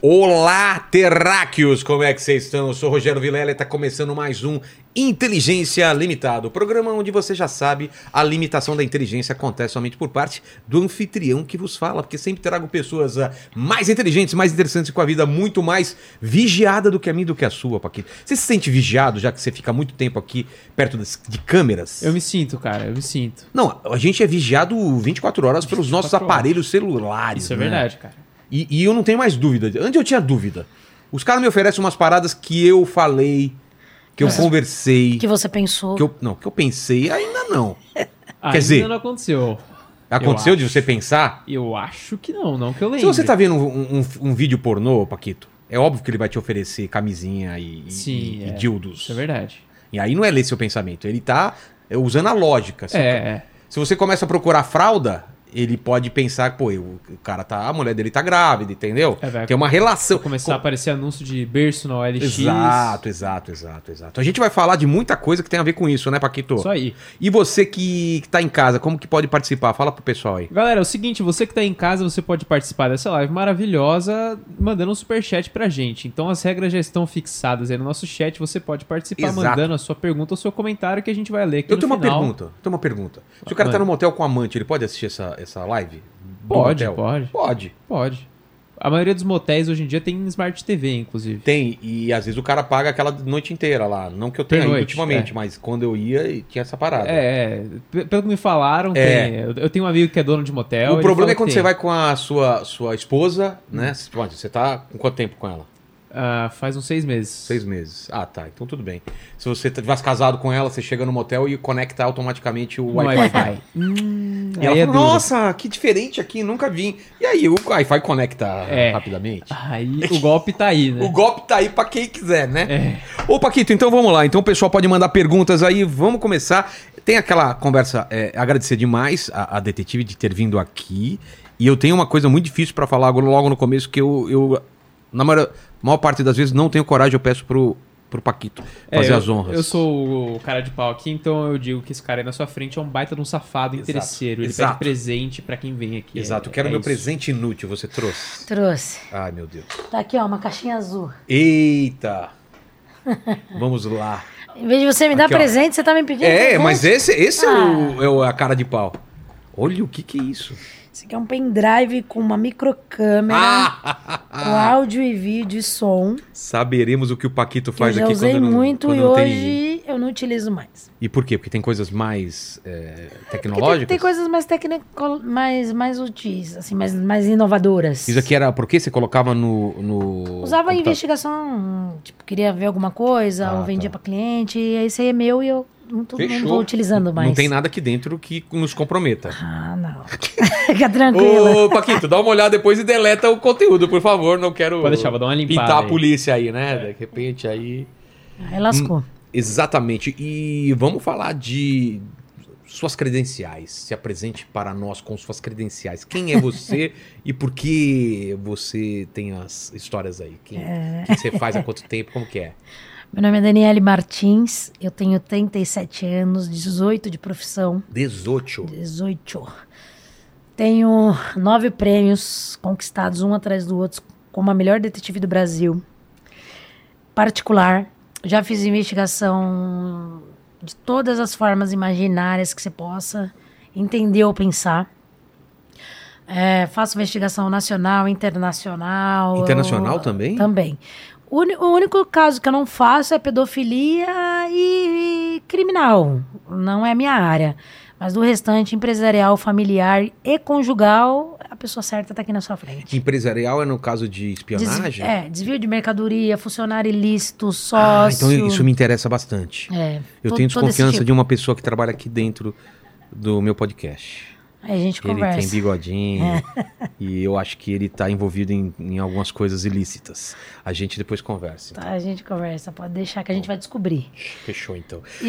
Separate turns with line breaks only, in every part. Olá, terráqueos! Como é que vocês estão? Eu sou o Rogério Vilela e está começando mais um Inteligência Limitada, o programa onde você já sabe a limitação da inteligência acontece somente por parte do anfitrião que vos fala, porque sempre trago pessoas ah, mais inteligentes, mais interessantes com a vida muito mais vigiada do que a minha do que a sua, Paquito. Você se sente vigiado já que você fica muito tempo aqui perto das- de câmeras?
Eu me sinto, cara, eu me sinto.
Não, a gente é vigiado 24 horas pelos nossos
24 horas.
aparelhos celulares.
Isso é
né?
verdade, cara.
E, e eu não tenho mais dúvida. Antes eu tinha dúvida. Os caras me oferecem umas paradas que eu falei, que eu conversei,
que
que,
você pensou.
eu, não, que eu pensei, ainda não.
Ainda
dizer-
não aconteceu.
Aconteceu
Eu
de você pensar?
Eu acho que não, não que eu
Se
lembre.
você tá vendo um, um- um vídeo pornô, Paquito, é óbvio que ele vai te oferecer camisinha e, e-
Sim,
e,
é.
dildos.
Isso é verdade.
e aí não é ler seu pensamento, ele tá é, usando a lógica. Se-
É, é.
Se você começa a procurar fralda, ele pode pensar, pô, eu- o cara tá, a mulher dele tá grávida, entendeu?
É, vai
Tem uma relação.
Começar a aparecer anúncio de berço na OLX.
Exato, exato, exato, exato. A gente vai falar de muita coisa que tem a ver com isso, né, Paquito?
Isso aí.
E você que, que tá em casa, como que pode participar? Fala pro pessoal aí.
Galera, é o seguinte, você que tá em casa, você pode participar dessa live maravilhosa mandando um superchat pra gente. Então as regras já estão fixadas aí no nosso chat, você pode participar
Exato.
mandando a sua pergunta ou seu comentário que a gente vai ler aqui
Eu
no
tenho uma
final.
pergunta, eu tenho uma pergunta. Se o cara tá
Manda.
no motel com amante, ele pode assistir essa, essa live? do
Pode,
motel?
pode.
Pode.
Pode. A maioria dos motéis hoje em dia tem Smart TV, inclusive.
Tem, e às vezes o cara paga aquela noite inteira lá. Não que eu tenha
Tem
ido
noite,
ultimamente, mas quando eu ia, e tinha essa parada.
É, é. P- pelo que me falaram,
É.
tem. Eu- Eu tenho um amigo que é dono de
o
motel. ele
problema
falou
é quando
que
você
tem.
vai com a sua, sua esposa, né? Pode, você tá com quanto tempo com ela?
Ah, faz uns seis meses.
Seis meses. Ah, tá. Então tudo bem. Se você tivesse casado com ela, você chega no motel e conecta automaticamente o
No
Wi-Fi. dela.
Wi-Fi. Hum,
E ela
aí é
fala,
duro.
nossa, que diferente aqui, nunca vim. E aí o Wi-Fi conecta
É.
rapidamente.
Aí o golpe tá aí, né?
O golpe tá aí pra quem quiser, né?
É.
Ô, Paquito, então vamos lá. Então o pessoal pode mandar perguntas aí, vamos começar. Tem aquela conversa, é, agradecer demais a, a detetive de ter vindo aqui. E eu tenho uma coisa muito difícil pra falar agora, logo no começo, que eu, eu na maior, maior parte das vezes, não tenho coragem, eu peço pro, pro Paquito
É,
fazer
eu-
as honras.
Eu sou o cara de pau aqui, então eu digo que esse cara aí na sua frente é um baita de um safado interesseiro. Ele
exato.
pede presente pra quem vem aqui.
Exato,
É-
eu quero
é
meu
isso.
presente inútil, você trouxe.
Trouxe.
Ai, meu Deus.
Tá aqui, ó, uma caixinha azul.
Eita! Vamos lá.
Em vez de você me dar
Aqui, ó.
presente, você tá me pedindo
É,
presente.
mas esse, esse é,
Ah.
o, é o- a cara de pau. Olha o que que é isso.
Isso aqui é um pendrive com uma microcâmera, com
Ah!
áudio e vídeo e som.
Saberemos o que o Paquito
Que eu
faz
já
aqui
usei
quando não-
muito
quando
e
não tem-
hoje eu não utilizo mais.
E por quê? Porque tem coisas mais é,
Porque tem,
tecnológicas?
tem coisas mais técnicas, mais, mais úteis, assim, mais, mais inovadoras.
Isso aqui era porque você colocava no... no
Usava
computador?
investigação, tipo, queria ver alguma coisa,
Ah,
ou vendia
tá.
pra cliente, e aí isso aí é meu e eu não, tô, não
Fechou.
tô utilizando mais.
Não tem nada aqui dentro que nos comprometa.
Ah, não. Fica tranquila.
Ô, Paquito, dá uma olhada depois e deleta o conteúdo, por favor. Não quero
Pode deixar, vou dar uma limpada.
pintar a
aí.
polícia aí, né?
É.
De repente aí.
Aí lascou.
Exatamente. E vamos falar de suas credenciais. Se apresente para nós com suas credenciais. Quem é você e por que você tem as histórias aí? Quem,
É.
o que você faz há quanto tempo? Como que é?
Meu nome é Daniele Martins, eu tenho 37 anos, 18 de profissão,
18.
18. Tenho nove prêmios conquistados um atrás do outro como a melhor detetive do Brasil. Particular, já fiz investigação de todas as formas imaginárias que você possa entender ou pensar. É, faço investigação nacional, internacional.
Internacional
eu-
também?
Também. O, uni- o único caso que eu não faço é pedofilia e, e criminal. Não é minha área. Mas do restante, empresarial, familiar e conjugal, a pessoa certa está aqui na sua frente.
Empresarial é no caso de espionagem?
Desvi- é, desvio de mercadoria, funcionário ilícito,
Ah,
sócio.
então isso me interessa bastante.
É,
Eu
to-
tenho
todo esse
desconfiança
tipo.
de uma pessoa que trabalha aqui dentro do meu podcast.
Aí a gente
Ele
conversa. É.
tem bigodinho e eu acho que ele tá envolvido em, em algumas coisas ilícitas. A gente depois conversa.
Tá, a gente conversa, pode deixar que a gente vai descobrir.
Fechou então.
E,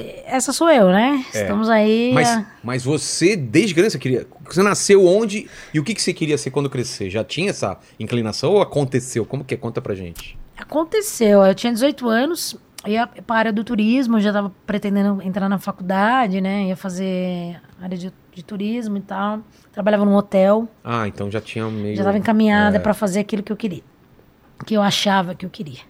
e essa sou eu, né? Estamos aí.
É. Mas,
a-
mas você, desde criança, você queria. Você nasceu onde e o que, que você queria ser quando crescer? Já tinha essa inclinação ou aconteceu? Como que é? Conta pra gente.
Aconteceu, eu tinha 18 anos, ia para a área do turismo, eu já estava pretendendo entrar na faculdade, né? Ia fazer área de, de turismo e tal. Trabalhava num hotel,
Ah, então já tinha meio.
já estava encaminhada
É.
para fazer aquilo que eu queria, que eu achava que eu queria.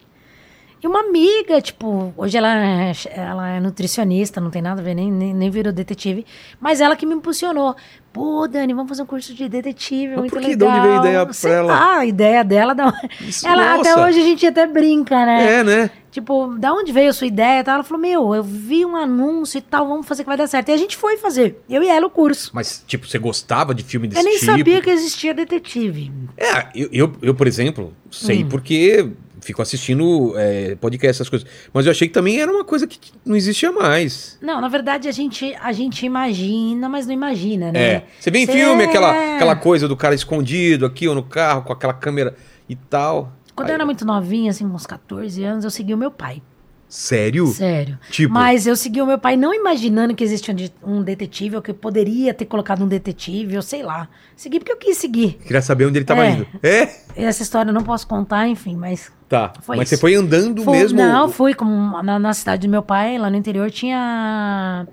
E uma amiga, tipo, hoje ela é, ela é nutricionista, não tem nada a ver, nem, nem, nem virou detetive, mas ela que me impulsionou. Pô, Dani, vamos fazer um curso de detetive, é
Mas
muito
por que? De
legal.
onde veio a ideia pra
Sei
ela?
lá, a ideia dela... Da...
Isso,
ela Até
nossa.
hoje a gente até brinca, né?
É, né?
Tipo, da onde veio a sua ideia? e tal? Ela falou, meu, eu vi um anúncio e tal, vamos fazer que vai dar certo. E a gente foi fazer, eu e ela, o curso.
Mas, tipo, você gostava de filme desse
eu nem
tipo?
sabia que existia detetive.
É, eu, eu, eu, por exemplo, sei
Hum.
porque fico assistindo é, podcast, essas coisas. Mas eu achei que também era uma coisa que não existia mais.
Não, na verdade, a gente, a gente imagina, mas não imagina, né?
É. Você vê em
Cê-
filme aquela, aquela coisa do cara escondido aqui ou no carro com aquela câmera e tal.
Quando
Aí-
eu era muito novinha, assim, uns 14 anos, eu segui o meu pai.
Sério?
Sério.
Tipo,
Mas eu segui o meu pai não imaginando que existia um de- um detetive, ou que eu poderia ter colocado um detetive, ou sei lá. Segui porque eu quis seguir.
queria saber onde ele tava
É.
indo. É?
Essa história eu não posso contar, enfim, mas
Tá.
Foi
Mas
isso.
você foi andando
Fui-
mesmo.
Não, fui com, na, na cidade do meu pai, lá no interior, tinha.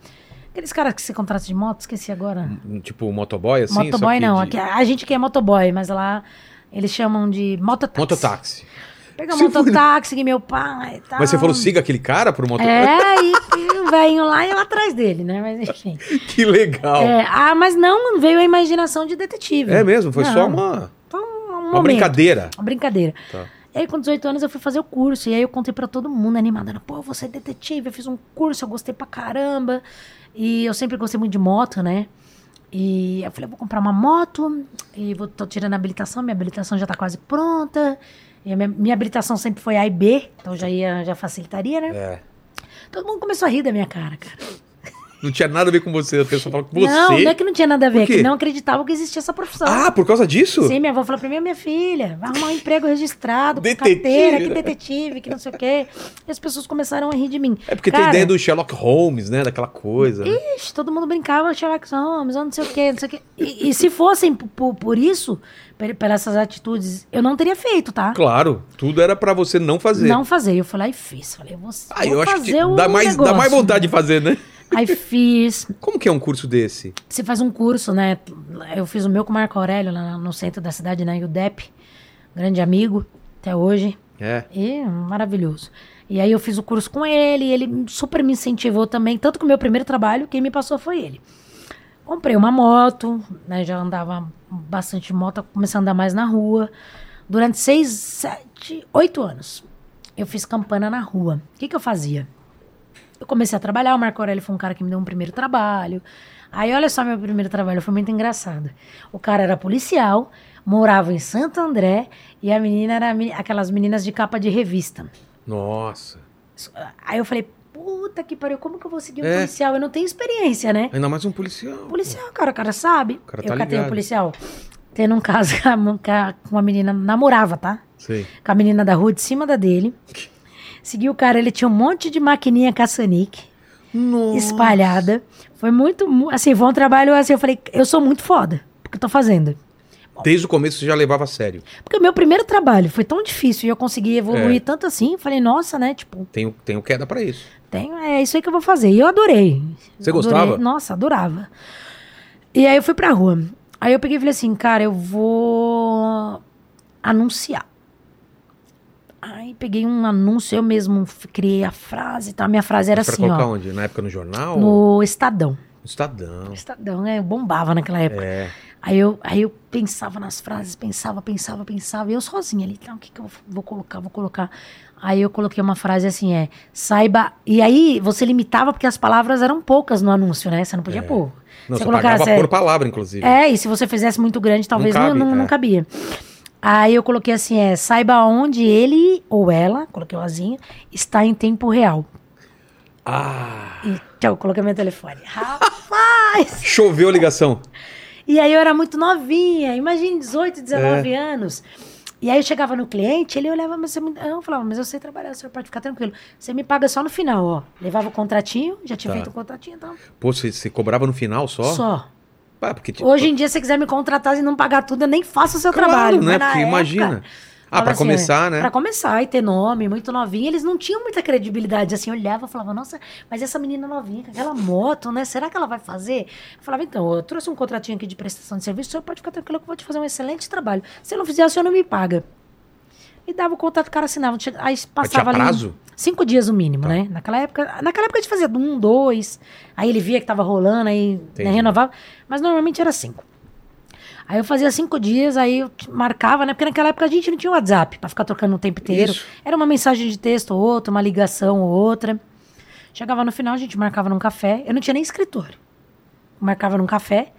Aqueles caras que se contrata de moto, esqueci agora.
Tipo, motoboy assim?
motoboy
só que
não,
de-
aqui- a gente que é motoboy, mas lá eles chamam de mototáxi.
Mototáxi.
Pegar
Você foi-
mototáxi, que meu pai e tal.
Mas você falou, siga aquele cara pro mototáxi?
Tá. É, e, e o velhinho lá e eu atrás dele, né? Mas enfim.
Que legal. É,
É, ah, mas não veio a imaginação de detetive.
mesmo, foi só
É. Não.
uma,
Foi um, um
uma
momento.
brincadeira.
Uma brincadeira.
Tá.
E aí, com 18 anos, eu fui fazer o curso. E aí, eu contei pra todo mundo animada. né? Pô, você é detetive, eu fiz um curso, eu gostei pra caramba. E eu sempre gostei muito de moto, né? E eu falei, eu vou comprar uma moto. E vou, tô tirando a habilitação. Minha habilitação já tá quase pronta. E a minha, minha habilitação sempre foi A e B. Então, já, ia, já facilitaria, né?
É.
Todo mundo começou a rir da minha cara, cara.
Não tinha nada a ver com você, a pessoa fala com você.
Não, não é que não tinha nada a ver.
Por
é
quê?
que não acreditava que existia essa profissão.
Ah, por causa disso?
Sim, minha avó falou pra mim, minha filha, vai arrumar um emprego registrado, com
Detetive,
carteira, que
né?
detetive, que não sei o quê. E as pessoas começaram a rir de mim.
É porque tem
Cara,
ideia do Sherlock Holmes, né? Daquela coisa. né?
Ixi, todo mundo brincava, Sherlock Holmes, ou não sei o quê, não sei o quê. E, e se fossem por, por- por isso, por, por essas atitudes, eu não teria feito, tá?
Claro, tudo era pra você não fazer.
Não fazer. Eu fui lá e fiz. Falei, você
Ah, eu acho que
fazer o
dá mais, dá
negócio.
mais vontade de fazer, né?
Aí fiz.
Como que é um curso desse?
Você faz um curso, né? Eu fiz o meu com o Marco Aurélio, lá no centro da cidade, na UDEP. Grande amigo, até hoje.
É.
E maravilhoso. E aí eu fiz o curso com ele, e ele super me incentivou também, tanto que o meu primeiro trabalho, quem me passou foi ele. Comprei uma moto, né, já andava bastante de moto, comecei a andar mais na rua. Durante seis, sete, oito anos, eu fiz campana na rua. O que, que eu fazia? Eu comecei a trabalhar, o Marco Aurélio foi um cara que me deu um primeiro trabalho. Aí, olha só, meu primeiro trabalho foi muito engraçado. O cara era policial, morava em Santo André e a menina era meni- aquelas meninas de capa de revista.
Nossa.
Isso- Aí eu falei, puta que pariu, como que eu vou seguir um
É.
policial? Eu não tenho experiência, né?
Ainda mais um policial.
Policial, cara, o cara sabe.
O cara
eu
tá
catei
ligado.
o policial. Tendo um caso com a- com a- com uma menina, namorava, tá?
Sei.
com a menina da rua de cima da dele. Seguiu o cara, ele tinha um monte de maquininha caçanique
Nossa.
espalhada. Foi muito, mu- assim, foi um trabalho assim, eu falei, eu sou muito foda, porque eu tô fazendo.
Desde o começo você já levava a sério.
Porque o meu primeiro trabalho foi tão difícil e eu consegui evoluir
É.
tanto assim, eu falei, nossa, né, tipo,
Tenho, tenho queda pra isso.
tem, é isso aí que eu vou fazer. E eu adorei.
Você
Adorei.
gostava?
Nossa, adorava. E aí eu fui pra rua. Aí eu peguei e falei assim, cara, eu vou anunciar. Aí peguei um anúncio, eu mesmo f- criei a frase, tá? Minha frase era
pra um, é
assim,
colocar
ó.
onde? Na época no jornal?
No Estadão.
No Estadão.
Estadão, né? Eu bombava naquela época.
É.
Aí, eu, aí eu pensava nas frases, pensava, pensava, pensava. E eu sozinha ali, tá, o que, que eu vou colocar, vou colocar. Aí eu coloquei uma frase assim, é, saiba... E aí você limitava porque as palavras eram poucas no anúncio, né? Você não podia
É.
pôr.
Não, você
colocasse,
pagava
é,
por palavra, inclusive.
é, e se você fizesse muito grande, talvez não,
cabe,
não- não
é.
cabia. Aí eu coloquei assim, é, saiba onde ele ou ela, coloquei o azinho, está em tempo real.
Ah.
E tchau, coloquei meu telefone. Rapaz!
Choveu a ligação.
E aí eu era muito novinha, imagine 18, 19
É.
anos. E aí eu chegava no cliente, ele olhava, mas você me... eu falava, mas eu sei trabalhar, o senhor pode ficar tranquilo. Você me paga só no final, ó. Levava o contratinho, já tinha
Tá.
feito o contratinho, então.
Pô, você, você cobrava no final só?
Só.
Ah, porque, tipo,
Hoje em dia, se você quiser me contratar e não pagar tudo, eu nem faço o seu
claro,
trabalho.
né?
Mas
Porque
na época, assim,
imagina. Ah, pra começar, né?
Pra começar e ter nome, muito novinha. Eles não tinham muita credibilidade, assim. Eu olhava e falava, nossa, mas essa menina novinha com aquela moto, né? Será que ela vai fazer? Eu falava, então, eu trouxe um contratinho aqui de prestação de serviço, o senhor pode ficar tranquilo que eu vou te fazer um excelente trabalho. Se eu não fizer, o senhor não me paga. E dava o contato, o cara assinava. Tinha- Aí passava ali um
prazo?
cinco dias no mínimo,
Tá.
né? Naquela época, naquela época a gente fazia um, dois. Aí ele via que tava rolando, aí né,
Entendi.
renovava. Mas normalmente era cinco. Aí eu fazia cinco dias, aí eu t- marcava, né? Porque naquela época a gente não tinha WhatsApp pra ficar trocando o tempo inteiro.
Isso.
Era uma mensagem de texto ou outra, uma ligação ou outra. Chegava no final, a gente marcava num café. Eu não tinha nem escritório. Marcava num café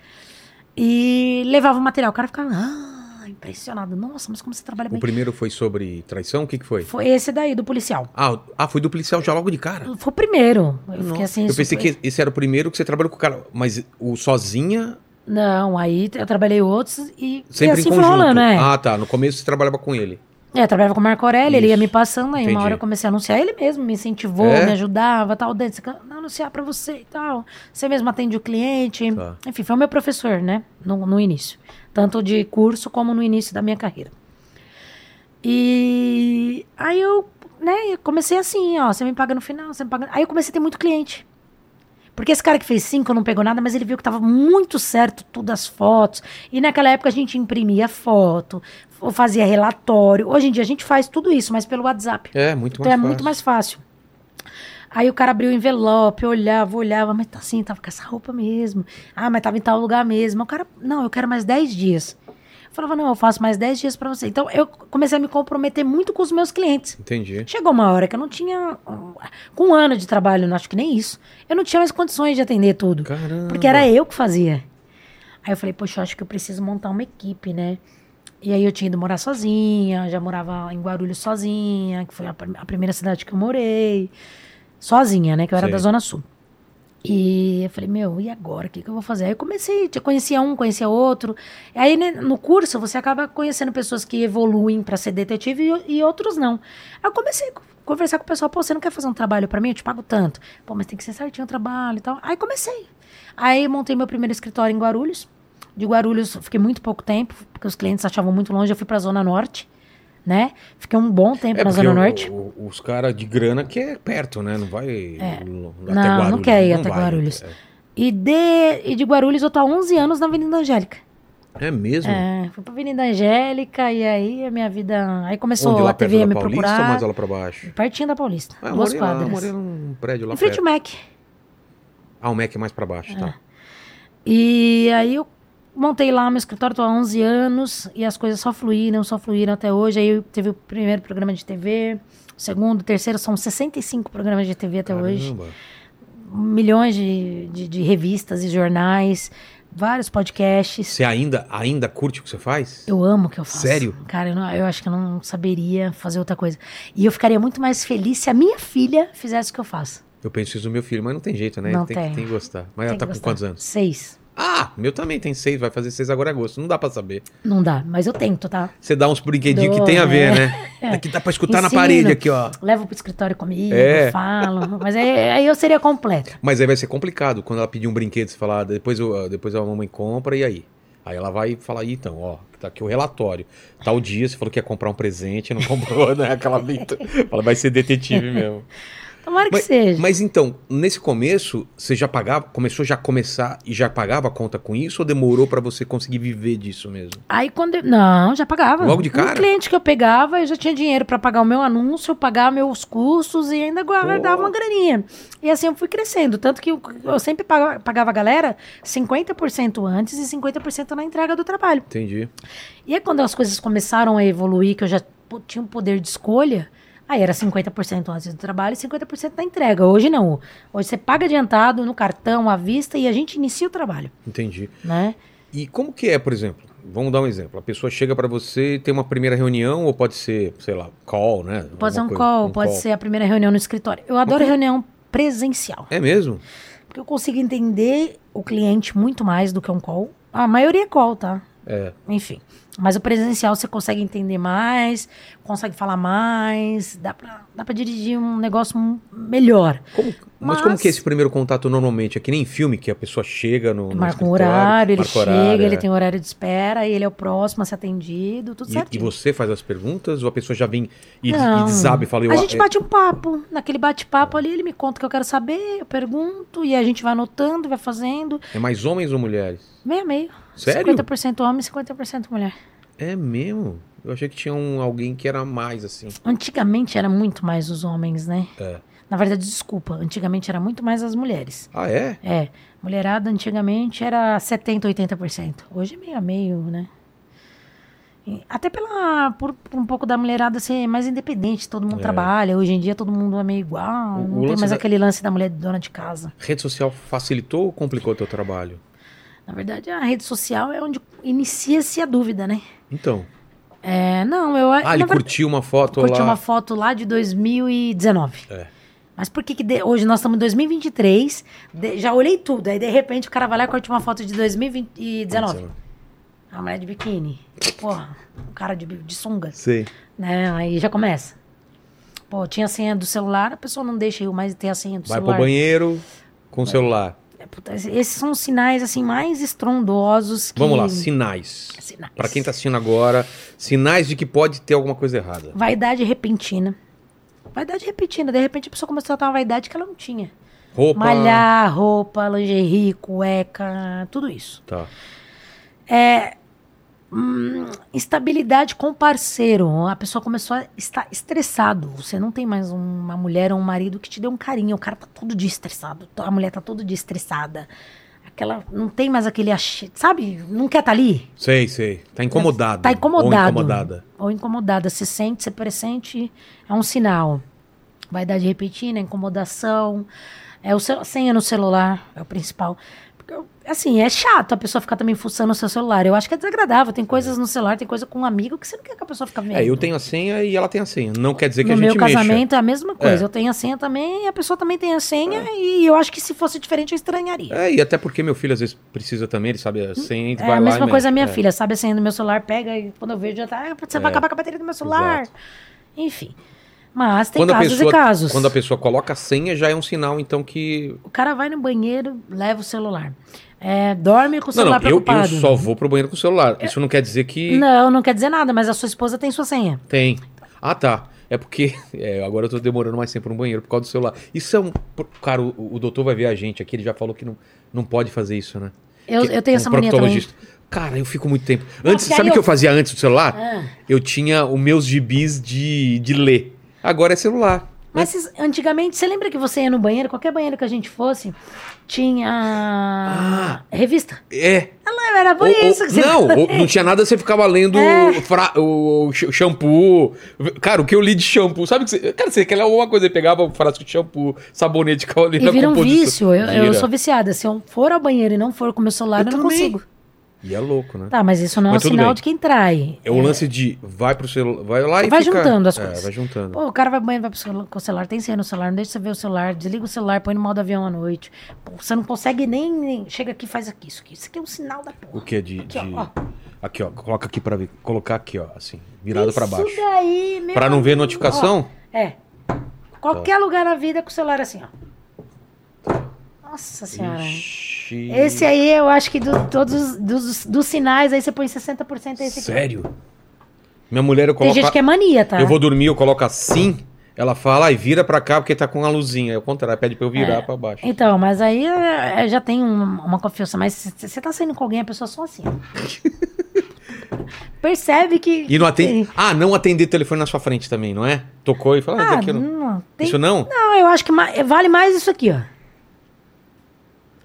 e levava o material. O cara ficava ah, impressionado. Nossa, mas como você trabalha
O
bem.
primeiro foi sobre traição? O que, que foi?
Foi esse daí, do policial.
Ah, o- ah, foi do policial já logo de cara.
Foi o primeiro. Eu fiquei assim.
Eu
isso
pensei
foi-
que esse era o primeiro que você trabalhou com o cara. Mas o sozinha,
Não, aí eu trabalhei outros e, e
sempre
assim
em
foi
conjunto.
rolando, né?
Ah, tá. No começo você trabalhava com ele.
É, eu trabalhava com o Marco Aurélio, ele
Isso.
ia me passando, aí uma
Entendi.
hora eu comecei a anunciar ele mesmo, me incentivou,
É?
me ajudava, tal, dentro, não anunciar pra você e tal. Você mesmo atende o cliente.
Tá.
Enfim, foi o meu professor, né? No, no início. Tanto de curso como no início da minha carreira. E aí eu, né, eu comecei assim, ó, você me paga no final, você me paga. Aí eu comecei a ter muito cliente. Porque esse cara que fez cinco não pegou nada, mas ele viu que tava muito certo tudo as fotos. E naquela época a gente imprimia foto, ou fazia relatório. Hoje em dia a gente faz tudo isso, mas pelo WhatsApp.
É, muito
Então
mais
é
fácil.
muito mais fácil. Aí o cara abriu o envelope, olhava, olhava, mas tá assim, tava com essa roupa mesmo. Ah, mas tava em tal lugar mesmo. O cara, não, eu quero mais 10 dias. Eu falava, não, eu faço mais 10 dias pra você. Então eu comecei a me comprometer muito com os meus clientes.
Entendi.
Chegou uma hora que eu não tinha. uh, Com um ano de trabalho, não acho que nem isso. Eu não tinha mais condições de atender tudo.
Caramba.
Porque era eu que fazia. Aí eu falei, poxa, eu acho que eu preciso montar uma equipe, né? E aí eu tinha ido morar sozinha, já morava em Guarulhos sozinha, que foi a, prim- a primeira cidade que eu morei. Sozinha, né? Que eu era
Sei.
da Zona Sul. E eu falei, meu, e agora? O que, que eu vou fazer? Aí eu comecei, eu conhecia um, conhecia outro. E aí né, no curso você acaba conhecendo pessoas que evoluem pra ser detetive e, e outros não. Aí eu comecei a conversar com o pessoal, pô, você não quer fazer um trabalho pra mim? Eu te pago tanto. Pô, mas tem que ser certinho o trabalho e tal. Aí comecei. Aí montei meu primeiro escritório em Guarulhos. De Guarulhos eu fiquei muito pouco tempo, porque os clientes achavam muito longe, eu fui pra Zona Norte, né? Fiquei um bom tempo na
É porque
Zona
o-
Norte.
o- os caras de grana que é perto, né? Não vai lo- até
É. Não, não
Guarulhos,
quer ir até
vai né? É.
Guarulhos.
até-
E de, e de Guarulhos eu tô há 11 anos na Avenida Angélica.
É mesmo?
É, fui pra Avenida Angélica e aí a minha vida. Aí começou
Onde lá
a
perto
TV
da
a me
Paulista ou
procurar.
mais lá pra baixo?
Pertinho da Paulista,
Ah, eu
duas
morei lá, eu
quadras.
morei num prédio lá
em frente
perto.
ao Mac.
Ah, o Mac é mais pra baixo, tá.
E aí eu montei lá meu escritório, tô há 11 anos, e as coisas só fluíram, só fluíram até hoje. Aí eu- teve o primeiro programa de TV, o segundo, o terceiro, são 65 programas de TV até hoje.
Caramba.
Milhões de, de, de revistas e jornais, vários podcasts.
Você ainda, ainda curte o que você faz?
Eu amo o que eu faço.
Sério?
Cara, eu, não- eu acho que eu não saberia fazer outra coisa. E eu ficaria muito mais feliz se a minha filha fizesse o que eu faço.
Eu penso isso no meu filho, mas não tem jeito, né?
Não
Ele tem,
tem.
Que, tem que gostar. Mas
Tem
ela tá
que
com
gostar.
quantos anos?
Seis.
Ah, meu também tem seis, vai fazer seis agora em agosto. Não dá pra saber.
Não dá, mas eu tento, tá?
Você dá uns brinquedinhos que
Dou,
tem a
né?
ver, né? Aqui dá pra escutar na
Ensino.
parede aqui, ó.
Levo pro escritório comigo,
É.
falo. Mas aí, aí eu seria completa.
Mas aí vai ser complicado quando ela pedir um brinquedo, você falar, "Ah, depois, eu- depois a mamãe compra e aí? Aí ela vai falar, "Ih, então, ó, tá aqui o relatório. Tal dia você falou que ia comprar um presente, não comprou, né? Aquela bita. Ela vai ser detetive mesmo.
Tomara que seja.
Mas então, nesse começo, você já pagava, começou já a começar e já pagava a conta com isso ou demorou pra você conseguir viver disso mesmo?
Aí quando. eu- Não, já pagava.
Logo de cara?
Um cliente que eu pegava, eu já tinha dinheiro pra pagar o meu anúncio, pagar meus custos e ainda
Pô.
guardava uma graninha. E assim eu fui crescendo. Tanto que eu, eu sempre pagava, pagava a galera 50% antes e 50% na entrega do trabalho.
Entendi.
E aí, quando as coisas começaram a evoluir, que eu já po- tinha um poder de escolha, aí era 50% antes do trabalho e 50% da entrega. Hoje não. Hoje você paga adiantado no cartão, à vista, e a gente inicia o trabalho,
Entendi.
né?
E como que é, por exemplo? Vamos dar um exemplo. A pessoa chega pra você, tem uma primeira reunião, ou pode ser, sei lá, call, né? Alguma
Pode ser um
coisa,
call, pode ser a primeira reunião no escritório. Eu adoro
Ok.
reunião presencial,
É mesmo?
porque eu consigo entender o cliente muito mais do que um call. A maioria é call, tá?
É.
Enfim. Mas o presencial você consegue entender mais, consegue falar mais, dá pra, dá pra dirigir um negócio melhor.
Como, Mas, como que é esse primeiro contato normalmente? É que nem filme que a pessoa chega no. no
Marca um
escritório,
horário, ele
marca
chega,
horário,
ele
é.
tem um horário de espera, e ele é o próximo a ser atendido, tudo
E, e
certinho.
você faz as perguntas ou a pessoa já vem e,
Não.
e sabe, fala, eu
a gente
é-
bate um papo. Naquele bate-papo ali, ele me conta o que eu quero saber, eu pergunto, e a gente vai anotando, vai fazendo.
é mais homens ou mulheres?
Meio a meio.
Sério?
50% homem, 50% mulher.
É mesmo? Eu achei que tinha um, alguém que era mais assim.
Antigamente era muito mais os homens, né?
É.
Na verdade, desculpa, antigamente era muito mais as mulheres.
Ah, é?
É, mulherada antigamente era 70, 80%. Hoje é meio a meio, né? E Até pela, por, por um pouco da mulherada ser mais independente, todo mundo
É.
trabalha. Hoje em dia todo mundo é meio igual,
O- o
não tem
lance
mais
da-
aquele lance da mulher dona de casa.
Rede social facilitou ou complicou o teu trabalho?
Na verdade, a rede social é onde inicia-se a dúvida, né?
Então.
É, não, eu
Ah, ele
na verdade,
curtiu uma foto
curti
lá.
uma foto lá de 2019.
É.
Mas por que, que de- hoje nós estamos em 2023, de- já olhei tudo, aí de repente o cara vai lá e curte uma foto de 2019. A mulher de biquíni. Porra, um cara de, bi- de sunga.
Sei.
Né? Aí já começa. Pô, tinha a senha do celular, a pessoa não deixa eu mais ter a senha do
Vai
celular.
pro banheiro com o celular.
É, puta, es- Esses são os sinais assim mais estrondosos que...
Vamos lá, sinais.
Sinais.
Pra quem tá assistindo agora, sinais de que pode ter alguma coisa errada.
Vaidade repentina. Vaidade repentina. De repente a pessoa começou a ter uma vaidade que ela não tinha.
Roupa.
Malhar, roupa, lingerie, cueca, tudo isso.
Tá.
Hum, instabilidade com o parceiro. A pessoa começou a estar estressado. Você não tem mais uma mulher ou um marido que te dê um carinho. O cara tá todo dia estressado. A mulher tá todo dia estressada. Aquela, não tem mais aquele, ache- sabe? Não quer estar ali.
Sei, sei. Tá incomodado.
Tá incomodado.
Ou incomodada.
Ou incomodada. Se sente, se pressente, é um sinal. Vai dar de repetir, né? Incomodação. É o seu, a senha no celular, é o principal. Porque, assim, é chato a pessoa ficar também fuçando o seu celular. Eu acho que é desagradável. Tem coisas no celular, tem coisa com um amigo que você não quer que a pessoa fique vendo.
É, eu tenho a senha e ela tem a senha. Não quer dizer que
No
a
meu
gente mexa.
casamento é a mesma coisa.
É.
Eu tenho a senha também, a pessoa também tem a senha. E eu acho que se fosse diferente, eu estranharia.
É, e até porque meu filho às vezes precisa também, ele sabe a senha,
É,
vai lá
a
e
mesma
mexe.
coisa a minha
É.
filha. Sabe a senha do meu celular, pega e quando eu vejo já tá... "Ah, você vai
É.
acabar com a bateria do meu celular.
Exato.
Enfim. Mas tem
Quando a
casos
pessoa,
e casos.
Quando a pessoa coloca a senha, já é um sinal, então, que.
O cara vai no banheiro, leva o celular. É, dorme com o
Não,
celular
não, eu, eu
preocupado. né?
só vou pro banheiro com o celular. Isso não quer dizer que
Não, não quer dizer nada, mas a sua esposa tem sua senha.
tem. Ah, tá. É porque é, agora eu tô demorando mais tempo no banheiro por causa do celular. Isso é um. por- Cara, o, o doutor vai ver a gente aqui, ele já falou que não, não pode fazer isso, né?
Eu,
Que-
eu
um
tenho essa mania também.
proctologista. Cara, eu fico muito tempo. Antes,
porque aí
sabe o que
eu-
eu fazia antes do celular?
Ah,
Eu tinha os meus gibis de, de ler. Agora é celular.
mas esses- antigamente, você lembra que você ia no banheiro, qualquer banheiro que a gente fosse, tinha revista?
É.
Não, era por
Ah. Ou- ou-
isso que você... É.
Não, ou- não tinha nada, você ficava lendo fra- o, o sh- shampoo. Cara, o que eu li de shampoo, sabe que você. Cara, você quer ler alguma coisa, eu pegava o frasco de shampoo, sabonete, ficava ali
E
na
vira um
composição.
vício. Eu, eu
Vira.
sou viciada. Se eu for ao banheiro e não for com meu celular, eu,
Eu
não
também.
consigo.
E é louco, né?
Tá, mas isso não
Mas
é um
tudo
sinal
bem.
de quem trai.
É o lance de vai pro celular, vai lá e
Vai
fica-
juntando as
É,
coisas.
vai juntando.
Pô, o cara vai pro banheiro, vai pro celular, com o celular, tem senha no celular, não deixa você ver o celular, desliga o celular, põe no modo avião à noite. Pô, você não consegue nem, nem- Chega aqui, faz aqui, isso aqui. Isso aqui é um sinal da
O
porra.
que é de.
Aqui, ó,
de-
ó.
Aqui, ó. Coloca aqui pra ver. Colocar aqui, ó. Assim, virado pra
Isso
baixo.
daí, meu
Pra não ver
amigo,
notificação? Tá.
ó, é. Qualquer lugar na vida com o celular assim, ó. Nossa senhora.
Ixi.
Esse aí eu acho que do- todos os- dos, dos sinais aí você põe 60% é esse aqui.
Sério? Minha mulher, eu
Tem
coloco.
gente que é mania, tá?
Eu vou dormir, eu coloco assim. Ela fala, ai, vira pra cá porque tá com a luzinha. É o contrário, pede pra eu virar pra baixo.
Então, mas aí é, é, já tem um- uma confiança. Mas se você tá saindo com alguém, a pessoa só assim. ó. Percebe que.
E não atende. Ah, não atender telefone na sua frente também, não é? Tocou e fala, ah,
Ah,
daqui eu não-
não, tem-
Isso não?
não, eu acho que ma- vale mais isso aqui, ó.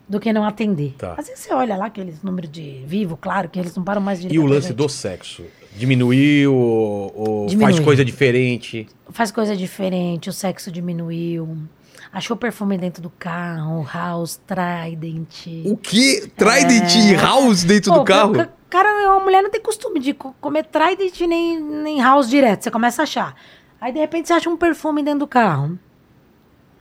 Do que não atender.
Tá.
Às vezes você olha lá aqueles números de vivo, claro, que eles não param mais de.
E o lance do sexo? Diminuiu ou, ou
Diminui.
faz coisa diferente?
Faz coisa diferente, o sexo diminuiu. Achou perfume dentro do carro, house, trident.
O que? Trident e house dentro
É. Pô,
do carro?
ca- Cara, uma mulher não tem costume de co- comer Trident nem, nem house direto. Você começa a achar. Aí, de repente, você acha um perfume dentro do carro.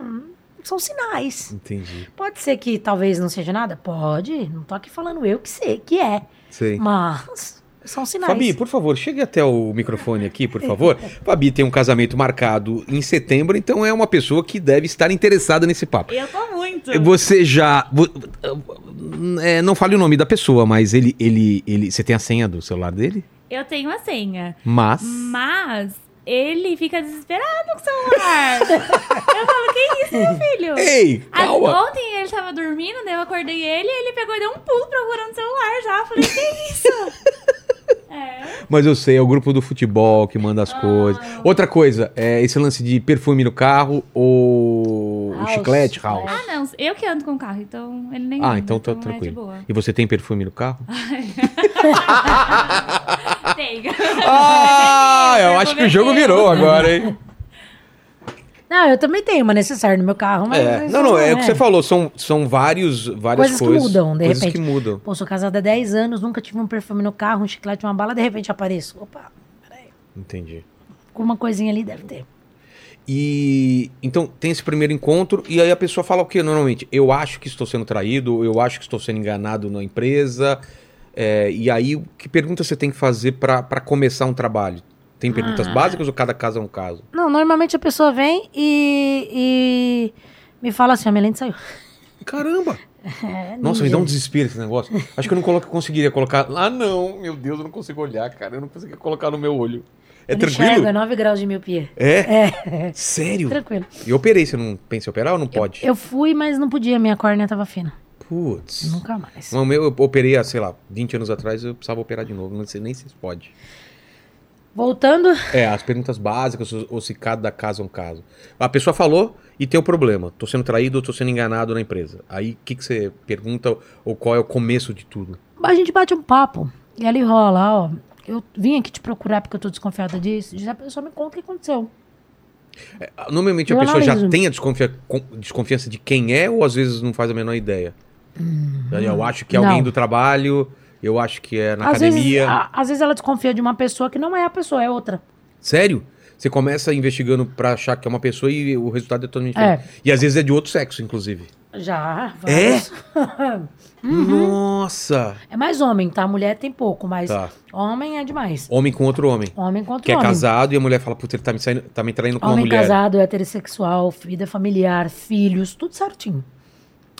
Hum, são sinais.
Entendi.
Pode ser que talvez não seja nada? Pode. Não tô aqui falando eu que sei que é.
Sei.
Mas. são sinais.
Fabi, por favor, chegue até o microfone aqui, por favor. Fabi tem um casamento marcado em setembro, então é uma pessoa que deve estar interessada nesse papo.
Eu tô muito.
É, Você já. vo- é, não fale o nome da pessoa, mas ele, ele, ele. Você tem a senha do celular dele?
Eu tenho a senha.
Mas.
Mas ele fica desesperado com o celular. eu falo, que isso, meu filho?
Ei,
Ah,
calma!
ontem ele tava dormindo, daí eu acordei ele e ele pegou e deu um pulo procurando o celular já. Eu falei, que isso? é.
Mas eu sei, é o grupo do futebol que manda
Ah.
as coisas. Outra coisa, é esse lance de perfume no carro ou
House,
chiclete, house.
Ah, não. Eu que ando com o carro, então ele nem.
Ah,
anda,
então tá
É de
tranquilo.
boa.
E você tem perfume no carro?
Tem.
Ah,
Tem,
eu
perfume
acho que
é
o jogo
meu.
virou agora, hein?
Não, eu também tenho uma necessária no meu carro, mas.
É,
isso
não, não, é o que você falou, são, são vários, várias
Coisas
coisas.
que mudam, de
coisas
repente.
que mudam.
Pô, sou casada há 10 anos, nunca tive um perfume no carro, um chiclete, uma bala, de repente apareço. Opa, peraí.
Entendi.
Alguma coisinha ali deve ter.
E então tem esse primeiro encontro, e aí a pessoa fala o quê normalmente? Eu acho que estou sendo traído, eu acho que estou sendo enganado na empresa. é, e aí, o que pergunta você tem que fazer para começar um trabalho? Tem perguntas
Ah.
básicas ou cada caso é um caso?
Não, normalmente a pessoa vem e. e me fala assim, a minha lente saiu.
Caramba!
É,
Nossa, me
ninja.
dá um desespero esse negócio. Acho que eu não colo- conseguiria colocar. Ah, não, meu Deus, eu não consigo olhar, cara. Eu não consigo colocar no meu olho. É
Eu não enxergo, é
tranquilo?
9 graus de miopia.
É? Sério?
Tranquilo.
E eu operei, você não pensa em operar ou não pode?
Eu fui, mas não podia, minha córnea tava fina.
Putz.
Nunca mais.
Não, meu, eu operei há, sei lá, 20 anos atrás, eu precisava operar de novo. Não sei nem se pode.
Voltando,
É, as perguntas básicas, ou ou se cada caso é um caso. A pessoa falou e tem o problema. Tô sendo traído ou tô sendo enganado na empresa. Aí o que, que você pergunta ou qual é o começo de tudo?
a gente bate um papo. E ali rola, ó. Eu vim aqui te procurar porque eu tô desconfiada disso. E a pessoa me conta o que aconteceu.
Ah, Normalmente a
Eu
pessoa já
analiso.
tem a desconfia- con- desconfiança de quem é ou às vezes não faz a menor ideia. Eu acho que é alguém
Hum. Não.
do trabalho, eu acho que é na
às,
academia.
vezes, a- às vezes ela desconfia de uma pessoa que não é a pessoa, é outra.
Sério? Você começa investigando pra achar que é uma pessoa e o resultado é totalmente
É.
diferente. E às vezes é de outro sexo, inclusive.
Já.
É?
vários.
Nossa!
é mais homem, tá? Mulher tem pouco, Uhum. mas
Tá.
homem é demais.
Homem com outro homem.
Homem contra
Que é
homem.
casado e a mulher fala, putz, ele tá me, saindo, tá me traindo com uma
homem
mulher.
casado, heterossexual, vida familiar, filhos, tudo certinho.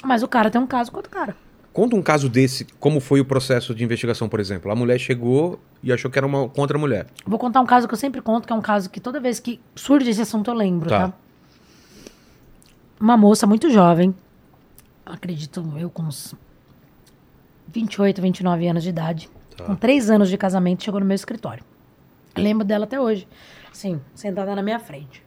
Mas o cara tem um caso com outro cara.
Conta um caso desse, como foi o processo de investigação, por exemplo. A mulher chegou e achou que era uma contra a mulher.
Vou contar um caso que eu sempre conto, que é um caso que toda vez que surge esse assunto eu lembro,
Tá.
tá? Uma moça muito jovem, acredito eu com uns 28, 29 anos de idade,
Tá.
com três anos de casamento, chegou no meu escritório. Eu lembro dela até hoje, assim, sentada na minha frente.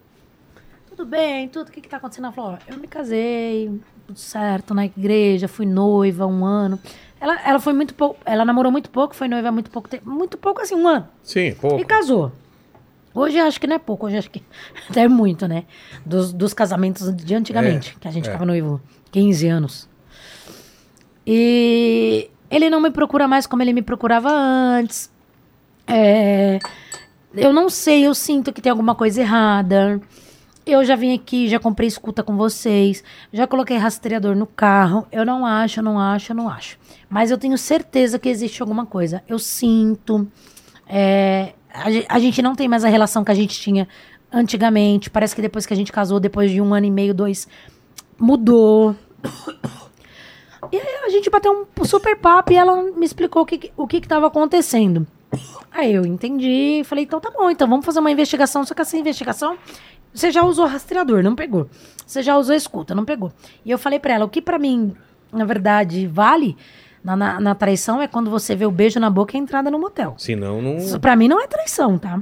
Tudo bem, tudo, o que que tá acontecendo? Ela falou, ó, eu me casei, tudo certo, na igreja, fui noiva um ano. Ela, ela foi muito pouco, ela namorou muito pouco, foi noiva muito pouco tempo, muito pouco assim, um ano.
Sim, pô.
E casou. Hoje eu acho que não é pouco, hoje eu acho que até é muito, né? Dos, dos casamentos de antigamente, que a gente
é.
ficava noivo 15 anos. E ele não me procura mais como ele me procurava antes. É, eu não sei, eu sinto que tem alguma coisa errada. Eu já vim aqui, já comprei escuta com vocês, já coloquei rastreador no carro. Eu não acho, eu não acho, eu não acho. Mas eu tenho certeza que existe alguma coisa. Eu sinto. é, a, ge- a gente não tem mais a relação que a gente tinha antigamente. Parece que depois que a gente casou, depois de um ano e meio, dois, mudou. E aí a gente bateu um super papo e ela me explicou o que, que- o que estava acontecendo. Aí eu entendi, falei, então tá bom, então vamos fazer uma investigação, só que essa investigação, você já usou rastreador, não pegou. Você já usou escuta, não pegou. E eu falei pra ela, o que pra mim, na verdade, vale na, na, na traição é quando você vê o beijo na boca e a entrada no motel.
Senão não.
Isso pra mim não é traição, tá?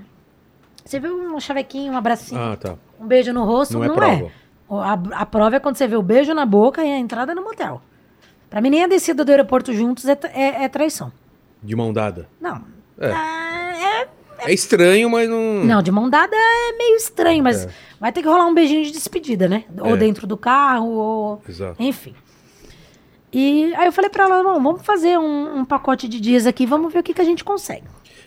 Você vê um chavequinho, um abracinho,
Ah, tá.
um beijo no rosto,
Não
não,
é
é.
prova.
O- A, a prova é quando você vê o beijo na boca e a entrada no motel. Pra mim, nem a descida do aeroporto juntos é, tra- é, é traição.
De mão dada.
Não.
É. Hum.
Ah, é-
É estranho, mas não.
não, de mão dada é meio estranho, mas vai ter que rolar um beijinho de despedida, né?
É.
Ou dentro do carro, ou.
Exato.
Enfim. E aí eu falei pra ela, não, vamos fazer um, um pacote de dias aqui, vamos ver o que, que a gente consegue.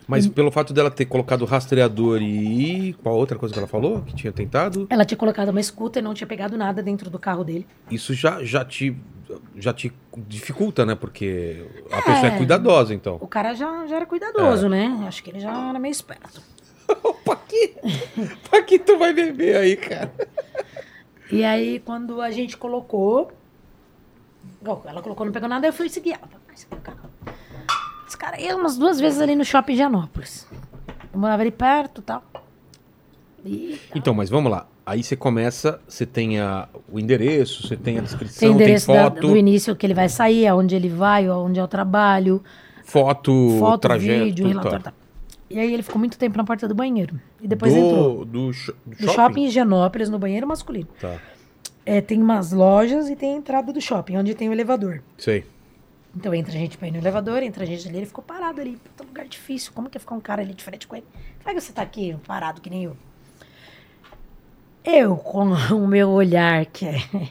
Mas
Uhum.
pelo fato dela ter colocado rastreador e. Qual a outra coisa que ela falou? Que tinha tentado?
Ela tinha colocado uma escuta e não tinha pegado nada dentro do carro dele.
Isso já, já te já te dificulta, né? Porque a
É.
pessoa é cuidadosa, então.
O cara já, já era
É.
cuidadoso, né? Acho que ele já era meio esperto.
Opa, que... pra que tu vai beber aí, cara?
E aí, quando a gente colocou. Bom, ela colocou, não pegou nada, eu fui seguir ela. Falei, "Ah, esse aqui é o canal." Esse cara ia umas duas vezes ali no shopping de Anópolis. Eu morava ali perto e tal. E tal.
Então, mas vamos lá. Aí você começa, você tem a- o endereço, você tem a
Tem
descrição, tem,
endereço da-
foto,
do início que ele vai sair, aonde ele vai, aonde é o trabalho,
foto,
foto,
trajeto,
vídeo,
tudo,
relatório.
tá.
Tá. E aí ele ficou muito tempo na porta do banheiro. E depois
do,
entrou.
do, sho- do
Do shopping em Genópolis, no banheiro masculino.
Tá,
É, tem umas lojas e tem a entrada do shopping, onde tem o elevador.
sei.
Então entra a gente pra ir no elevador, entra a gente ali, ele ficou parado ali. Puta lugar difícil, como que ia ficar um cara ali de frente com ele? Como é que você tá aqui parado que nem eu? Eu, com o meu olhar, que é.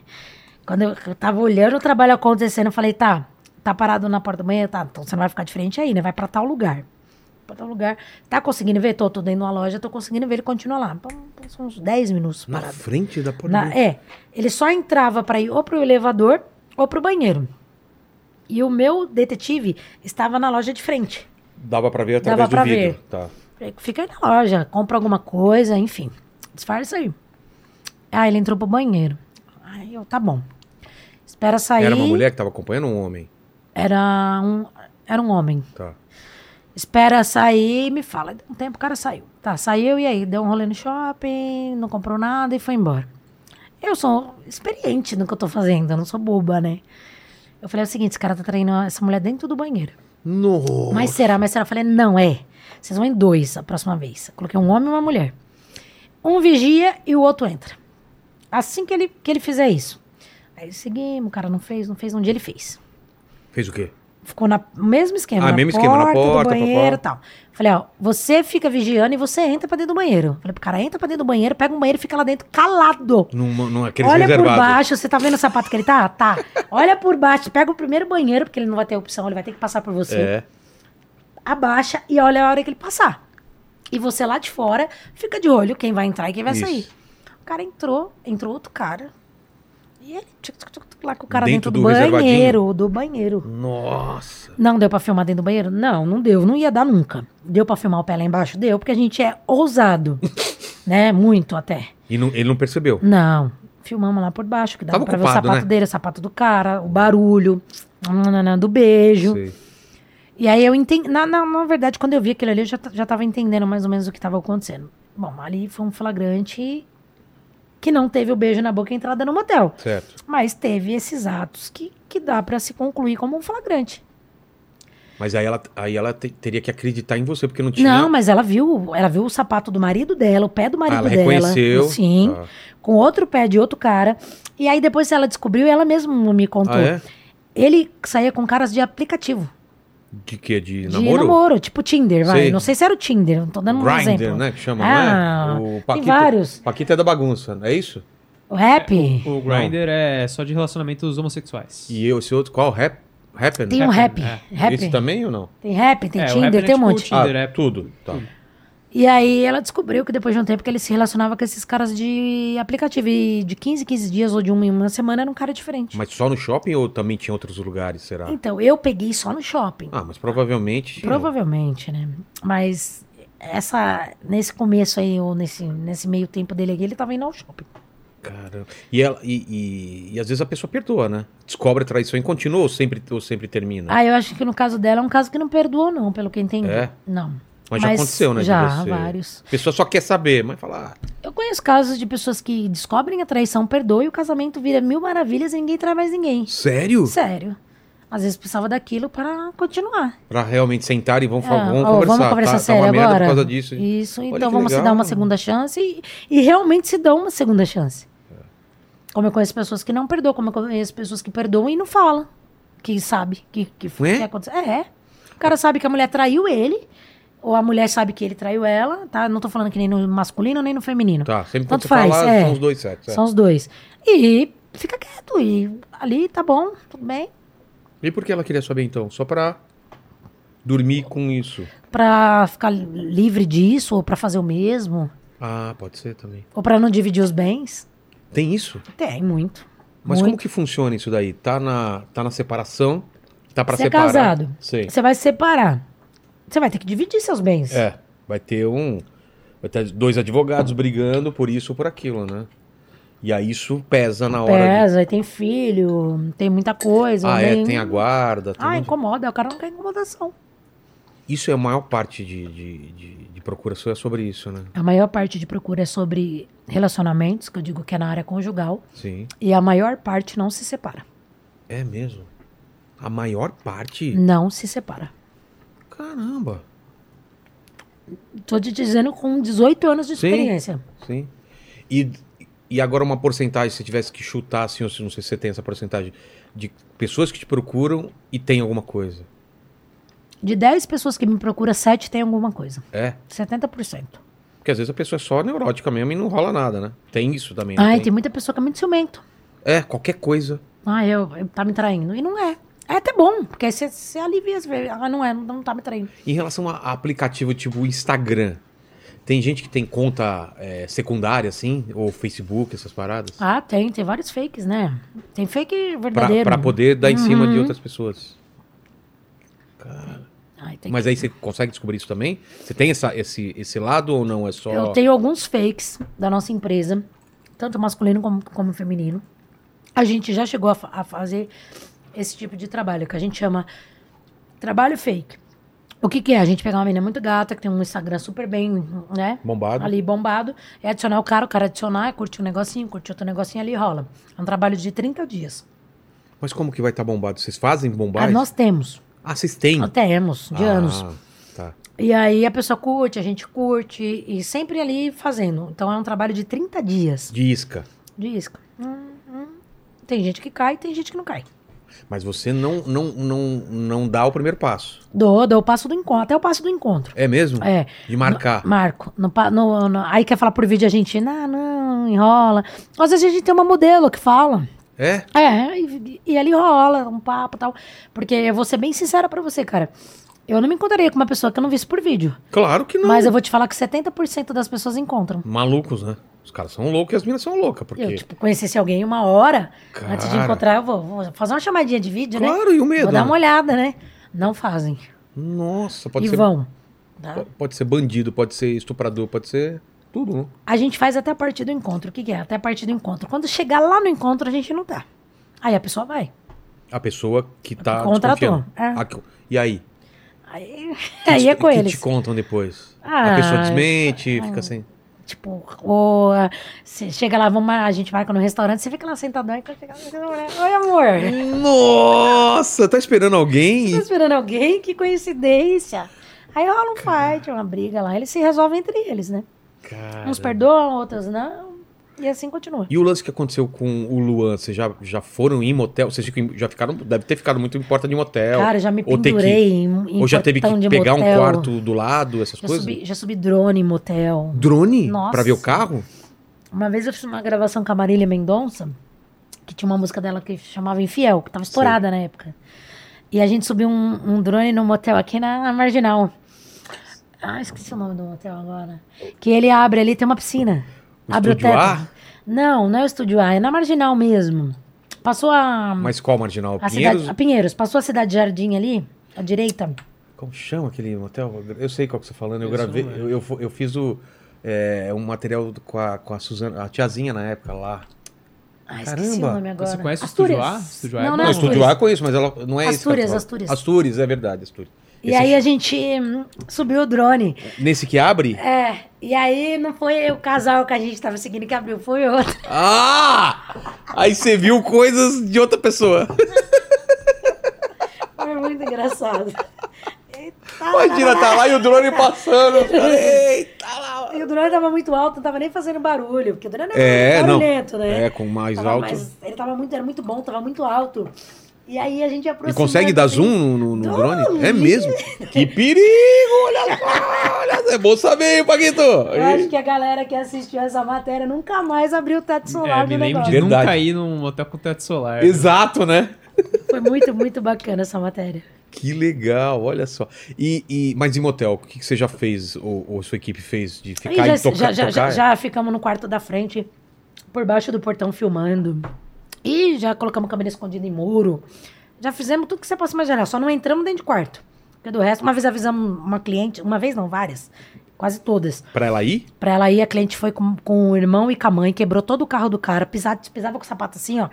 Quando eu eu tava olhando o trabalho acontecendo, eu falei, tá, tá parado na porta da manhã, tá, então você não vai ficar de frente aí, né? Vai pra tal lugar. Pra tal lugar. Tá conseguindo ver? Tô, tô dentro de uma loja, tô conseguindo ver, ele continua lá. Pum, Passou uns 10 minutos
Na
parado.
frente da porta.
Na-
do-
é, ele só entrava pra ir ou pro elevador ou pro banheiro. E o meu detetive estava na loja de frente.
Dava pra ver através
Dava
do
pra
vidro.
ver.
Tá.
Falei, Fica aí na loja, compra alguma coisa, enfim. Disfarça aí. Ah, ele entrou pro banheiro. Aí eu, tá bom. Espera sair.
Era uma mulher que tava acompanhando um homem.
Era um, era um homem.
Tá.
Espera sair e me fala. Deu Um tempo o cara saiu. Tá, saiu e aí? Deu um rolê no shopping, não comprou nada e foi embora. Eu sou experiente no que eu tô fazendo, eu não sou boba, né? Eu falei é o seguinte: esse cara tá traindo essa mulher dentro do banheiro.
Nossa.
Mas será, mas será? Eu falei: não, é. Vocês vão em dois a próxima vez. Eu coloquei um homem e uma mulher. Um vigia e o outro entra. Assim que ele, que ele fizer isso. Aí seguimos, o cara não fez, não fez, um dia ele fez.
Fez o quê?
Ficou na- no mesmo esquema.
Ah,
na
mesmo
porta,
esquema, na porta,
do
papá.
banheiro e tal. Falei, ó, você fica vigiando e você entra pra dentro do banheiro. Falei pro cara, entra pra dentro do banheiro, pega um banheiro e fica lá dentro calado.
Num, num, aqueles
Olha por
reservados.
baixo, você tá vendo o sapato que ele tá? Tá. Olha por baixo, pega o primeiro banheiro, porque ele não vai ter opção, ele vai ter que passar por você.
É.
Abaixa e olha a hora que ele passar. E você lá de fora, fica de olho quem vai entrar e quem vai
Isso.
sair. O cara entrou, entrou outro cara. E ele, tchuc, tchuc, tchuc, tchuc, lá com o cara
Dentro
dentro,
do
do
reservadinho.
banheiro, do banheiro.
Nossa.
Não deu pra filmar dentro do banheiro? Não, não deu, não ia dar nunca. Deu pra filmar o pé lá embaixo? Deu, porque a gente é ousado, né? Muito até.
E não- ele não percebeu.
Não, filmamos lá por baixo, que dava
Tava
pra ver o
ocupado,
sapato
né?
dele, o sapato do cara, o barulho, nananã, do beijo.
Sei.
E aí eu entendi. Na, na, na verdade, quando eu vi aquilo ali, eu já, ta- já tava entendendo mais ou menos o que tava acontecendo. Bom, ali foi um flagrante que não teve o beijo na boca e a entrada no motel.
Certo.
Mas teve esses atos que, que dá pra se concluir como um flagrante.
Mas aí ela, aí ela te- teria que acreditar em você, porque não tinha.
Não, mas ela viu, ela viu o sapato do marido dela, o pé do marido
Ah, ela
dela.
reconheceu.
Sim,
Tá.
com outro pé de outro cara. E aí depois ela descobriu, ela mesma me contou.
Ah, é?
Ele saía com caras de aplicativo,
De quê? De,
de
namoro?
namoro, tipo Tinder, vai.
Sei.
Não sei se era o Tinder, não tô dando um
Grindr,
exemplo.
né? Que chama,
Ah,
né? O
Tem vários.
Paquita é da bagunça, é isso?
O rap.
O Grindr é só de relacionamentos homossexuais.
E eu, esse outro, qual? Rap, Happen?
Tem um rap.
Happn,
Rap.
Esse É, também ou não?
Tem rap, tem
É, o Happn
Tinder,
é
tem um
tipo o
monte.
Tinder, é-
tudo. Tá.
E aí ela descobriu que depois de um tempo que ele se relacionava com esses caras de aplicativo. E de 15, 15 dias ou de uma, em uma semana era um cara diferente.
Mas só no shopping ou também tinha outros lugares, será?
Então, eu peguei só no shopping.
Ah, mas provavelmente. tinha.
Provavelmente, né? Mas essa, nesse começo aí, ou nesse, nesse meio tempo dele aqui, ele tava indo ao shopping.
É. Caramba. E, ela, e, e, e às vezes a pessoa perdoa, né? Descobre a traição e continua ou sempre, ou sempre termina?
Ah, eu acho que no caso dela é um caso que não perdoou, não, pelo que eu entendi.
É?
Não.
mas já aconteceu, né? de
Já,
você.
vários.
A pessoa só quer saber, mas fala. ah,
Eu conheço casos de pessoas que descobrem a traição, perdoam e o casamento vira mil maravilhas e ninguém trai mais ninguém.
sério?
Sério. Às vezes precisava daquilo para continuar.
Pra realmente sentar e vão,
Ah,
falar, vão
ó,
conversar.
vamos conversar
tá,
sério
tá uma merda
agora.
por causa disso.
Isso,
Olha
então
que
vamos se dar
legal.
uma segunda chance e, e realmente se dão uma segunda chance.
É.
Como eu conheço pessoas que não perdoam, como eu conheço pessoas que perdoam e não falam. Que sabe que, que,
Ué?
que aconteceu. É. O cara sabe que a mulher traiu ele, ou a mulher sabe que ele traiu ela, tá? Não tô falando que nem no masculino nem no feminino.
Tá, sempre quando
Tanto
você
faz,
falar,
é.
são os dois certos. é.
São os dois. E fica quieto, e ali tá bom, tudo bem.
E por que ela queria saber então? Só pra dormir com isso.
Pra ficar livre disso, ou pra fazer o mesmo,
Ah, pode ser também.
ou pra não dividir os bens.
Tem isso?
Tem muito.
Mas como
Muito.
que funciona isso daí? Tá na, tá na separação? Tá pra
Você é
separar?
casado.
Sei.
Você vai se separar. Você vai ter que dividir seus bens.
É, vai ter um. Vai ter dois advogados brigando por isso ou por aquilo, né? E aí isso pesa na hora. de-
Pesa, aí tem filho, tem muita coisa.
Ah,
nem-
é, tem a guarda. Tem um
Ah,
monte de-
incomoda. O cara não quer incomodação.
Isso é a maior parte de, de, de, de procura sua é sobre isso, né?
A maior parte de procura é sobre relacionamentos, que eu digo que é na área conjugal.
Sim.
E a maior parte não se separa.
É mesmo. A maior parte.
Não se separa.
Caramba.
Tô te dizendo com 18 anos de
Sim.
experiência.
Sim. E, e agora uma porcentagem, se você tivesse que chutar, assim, ou se não sei se você tem essa porcentagem, de pessoas que te procuram e tem alguma coisa.
De 10 pessoas que me procuram, 7 tem alguma coisa.
É.
70%.
Porque às vezes a pessoa é só neurótica mesmo e não rola nada, né? Tem isso também. não
Ah, e
tem?
tem muita pessoa que é muito ciumento.
É, qualquer coisa.
Ah, eu, eu- tá me traindo. E não é. É até bom, porque aí você- você alivia as vezes. Ah, não é, não, não tá me traindo.
Em relação a a aplicativo tipo Instagram, tem gente que tem conta é, secundária, assim, ou Facebook, essas paradas?
Ah, tem, tem vários fakes, né? Tem fake
pra,
verdadeiro.
pra poder dar em cima de
Uhum.
outras pessoas.
Ai, tem
Mas aí você consegue descobrir isso também? Você tem essa, esse, esse lado ou não? É só.
Eu tenho alguns fakes da nossa empresa, tanto masculino como, como feminino. A gente já chegou a, fa- a fazer esse tipo de trabalho, que a gente chama trabalho fake. O que, que é? A gente pegar uma menina muito gata, que tem um Instagram super bem, né?
Bombado.
Ali bombado, e adicionar o cara, o cara adicionar, curte um negocinho, curte outro negocinho ali e rola. É um trabalho de 30 dias.
Mas como que vai estar bombado? Vocês fazem
Ah,
bombagem?
nós temos,
Ah, vocês têm?
nós temos, de
Ah,
anos.
Tá.
E aí a pessoa curte, a gente curte, e sempre ali fazendo. Então é um trabalho de 30 dias.
De isca.
de isca. Hum, hum. Tem gente que cai, tem gente que não cai.
Mas você não, não, não, não dá o primeiro passo.
Dou, dou o passo do encontro, até o passo do encontro.
É mesmo?
É.
De marcar.
Marco, no pa- no- no- aí quer falar por vídeo a gente, não, não, enrola. Às vezes a gente tem uma modelo que fala.
É?
É, e, e ali rola um papo e tal. Porque eu vou ser bem sincera pra você, cara. Eu não me encontraria com uma pessoa que eu não visse por vídeo.
Claro que não.
Mas eu vou te falar que 70% das pessoas encontram.
Malucos, né? Os caras são loucos e as minas são loucas. Porque...
Eu, tipo, conhecesse alguém uma hora antes de
Cara.
encontrar, eu vou, vou fazer uma chamadinha de vídeo, né?
Claro, e o medo?
Vou dar uma olhada, né? Não fazem.
Nossa, pode
e
ser.
vão. tá?
po- Pode ser bandido, pode ser estuprador, pode ser tudo, né?
A gente faz até a partir do encontro. O que, que é? Até a partir do encontro. Quando chegar lá no encontro, a gente não tá. Aí a pessoa vai.
A pessoa que tá.
Contratou,
desconfiando.
é.
Ah, que- E aí?
Aí,
Que
aí
te-
é com
que
eles.
te contam depois? a
Ah, é.
pessoa desmente, fica sem.
Tipo, ou, ah, você chega lá, vamos, mar- a gente marca no restaurante, você fica lá sentadão e quando chegar lá, você fala, Oi, amor.
Nossa, tá esperando
Tô
alguém?
esperando alguém? Que coincidência. Aí rola um fight, uma briga lá. Eles se resolvem entre eles, né?
Cara.
Uns perdoam, outros não. E assim continua.
E o lance que aconteceu com o Luan, vocês já, já foram em motel? Vocês ficam em- já ficaram, deve ter ficado muito em porta de motel.
Cara, eu já me
ou ter que-
pendurei em, um, em
Ou já teve
portão
que
de
pegar
motel.
um quarto do lado, essas
Já
coisas?
subi, já subi drone em motel.
Drone?
Nossa.
Pra ver o carro?
Uma vez eu fiz uma gravação com a Marília Mendonça, que tinha uma música dela que chamava Infiel, que tava estourada na época. E a gente subiu um, um drone num motel aqui na, na Marginal. Ah, esqueci o nome do motel agora. Que ele abre ali, tem uma piscina.
O
abre
Estúdio
o teto.
A?
Não, não é o Estúdio A, é na Marginal mesmo. Passou a,
Mas qual marginal?
a
Pinheiros?
cidade. A Pinheiros, passou a Cidade Jardim ali, à direita.
Como chama aquele motel? Eu sei qual que você tá falando. Eu,
Eu
gravei,
sou, né?
eu, eu, fo- eu fiz o, é, um material com a, com a Suzana, a tiazinha na época lá.
Ah, esqueci
Caramba.
o nome agora.
Você conhece o
Astúrias.
Estúdio A? Estúdio A é
Não,
bom.
não,
Não,
é
Ah,
Estúdio A eu conheço, mas ela não é esse
Astúrias,
cara que eu tô falando.
Astúrias.
Astúrias, é verdade, Astúrias.
E
Esse-
aí a gente hum, subiu o drone.
Nesse que abre?
É, e aí não foi o casal que a gente tava seguindo que abriu, foi outro.
Ah! Aí você viu coisas de outra pessoa.
Foi muito engraçado. Eita,
Imagina, tá lá e o drone passando. Eita lá.
E o drone tava muito alto, não tava nem fazendo barulho, porque o drone
É,
era muito
não.
barulhento, né?
É, com mais
Tava
alto.
mais- ele tava muito, era muito bom, tava muito alto. E aí a gente
E
aproximou.
consegue dar zoom no, no- no
Dá,
drone? É
menino.
mesmo? Que perigo! Olha só! Olha só. É bom saber, hein, Paquito?
Eu acho que a galera que assistiu essa matéria nunca mais abriu o teto solar
É, me
do
lembro
negócio.
de nunca
Verdade.
ir num motel com teto
É
solar.
Exato, né?
Foi muito, muito bacana essa matéria.
Que legal, olha só. E, e- mas em motel, o que, que você já fez, ou, ou sua equipe fez de
Aí
ficar
já,
e toca-
é-
já, já,
tocar?
já- já ficamos no quarto da frente, por baixo do portão filmando. E já colocamos câmera escondida em muro. Já fizemos tudo que você possa imaginar, só não entramos dentro de quarto. Porque do resto, uma vez avisamos uma cliente, uma vez não, várias, quase todas.
Pra ela ir?
Pra ela ir, a cliente foi com, com o irmão e com a mãe, quebrou todo o carro do cara, pisava, pisava com o sapato assim, ó.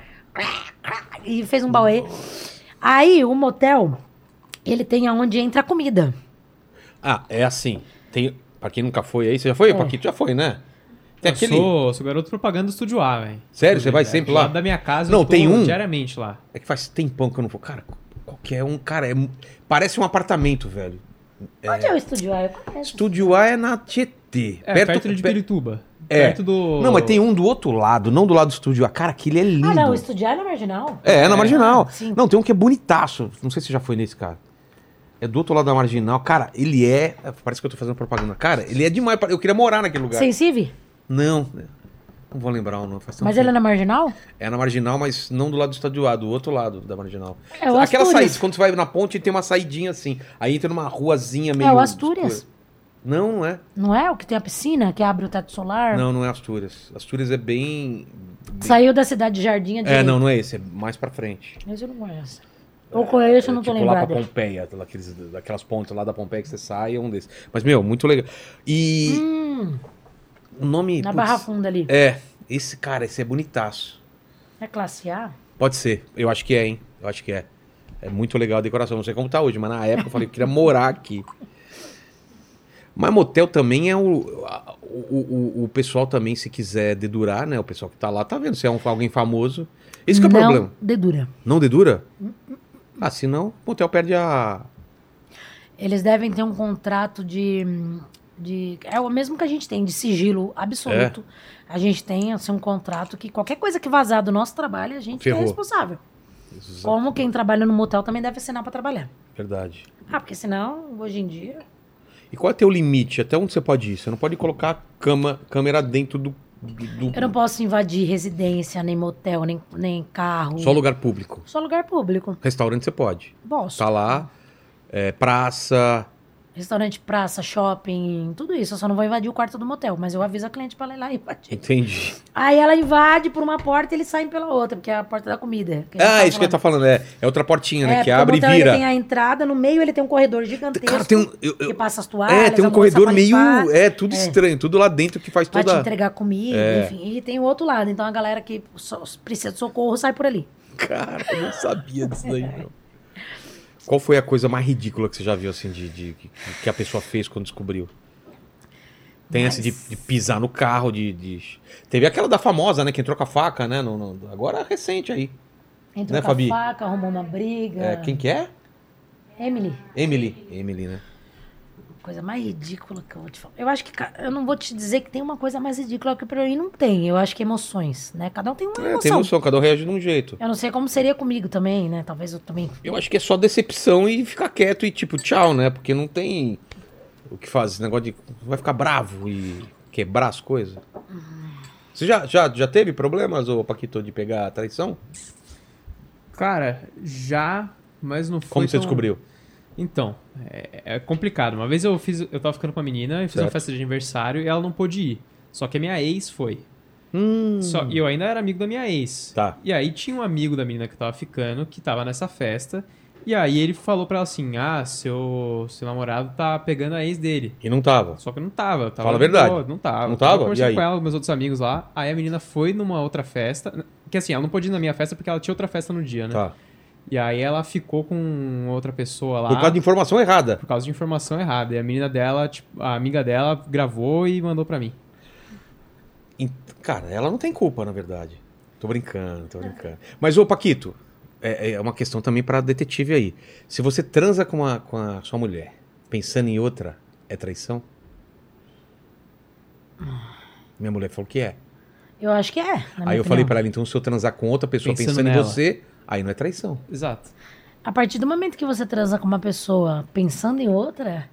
E fez um bauê. Aí, o motel, ele tem aonde entra a comida.
Ah, é assim. Tem... Pra quem nunca foi aí, você já
É.
foi? Paquito já foi, né? Tem
eu
aquele.
sou, sou garoto propaganda do Estúdio A, velho.
Sério? Você vai sempre lá?
da minha casa,
Não,
eu tô
tem um?
diariamente lá.
É que faz tempão que eu não vou. Cara, qualquer um, cara, é... parece um apartamento, velho.
Onde é o estúdio? Ah, eu conheço.
Estúdio A é na Tietê.
É, perto, de Pirituba.
É.
Perto do...
Não, mas tem um do outro lado, não do lado do estúdio A. Cara, aquele é lindo.
Ah, não, o estúdio é na marginal?
É, é na marginal.
sim.
Não, tem um que é bonitaço. Não sei se você já foi nesse, cara. É do outro lado da marginal. Cara, ele é. Parece que eu tô fazendo propaganda. Cara, ele é demais. Eu queria morar naquele lugar.
Sensível?
Não. Não vou lembrar o nome. Faz tanto
Mas ele é
tempo.
na marginal?
É na marginal, mas não do lado do estádio A, do outro lado da marginal.
É o
Aquela
Astúrias.
saída, quando você vai na ponte, tem uma saidinha assim. Aí entra numa ruazinha meio.
é o Astúrias.
escura. Não, não é.
Não é o que tem a piscina, que abre o teto solar?
Não, não é Astúrias. Astúrias é bem.
Saiu da cidade de Jardim de
É, não, não é esse. É mais pra frente.
Mas eu não conheço. Ou conheço, eu não
tipo
tô
lá pra
lembrada.
Pompeia, daqueles, daquelas pontes lá da Pompeia que você sai, é um desses. Mas, meu, muito legal. E
Hum,
o nome.
na
putz,
Barra Funda ali.
É, esse cara, esse é bonitaço.
É, classe A?
Pode ser. Eu acho que é, hein? Eu acho que é. É muito legal a decoração. Não sei como tá hoje, mas na época eu falei que queria morar aqui. Mas motel também é o, a- o, o, o pessoal também, se quiser dedurar, né? O pessoal que tá lá, tá vendo? Se é um, alguém famoso. Esse que é o
não,
problema.
Dedura.
Não dedura? Ah, senão o motel perde a...
Eles devem ter um contrato de. de é o mesmo que a gente tem, de sigilo absoluto.
É.
A gente tem assim, um contrato que qualquer coisa que vazar do nosso trabalho, a gente
Ferrou.
é responsável. Como quem trabalha no motel também deve assinar pra trabalhar.
Verdade.
Ah, porque senão, hoje em dia.
E qual é teu limite? Até onde você pode ir? Você não pode colocar cama, câmera dentro do... do, do-
Eu não posso invadir residência, nem motel, nem, nem carro.
Só lugar público.
Só lugar público.
Restaurante você pode.
Posso.
Tá lá, é, praça...
Restaurante, praça, shopping, tudo isso. Eu só não vou invadir o quarto do motel, mas eu aviso a cliente pra ela ir lá e invadir.
Entendi.
Aí ela invade por uma porta e eles saem pela outra, porque é a porta da comida. a gente
Ah,
tava
isso que ele
falando.
tá falando, é. É outra portinha, né?
É,
que
porque o
abre e
motel,
vira.
Ele tem a entrada, no meio ele tem um corredor gigantesco.
Cara, tem um. eu- eu-
Que passa as toalhas.
é, tem um
almoça
corredor
pra
meio.
limpar,
É, tudo estranho, tudo lá dentro que faz
Vai te
toda. É.
entregar comida, enfim. E tem o outro lado. Então a galera que só- precisa de socorro sai por ali.
Cara, eu não sabia disso daí, não. Qual foi a coisa mais ridícula que você já viu, assim, de, de- que, que a pessoa fez quando descobriu? Tem essa de, de pisar no carro, de, de- Teve aquela da famosa, né? Que entrou com a faca, né? no- no- agora recente aí.
Entrou
Né,
com a
Fabi?
faca, arrumou uma briga.
É, quem que é?
Emily,
Emily. Emily, né?
coisa mais ridícula que eu vou te falar. Eu acho que. ca- Eu não vou te dizer que tem uma coisa mais ridícula, porque pra mim não tem. Eu acho que emoções, né? Cada um tem uma
É,
emoção.
tem noção, cada um reage de um jeito.
Eu não sei como seria comigo também, né? Talvez eu também.
Eu acho que é só decepção e ficar quieto e tipo, tchau, né? Porque não tem o que fazer. Esse negócio de. Vai ficar bravo e quebrar as coisas. Você já, já, já teve problemas, ô Paquito, de pegar a traição?
Cara, já, mas não foi
um- Como você
tão-
descobriu?
Então, é, é complicado. Uma vez eu fiz, eu tava ficando com a menina e fiz uma
Certo.
festa de aniversário e ela não pôde ir. Só que a minha ex foi.
Hum.
Só, e eu ainda era amigo da minha ex.
Tá.
E aí tinha um amigo da menina que eu tava ficando, que tava nessa festa. E aí ele falou pra ela assim: Ah, seu, seu namorado tá pegando a ex dele.
E não tava.
Só que eu não tava. eu tava
Fala a verdade.
Não, não tava.
Não
Eu
tava? E
conversando
aí?
com ela, com meus outros amigos lá. Aí a menina foi numa outra festa. Que assim, ela não pôde ir na minha festa porque ela tinha outra festa no dia, né?
Tá.
E aí ela ficou com outra pessoa lá
Por causa de informação errada.
por causa de informação errada. E a menina dela, tipo, a amiga dela gravou e mandou pra mim.
Ent- Cara, ela não tem culpa, na verdade. Tô brincando, tô brincando. Mas, ô Paquito, é, é uma questão também pra detetive aí. Se você transa com a, com a sua mulher pensando em outra, é traição? Minha mulher falou que é.
Eu acho que é. na minha
aí eu falei
opinião.
pra ela, então se eu transar com outra pessoa
Pensando
pensando, em
nela.
você, aí não é traição.
Exato.
A partir do momento que você transa com uma pessoa pensando em outra,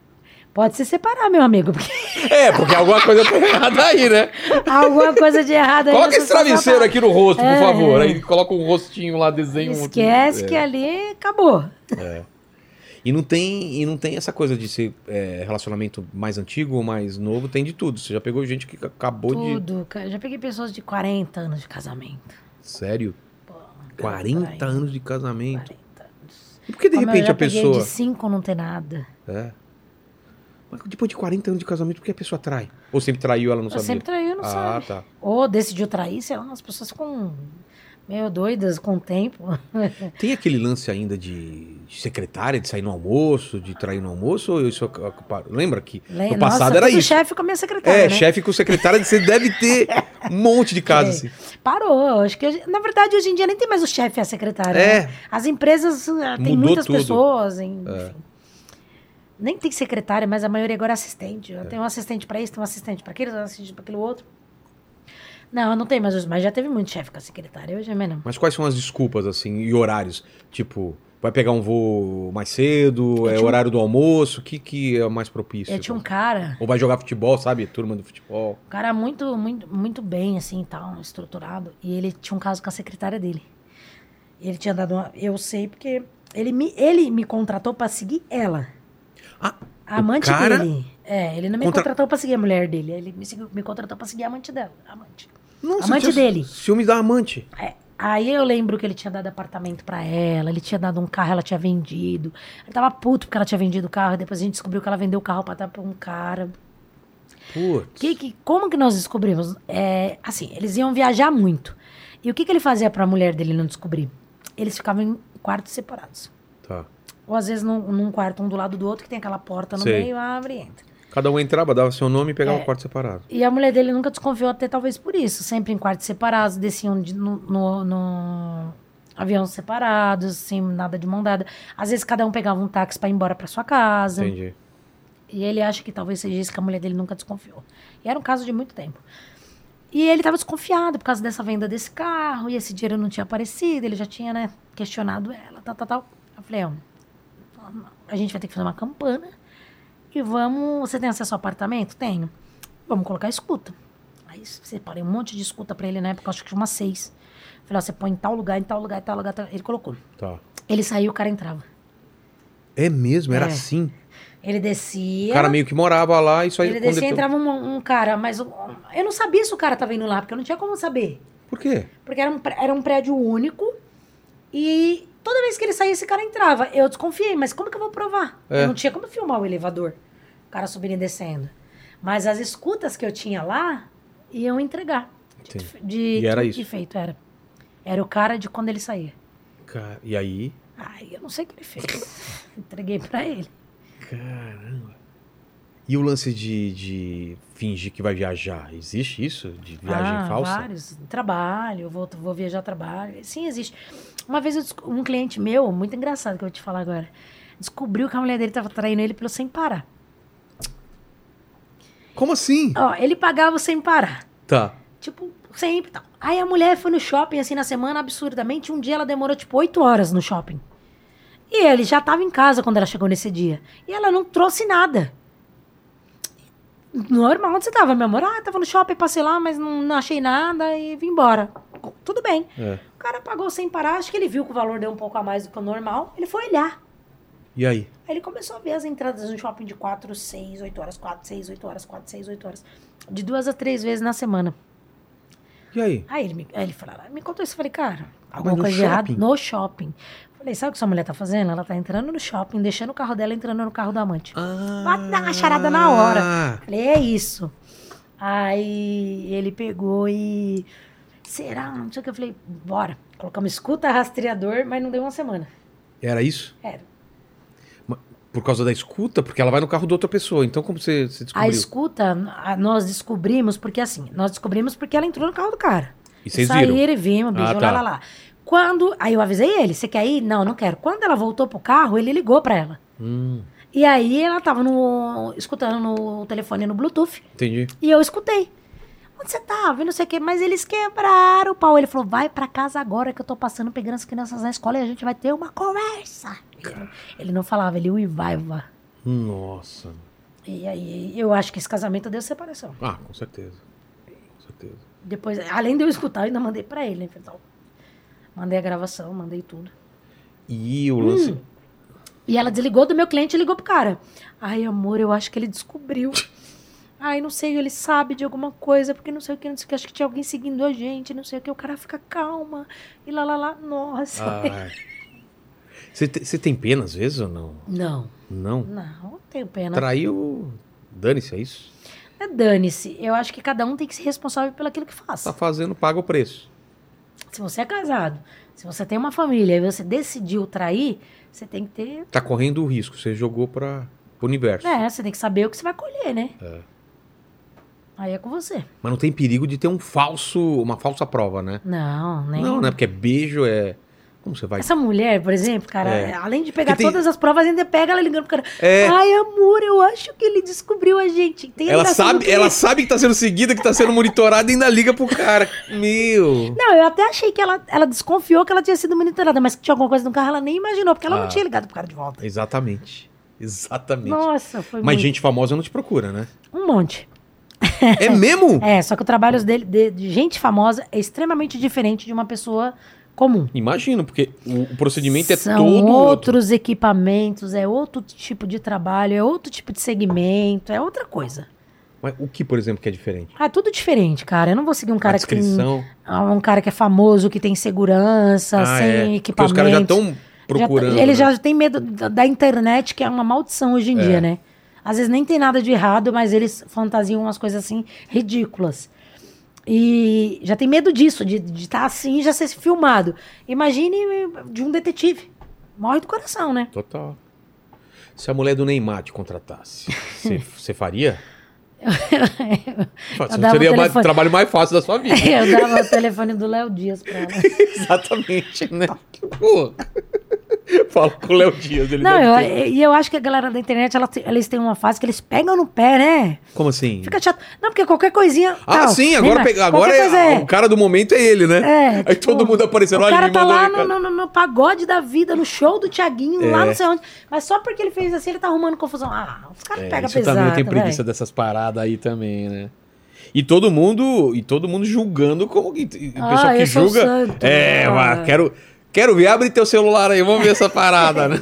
pode se separar, meu amigo. Porque
É, porque alguma coisa tá errada aí, né?
há alguma coisa de errado aí.
Coloca
nessa
esse travesseiro
situação.
aqui no rosto, por
É.
favor. Aí coloca um rostinho lá, desenha um...
Esquece
É.
que ali acabou.
E não tem, e não tem essa coisa de ser é, relacionamento mais antigo ou mais novo, tem de tudo. Você já pegou gente que acabou de.
Tudo. ca- Eu já peguei pessoas de 40 anos de casamento.
Sério? 40
Ai.
anos de casamento.
40 anos.
E por que de
Ó, meu, eu
repente
já
a
peguei
pessoa.
de 5 não tem nada.
É. Mas depois de 40 anos de casamento, por que a pessoa trai? Ou sempre traiu, ela não
Eu
sabia?
sempre traiu, não
ah,
sabe.
tá.
Ou decidiu trair, sei lá, as pessoas ficam meio doidas com o tempo.
Tem aquele lance ainda de de secretária, de sair no almoço, de trair no almoço? Ou isso, lembra que
Le-
no passado
Nossa,
era
todo
isso?
chefe com a minha secretária,
É,
né?
chefe com secretária, você deve ter um monte de caso assim.
Parou. Acho que, hoje- na verdade, hoje em dia nem tem mais o chefe e a secretária. né?
É,
As empresas ah, têm
Mudou
muitas
tudo. É.
pessoas, em- enfim. Nem tem secretária, mas a maioria agora é assistente. Eu tenho um assistente para isso, tenho um assistente para aquilo, tenho um assistente para aquilo outro. Não, eu não tenho mais, os- mas já teve muito chefe com a secretária, hoje é menos.
mas quais são as desculpas, assim, e horários? Tipo, vai pegar um voo mais cedo,
Eu
é
tinha um-
horário do almoço, o que, que é o mais propício?
Eu tinha um cara,
Ou vai jogar futebol, sabe? Turma do futebol.
um cara muito, muito, muito bem, assim, tal, estruturado, e ele tinha um caso com a secretária dele. Ele tinha dado uma, eu sei porque ele me, ele me contratou para seguir ela.
Ah,
A amante
o cara
dele. É, ele não me
contra-
contratou pra seguir a mulher dele. Ele me, seguiu- me contratou pra seguir a amante dela. a amante.
Nossa,
Amante
eu tinha
dele.
Ciúmes da amante.
Aí eu lembro que ele tinha dado apartamento pra ela, ele tinha dado um carro, ela tinha vendido. Ele tava puto porque ela tinha vendido o carro, depois a gente descobriu que ela vendeu o carro pra dar pra um cara.
Putz.
Que, que, como que nós descobrimos? É, assim, eles iam viajar muito. E o que, que ele fazia pra mulher dele não descobrir? Eles ficavam em quartos separados.
Tá.
Ou às vezes num, num quarto, um do lado do outro, que tem aquela porta no
Sei.
meio, abre e entra.
Cada um entrava, dava seu nome e pegava
É.
um quarto separado.
E a mulher dele nunca desconfiou, até talvez por isso. Sempre em quartos separados, desciam de- no, no, no avião separados, sem nada de mão dada. Às vezes cada um pegava um táxi pra ir embora pra sua casa.
Entendi.
E ele acha que talvez seja isso que a mulher dele nunca desconfiou. E era um caso de muito tempo. E ele estava desconfiado por causa dessa venda desse carro, e esse dinheiro não tinha aparecido, ele já tinha, né, questionado ela, tal, tal, tal. Eu falei, ó, a gente vai ter que fazer uma campana e vamos... Você tem acesso ao apartamento? Tenho. Vamos colocar escuta. Aí separei um monte de escuta pra ele na época, acho que tinha umas seis. Falei, ó, você põe em tal lugar, em tal lugar, em tal lugar. tal- Ele colocou.
Tá.
Ele saiu, o cara entrava.
É mesmo, era
É.
assim.
Ele descia...
O cara meio que morava lá e só
Ele
quando
descia e
ele-
entrava um, um cara, mas o- eu não sabia se o cara tava indo lá, porque eu não tinha como saber.
Por quê?
Porque era um, pré- era um prédio único e toda vez que ele saía, esse cara entrava. Eu desconfiei, mas como que eu vou provar?
É.
Eu não tinha como filmar o elevador, o cara subindo e descendo. Mas as escutas que eu tinha lá iam entregar. De,
Entendi.
de-
E era
de
isso.
feito, era. Era o cara de quando ele saía.
Cara, e aí?
Ai, eu não sei o que ele fez. Entreguei pra ele.
Caramba. E o lance de, de fingir que vai viajar? Existe isso? De viagem
ah,
falsa?
vários. Trabalho, vou, vou viajar a trabalho. Sim, existe. Uma vez eu desco- um cliente meu, muito engraçado que eu vou te falar agora, descobriu que a mulher dele estava traindo ele pelo sem parar.
Como assim?
Ó, ele pagava o sem parar.
Tá.
Tipo, sempre e tal. Aí a mulher foi no shopping, assim, na semana, absurdamente. Um dia ela demorou, tipo, oito horas no shopping. E ele já estava em casa quando ela chegou nesse dia. E ela não trouxe nada. Normal, onde você tava, meu amor? Ah, tava no shopping, passei lá, mas não, não achei nada e vim embora. Tudo bem.
É.
O cara pagou sem parar, acho que ele viu que o valor deu um pouco a mais do que o normal. Ele foi olhar.
E aí?
Aí ele começou a ver as entradas no shopping de 4, 6, 8 horas, 4, 6, 8 horas, 4, 6, 8 horas. De duas a três vezes na semana.
E aí?
Aí ele me, aí ele falou, "Ah, me contou isso. Eu falei, cara,
Mas
alguma
no
coisa de errado
shopping?
no shopping. Eu Falei, sabe o que sua mulher tá fazendo? Ela tá entrando no shopping, deixando o carro dela, entrando no carro da amante.
Ah.
Vai dar uma charada na hora. Falei, é isso. Aí ele pegou e. Será? Não sei o que. Eu falei, bora. Colocamos escuta, rastreador, mas não deu uma semana.
Era isso?
Era.
Por causa da escuta? Porque ela vai no carro de outra pessoa. Então como você, você
A
descobriu?
escuta, a- nós descobrimos, porque assim, nós descobrimos porque ela entrou no carro do cara.
E vocês
Saíram,
viram?
vimos, beijou,
Ah, tá.
lá, lá, lá. Quando. Aí eu avisei ele, você quer ir? Não, não quero. Quando ela voltou pro carro, ele ligou pra ela.
Hum,
E aí ela tava no, escutando no telefone no Bluetooth.
entendi.
E eu escutei. Onde você tava? E não sei o quê. Mas eles quebraram o pau. Ele falou, vai pra casa agora que eu tô passando pegando as crianças na escola e a gente vai ter uma conversa. Ele não falava, ele uivaiva.
Nossa.
E aí eu acho que esse casamento deu separação.
Ah, com certeza. Com certeza.
Depois, além de eu escutar, eu ainda mandei pra ele, né? Então, mandei a gravação, mandei tudo.
E
Hum,
o lance...
E ela desligou do meu cliente e ligou pro cara. Ai, amor, eu acho que ele descobriu. Ai, não sei, ele sabe de alguma coisa, porque não sei o que, não sei o que, acho que tinha alguém seguindo a gente, não sei o que, o cara fica calma, e lá, lá, lá, nossa.
Ai. Ah, é. Você te- você tem pena às vezes ou não?
Não,
Não.
não, não tenho pena.
Traiu, dane-se, é isso?
É, Dane-se, eu acho que cada um tem que ser responsável pelo aquilo que faz.
Tá fazendo, paga o preço.
Se você é casado, se você tem uma família e você decidiu trair, você tem que ter.
Tá correndo o risco, você jogou para o universo.
É, você tem que saber o que você vai colher, né?
É.
Aí é com você.
Mas não tem perigo de ter um falso, uma falsa prova, né?
Não, nem.
Não, né? Porque é beijo, é... Como você vai...
Essa mulher, por exemplo, cara,
É.
além de pegar
Porque tem-
todas as provas, ainda pega ela ligando pro cara.
É,
Ai, amor, eu acho que ele descobriu a gente. Tem a
ela
ligação do
sabe,
quê?
ela sabe que tá sendo seguida, que tá sendo monitorada e ainda liga pro cara. Meu...
Não, eu até achei que ela, ela desconfiou que ela tinha sido monitorada, mas que tinha alguma coisa no carro, ela nem imaginou, porque ela
Ah.
não tinha ligado pro cara de volta.
Exatamente. Exatamente.
Nossa, foi
Mas
muito.
gente famosa não te procura, né?
Um monte.
É mesmo?
É, só que o trabalho
Hum.
dele, de, de gente famosa é extremamente diferente de uma pessoa comum.
Imagino, porque o, o procedimento é
São
todo outro.
outros equipamentos, é outro tipo de trabalho, é outro tipo de segmento, é outra coisa.
Mas o que, por exemplo, que é diferente?
Ah, é tudo diferente, cara. Eu não vou seguir um
a
cara que tem
descrição.
Ah, um cara que é famoso, que tem segurança,
Ah,
tá sem
é. Porque
equipamento.
os caras já estão
Já tá-
procurando.
ele
né?
já tem medo da da internet, que é uma maldição hoje em
É.
dia, né? Às vezes nem tem nada de errado, mas eles fantasiam umas coisas assim ridículas. E já tem medo disso, de estar de tá assim e já ser filmado. Imagine de um detetive. Morre do coração, né?
Total. Se a mulher do Neymar te contratasse, você- você faria? Você
dava o
seria mais- o
telefone.
trabalho mais fácil da sua vida.
É, Eu dava o telefone do Léo Dias pra ela.
Exatamente, né? Pô. Fala com o Léo Dias. Ele
Não,
deve
eu-
ter-
e eu acho que a galera da internet, ela, eles têm uma fase que eles pegam no pé, né?
Como assim?
Fica chato. Não, porque qualquer coisinha.
Ah,
tal,
sim,
nem
agora,
mais.
pe- agora
Qualquer
é-
coisa
o cara do momento é ele, né?
É,
Aí
tipo,
todo mundo aparecendo
O
olha,
cara
ele
tá
mandou
lá
recado.
no, no- no pagode da vida, no show do Tiaguinho,
É.
lá não sei onde. Mas só porque ele fez assim, ele tá arrumando confusão. Ah, os caras
É,
pegam
isso também
pesado. né?
eu tenho preguiça
velho.
dessas paradas aí também, né? E todo mundo, e todo mundo julgando como que e o
Ah,
pessoal que
eu sou
julga.
santo.
é,
Ah.
mas quero quero ver, abre teu celular aí, vamos ver essa parada, né?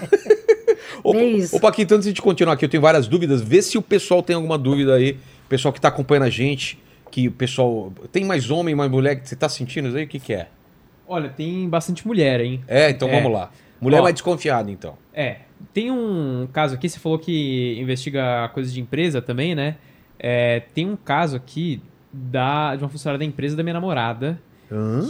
Ô,
É isso.
ô, Paquito, antes de continuar aqui, eu tenho várias dúvidas. Vê se o pessoal tem alguma dúvida aí. O pessoal que tá acompanhando a gente, que o pessoal. Tem mais homem, mais mulher que você tá sentindo isso aí? O que, que é?
Olha, tem bastante mulher, hein?
É, então
É.
vamos lá. Mulher
Ó.
mais desconfiada, então.
É, tem um caso aqui, você falou que investiga coisas de empresa também, né? É, tem um caso aqui da, de uma funcionária da empresa da minha namorada,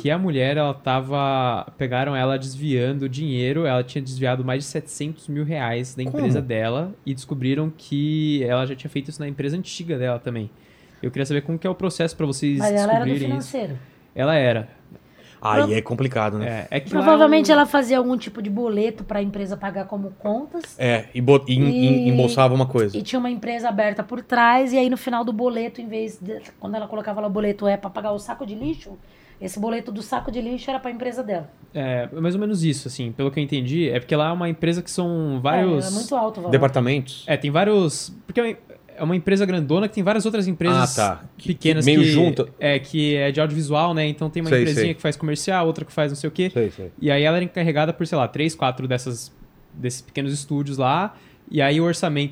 que a mulher, ela tava... Pegaram ela desviando dinheiro, ela tinha desviado mais de 700 mil reais da empresa
Como?
dela e descobriram que ela já tinha feito isso na empresa antiga dela também. Eu queria saber como que é o processo pra vocês
Mas ela era do
descobrirem isso.
financeiro.
Ela era.
Aí é complicado, né?
É, é que lá é um-
Provavelmente ela fazia algum tipo de boleto pra empresa pagar como contas.
É, e, bot- e em- em-
E-
embolsava uma coisa.
E tinha uma empresa aberta por trás, e aí no final do boleto, em vez de. Quando ela colocava lá o boleto é pra pagar o saco de lixo, esse boleto do saco de lixo era pra empresa dela.
É, mais ou menos isso, assim, pelo que eu entendi. É porque lá é uma empresa que são
É,
vários.
era muito alto o valor.
Departamentos?
É, tem vários. Porque é uma- é uma empresa grandona que tem várias outras empresas
Ah, tá. Que-
pequenas
que meio
que,
junta.
É, que é de audiovisual, né? Então tem uma
Sei,
empresinha
sei.
que faz comercial, outra que faz não sei o quê.
Sei, sei.
E aí ela era encarregada por, sei lá, três, quatro dessas, desses pequenos estúdios lá. E aí o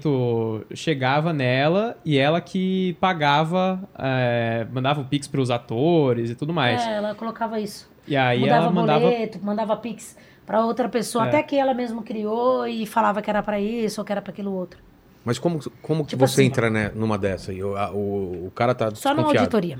orçamento chegava nela e ela que pagava, é, mandava o Pix pros atores e tudo mais.
É, ela colocava isso.
E aí
mudava
ela mandava
boleto, mandava pix pra outra pessoa,
É.
até que ela mesma criou e falava que era pra isso ou que era pra aquilo outro.
Mas como, como que
Tipo
você
assim,
entra né, numa dessa aí? O, a- o, o cara tá
Só numa
desconfiado.
auditoria.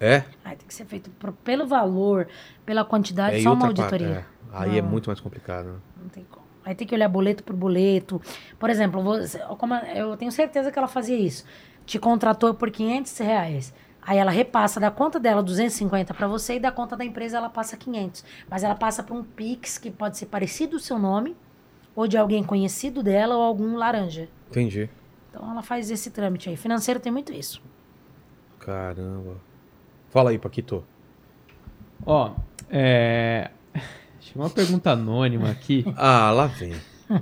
É?
Aí tem que ser feito pro- pelo valor, pela quantidade,
é
Ah, só uma
outra parte,
auditoria. Ah.
é. Aí é muito mais complicado. né?
Não tem como. Aí tem que olhar boleto por boleto. Por exemplo, você- como a- eu tenho certeza que ela fazia isso. Te contratou por 500 reais. Aí ela repassa da conta dela 250 para você e da conta da empresa ela passa 500. Mas ela passa para um Pix que pode ser parecido o seu nome ou de alguém conhecido dela ou algum laranja.
Entendi.
Então ela faz esse trâmite aí. Financeiro tem muito isso.
Caramba. Fala aí, Paquito.
Ó, é. Chegou uma pergunta anônima aqui.
Ah, lá vem.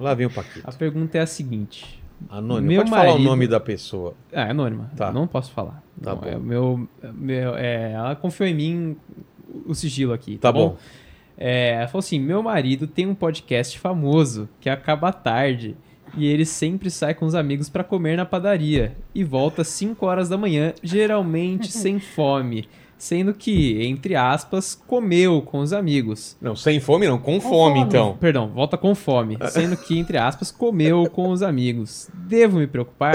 Lá vem o Paquito.
A pergunta é a seguinte.
Anônimo.
Meu
Pode falar o
marido-
nome da pessoa.
Ah, é anônima.
Tá.
Não posso falar.
Tá
não,
bom.
é o meu, meu, é, ela confiou em mim o sigilo aqui.
Tá bom.
É, ela falou assim: meu marido tem um podcast famoso que acaba tarde. E ele sempre sai com os amigos pra comer na padaria e volta às 5 horas da manhã, geralmente sem fome, sendo que, entre aspas, comeu com os amigos.
Não, sem fome não, com,
Com
fome,
fome.
então.
Perdão, volta com fome, sendo que, entre aspas, comeu com os amigos. Devo me preocupar?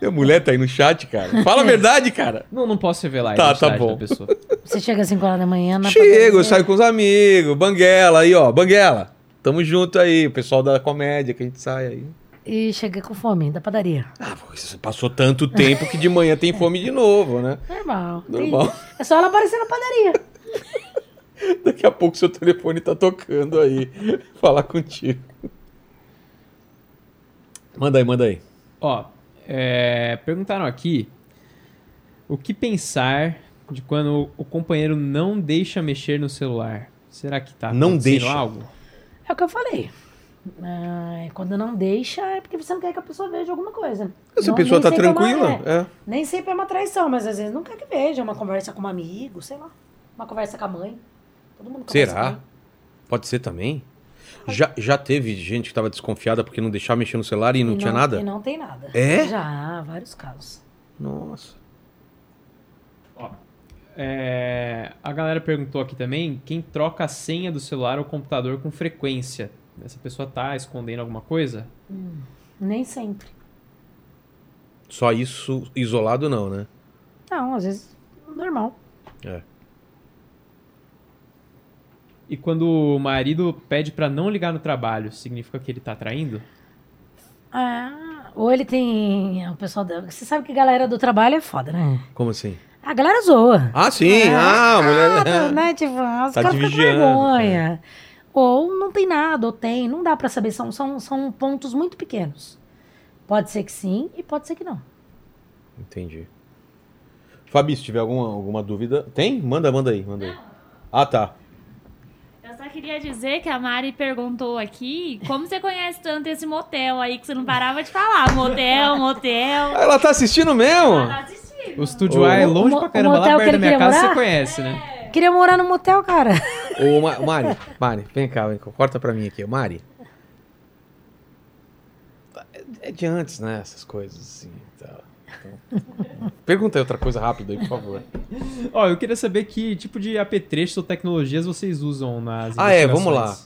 Minha mulher tá aí no chat, cara. Fala a verdade, cara.
Não, não posso revelar a
Tá, tá
identidade
bom.
da pessoa.
Você chega às 5 horas da manhã na
Chego, eu
padaria.
saio com os amigos. Banguela aí, ó. Banguela. Tamo junto aí. O pessoal da comédia que a gente sai aí.
E cheguei com fome da padaria.
Ah, pô, isso passou tanto tempo que de manhã tem fome de novo, né?
Normal.
Normal.
É só ela aparecer na padaria.
Daqui a pouco seu telefone tá tocando aí. Falar contigo. Manda aí, manda aí.
Ó, é, perguntaram aqui o que pensar de quando o companheiro não deixa mexer no celular. Será que tá
Não
acontecendo
deixa.
algo?
É o que eu falei. Ah, quando não deixa, é porque você não quer que a pessoa veja alguma coisa.
Essa
Não-
pessoa
nem
tá
sempre é uma-
tranquila?
é,
É.
nem sempre é uma traição, mas às vezes não quer que veja. Uma conversa com um amigo, sei lá. Uma conversa com a mãe. Todo mundo conversa
Será?
com a mãe.
Pode ser também. Já, já teve gente que tava desconfiada porque não deixava mexer no celular e não
E
tinha
E
nada?
não tem nada.
É?
Já, vários casos.
Nossa.
É, a galera perguntou aqui também quem troca a senha do celular ou computador com frequência. Essa pessoa tá escondendo alguma coisa?
Nem sempre.
Só isso isolado não, né?
Não, às vezes normal.
E quando o marido pede pra não ligar no trabalho, significa que ele tá traindo?
Ah, ou ele tem. O pessoal. da- Você sabe que a galera do trabalho é foda, né?
Como assim?
A galera zoa.
Ah, sim! Ah, a
tá,
mulher...
né? Tipo, os
Tá
caras
te
ficam com
vigiando,
vergonha. Ou não tem nada, ou tem. Não dá pra saber. São, são, são pontos muito pequenos. Pode ser que sim e pode ser que não.
Entendi. Fabi, se tiver alguma, alguma dúvida... Tem? Manda, manda aí, manda aí. Ah, tá.
Eu só queria dizer que a Mari perguntou aqui como você conhece tanto esse motel aí que você não parava de falar. Motel, motel.
Ah, Ela tá assistindo mesmo?
Ela tá assistindo.
O estúdio
O-
A é
o
longe
mo-
pra
o
caramba, lá
motel que
perto da
ele
minha
queria
casa você
morar?
conhece, né?
Queria morar no motel, cara.
Ô, Ma- Mari, Mari, vem cá, vem cá. Corta pra mim aqui, ô, Mari. É, é de antes, né? Essas coisas assim e tal. Então, Pergunta aí outra coisa rápido aí, por favor.
Ó, eu queria saber que tipo de apetrechos ou tecnologias vocês usam nas
Ah, é,
investigações.
vamos lá.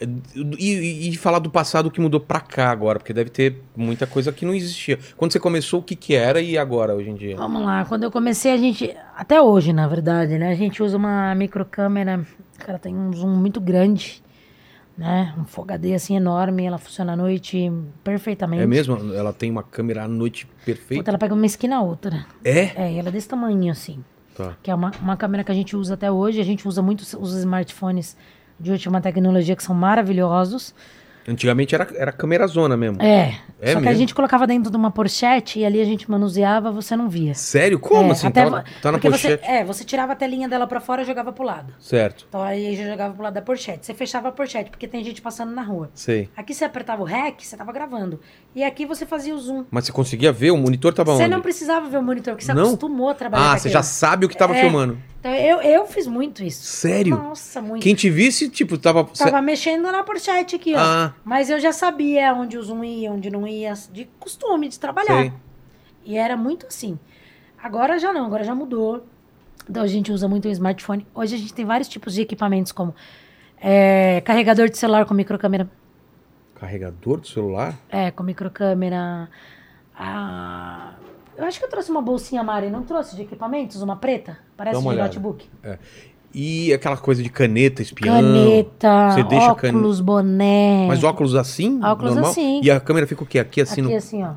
E, e- e falar do passado que mudou pra cá agora, porque deve ter muita coisa que não existia. Quando você começou, o que que era e agora, hoje em dia? É
Vamos lá, quando eu comecei, a gente. Até hoje, na verdade, né? A gente usa uma microcâmera. Cara, tem um zoom muito grande, né? Um Full HD assim enorme. Ela funciona à noite perfeitamente.
É mesmo? Ela tem uma câmera à noite
Puta,
perfeita?
ela pega uma esquina a outra.
É?
É, ela é desse tamanho, assim.
Tá.
Que é uma, uma câmera que a gente usa até hoje. A gente usa muito os- os smartphones de última tecnologia que são maravilhosos.
Antigamente era, era câmera zona mesmo.
É.
É
só que a
mesmo?
gente colocava dentro de uma pochete e ali a gente manuseava, você não via.
Sério? Como
É,
assim?
até
Tá,
vo-
tá na
porque
pochete.
Você, é, você tirava a telinha dela pra fora e jogava pro lado.
Certo,
Então aí já jogava pro lado da pochete. Você fechava a pochete, porque tem gente passando na rua.
sei.
Aqui você apertava o REC, você tava gravando. E aqui você fazia o zoom.
Mas você conseguia ver? O monitor tava
você
onde?
não precisava ver o monitor, porque você
Tá Não?
acostumou a trabalhar com
Ah, você
aquilo.
já sabe o que tava
É.
filmando.
Então eu, eu fiz muito isso.
Sério?
Nossa, muito.
Quem te visse, tipo, tava.
Tava mexendo na pochete aqui, ó.
Ah,
Mas eu já sabia onde o zoom ia, onde não ia, de costume, de trabalhar.
sei.
E era muito assim. Agora já não, agora já mudou. Então a gente usa muito o smartphone. Hoje a gente tem vários tipos de equipamentos, como é, carregador de celular com microcâmera.
Carregador do celular?
É, com microcâmera. Ah, eu acho que eu trouxe uma bolsinha, Mari, não trouxe de equipamentos? Uma preta? Parece
Dá uma
de
olhada.
notebook.
E aquela coisa de caneta, espião.
Caneta,
Você deixa cane-
óculos, boné.
Mas óculos assim?
Óculos
normal?
assim.
E a câmera fica o quê? Aqui assim
Aqui
no.
assim, ó.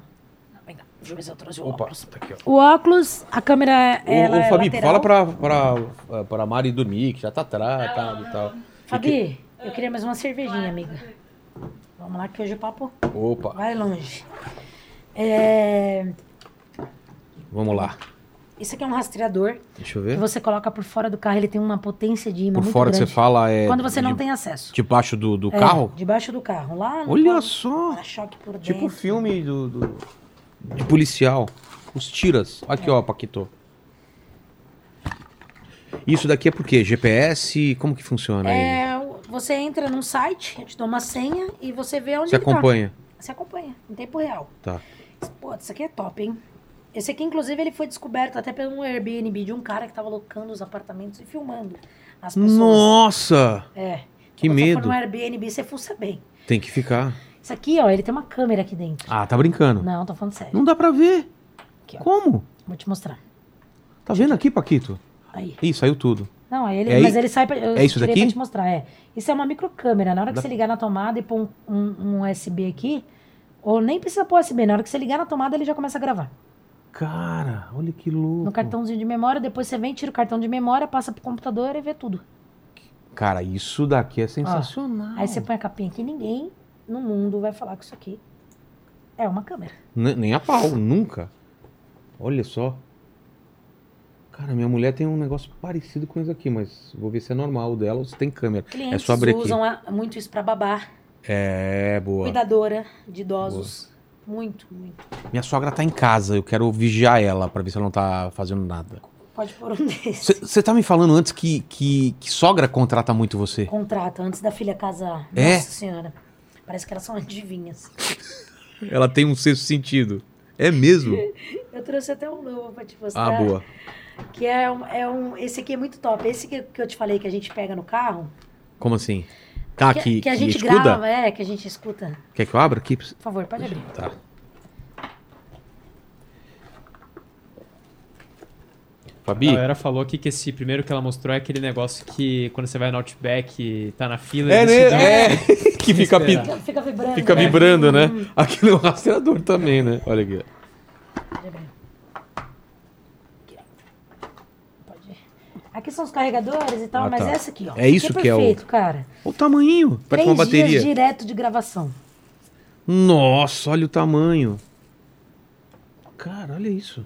Vem cá, deixa eu ver se eu trouxe o
Opa,
óculos.
tá aqui, ó.
O óculos, a câmera
Ô,
ela
ô,
é
Fabi,
lateral.
fala pra, pra, pra Mari dormir, que já tá atrás, tá, e tal.
Fabi, eu queria mais uma cervejinha, amiga. Vamos lá que hoje o papo
Opa,
vai longe. É,
vamos lá.
Isso aqui é um rastreador
Deixa eu
que
ver.
você coloca por fora do carro, ele tem uma potência de imã
É? Por
muito
fora que
grande.
você fala é.
Quando você não
de-
tem acesso.
Debaixo do, do carro?
É, debaixo do carro, lá no
Olha
polo-
só!
dá choque por dentro.
Tipo filme do, do- de policial. Os tiras. Aqui, ó, Paquito. Isso daqui é por quê? GPS? Como que funciona aí?
É, o- Você entra num site, eu te dou uma senha e você vê onde
Você
ele tá.
acompanha.
Você acompanha, em tempo real.
Tá.
Pô, isso aqui é top, hein? Esse aqui, inclusive, ele foi descoberto até pelo Airbnb de um cara que tava locando os apartamentos e filmando as pessoas.
Nossa!
É.
Que
Quando você for
medo.
no Airbnb, você fuça bem.
Tem que ficar.
Isso aqui, ó, ele tem uma câmera aqui dentro.
Ah, tá brincando.
Não, tô falando sério.
Não dá pra ver.
Aqui, ó.
Como?
Vou te mostrar.
Tá vendo aqui, Paquito?
Aí.
Ih, saiu tudo.
Não, aí ele,
É
mas
i-
ele sai pra, eu
é isso
tirei
daqui?
pra te mostrar, é. Isso é uma microcâmera. Na hora que
Dá-
você ligar na tomada e pôr um, um- um USB aqui, ou nem precisa pôr USB, na hora que você ligar na tomada ele já começa a gravar.
Cara, olha que louco.
No cartãozinho de memória, depois você vem, tira o cartão de memória, passa pro computador e vê tudo.
Cara, isso daqui é sensacional.
Aí você põe a capinha aqui, ninguém no mundo vai falar que isso aqui é uma câmera.
Ne- Nem a pau, nunca. Olha só. Cara, minha mulher tem um negócio parecido com isso aqui, mas vou ver se é normal o dela ou se tem câmera.
Clientes
É só abrir aqui.
usam a- muito isso pra babar,
É, boa.
cuidadora de idosos. Muito, muito.
Minha sogra tá em casa, eu quero vigiar ela pra ver se ela não tá fazendo nada.
Pode pôr um desses.
Você tá me falando antes que, que, que sogra contrata muito você?
Contrata antes da filha casar.
É?
Nossa senhora. Parece que elas são adivinhas.
Ela tem um sexto sentido. É mesmo?
Eu trouxe até um novo pra te
Ah,
mostrar.
boa.
Que é um, é um. Esse aqui é muito top. Esse que, que eu te falei que a gente pega no carro.
Como assim? Tá,
que,
que,
que a
que
gente
escuda?
grava, é, que a gente escuta.
Quer que eu abra aqui? pra você?
Por favor, pode abrir.
Tá. Fabi,
A galera falou aqui que esse primeiro que ela mostrou é aquele negócio que quando você vai no Outback e tá na fila...
É,
eles te
né?
dão-
É. Que fica,
Respira.
pi-
Fica, fica vibrando.
fica
né?
vibrando, né? Aquilo é um rastreador também, né? Olha aqui.
Pode abrir. Aqui, ó. Pode ir. Aqui são os carregadores e tal,
Ah,
mas
tá.
essa aqui, ó.
É isso
aqui
que é o-
perfeito, cara.
Olha o tamanho. Parece uma
Três
bateria.
dias direto de gravação.
Nossa, olha o tamanho. Cara, olha isso.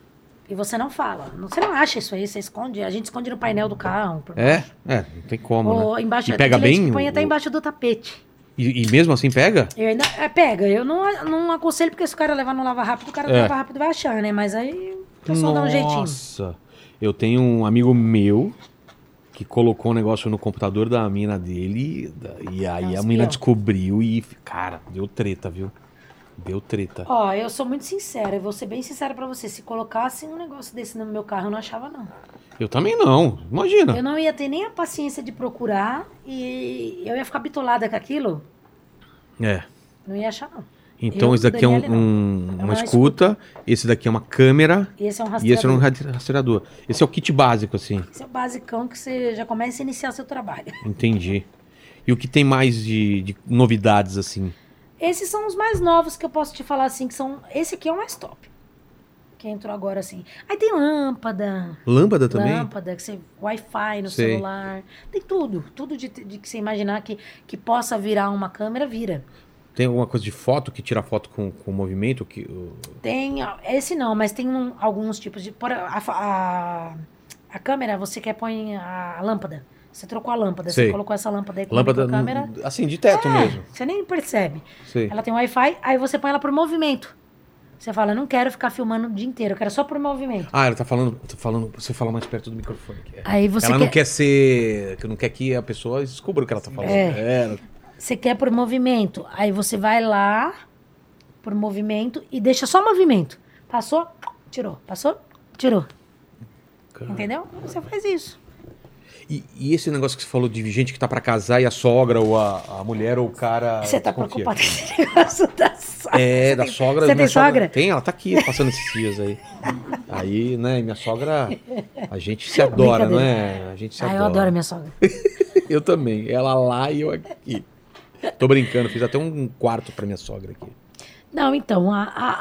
E você não fala. Não- Você não acha isso aí, você esconde. A gente esconde no painel do carro. por
É? É, não tem como, né?
Ou embaixo,
E pega
tem cliente
bem
Que põe
o-
até embaixo do tapete.
E, e mesmo assim pega?
Eu ainda, é, pega, eu não, não aconselho, porque se o cara levar no lava rápido, o cara do
É.
lava rápido vai achar, né? Mas aí o pessoal dá um jeitinho.
Nossa, eu tenho um amigo meu que colocou um negócio no computador da mina dele da- e aí
Nossa,
a mina
pior.
descobriu e, cara, deu treta, viu? Deu treta.
Ó, eu sou muito sincera, eu vou ser bem sincera pra você. Se colocasse um negócio desse no meu carro, eu não achava, não.
Eu também não, imagina.
Eu não ia ter nem a paciência de procurar e eu ia ficar bitolada com aquilo.
É.
Não ia achar, não.
Então
Eu,
esse daqui é um-
Daniele, não.
um-
É
uma
uma
escuta, esse daqui é uma câmera
E esse é um
e esse é um
rastreador.
rade- rastreador. Esse é o kit básico, assim.
Esse é o basicão que você já começa a iniciar seu trabalho.
Entendi. E o que tem mais de, de novidades, assim?
Esses são os mais novos que eu posso te falar assim, que são. Esse aqui é o mais top. Que entrou agora assim. Aí tem lâmpada,
Lâmpada também?
lâmpada, que você, Wi-Fi no
Sei.
celular. Tem tudo. Tudo de, de que você imaginar que, que possa virar uma câmera, vira.
Tem alguma coisa de foto que tira foto com, com movimento? Que,
Tem. ó, Esse não, mas tem um- alguns tipos de. por- a, fa- a, a câmera, você quer põe a, lâmpada. Você trocou a lâmpada,
Sei.
você colocou essa lâmpada aí com
Lâmpada
a câmera.
n- assim, de teto mesmo.
Você nem percebe.
Sei.
Ela tem Wi-Fi, aí você põe ela por movimento. Você fala, não quero ficar filmando o dia inteiro, eu quero só por movimento.
Ah, ela tá falando, tá falando. Você fala mais perto do microfone. que é.
Aí Ah, você
ela
quer,
não quer ser. que Não quer que a pessoa descubra o que ela tá falando.
É.
ela-
você quer por movimento. Aí você vai lá por movimento e deixa só movimento. Passou, tirou. Passou, tirou.
Cara.
Entendeu? Você faz isso.
E, e esse negócio que você falou de gente que tá pra casar e a sogra ou a, a mulher ou o cara.
você tá
desconfia.
preocupado com esse negócio da sogra.
Ah, É,
Você
da
tem-
sogra.
Você
minha
tem sogra?
Tem, ela tá aqui passando esses dias aí. Aí, né, minha sogra. A gente se adora, né? A gente se
Ah,
adora.
eu adoro minha sogra.
Eu também. Ela lá e eu aqui. Tô brincando, fiz até um quarto pra minha sogra aqui.
Não, então, a, a,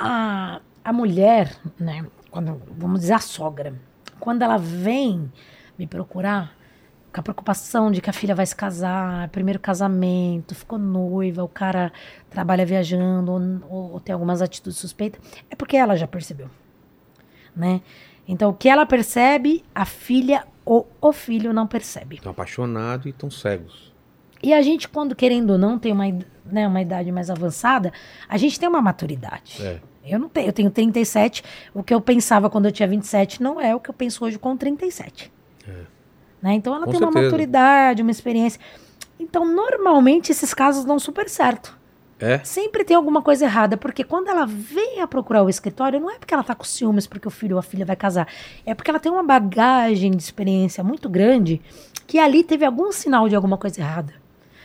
a, a mulher, né, quando, vamos dizer a sogra, quando ela vem me procurar, com a preocupação de que a filha vai se casar, primeiro casamento, ficou noiva, o cara trabalha viajando ou, ou- ou tem algumas atitudes suspeitas, é porque ela já percebeu, né? Então, o que ela percebe, a filha ou o filho não percebe.
Estão apaixonados e estão cegos.
E a gente, quando querendo ou não, tem uma, id- né, uma idade mais avançada, a gente tem uma maturidade.
É.
Eu não tenho, eu tenho 37. O que eu pensava quando eu tinha 27 não é o que eu penso hoje com 37. Né? Então ela
É. Com
tem uma
certeza.
maturidade, uma experiência. Então, normalmente, esses casos dão super certo.
É?
Sempre tem alguma coisa errada, porque quando ela vem a procurar o escritório, não é porque ela tá com ciúmes, porque o filho ou a filha vai casar. É porque ela tem uma bagagem de experiência muito grande que ali teve algum sinal de alguma coisa errada.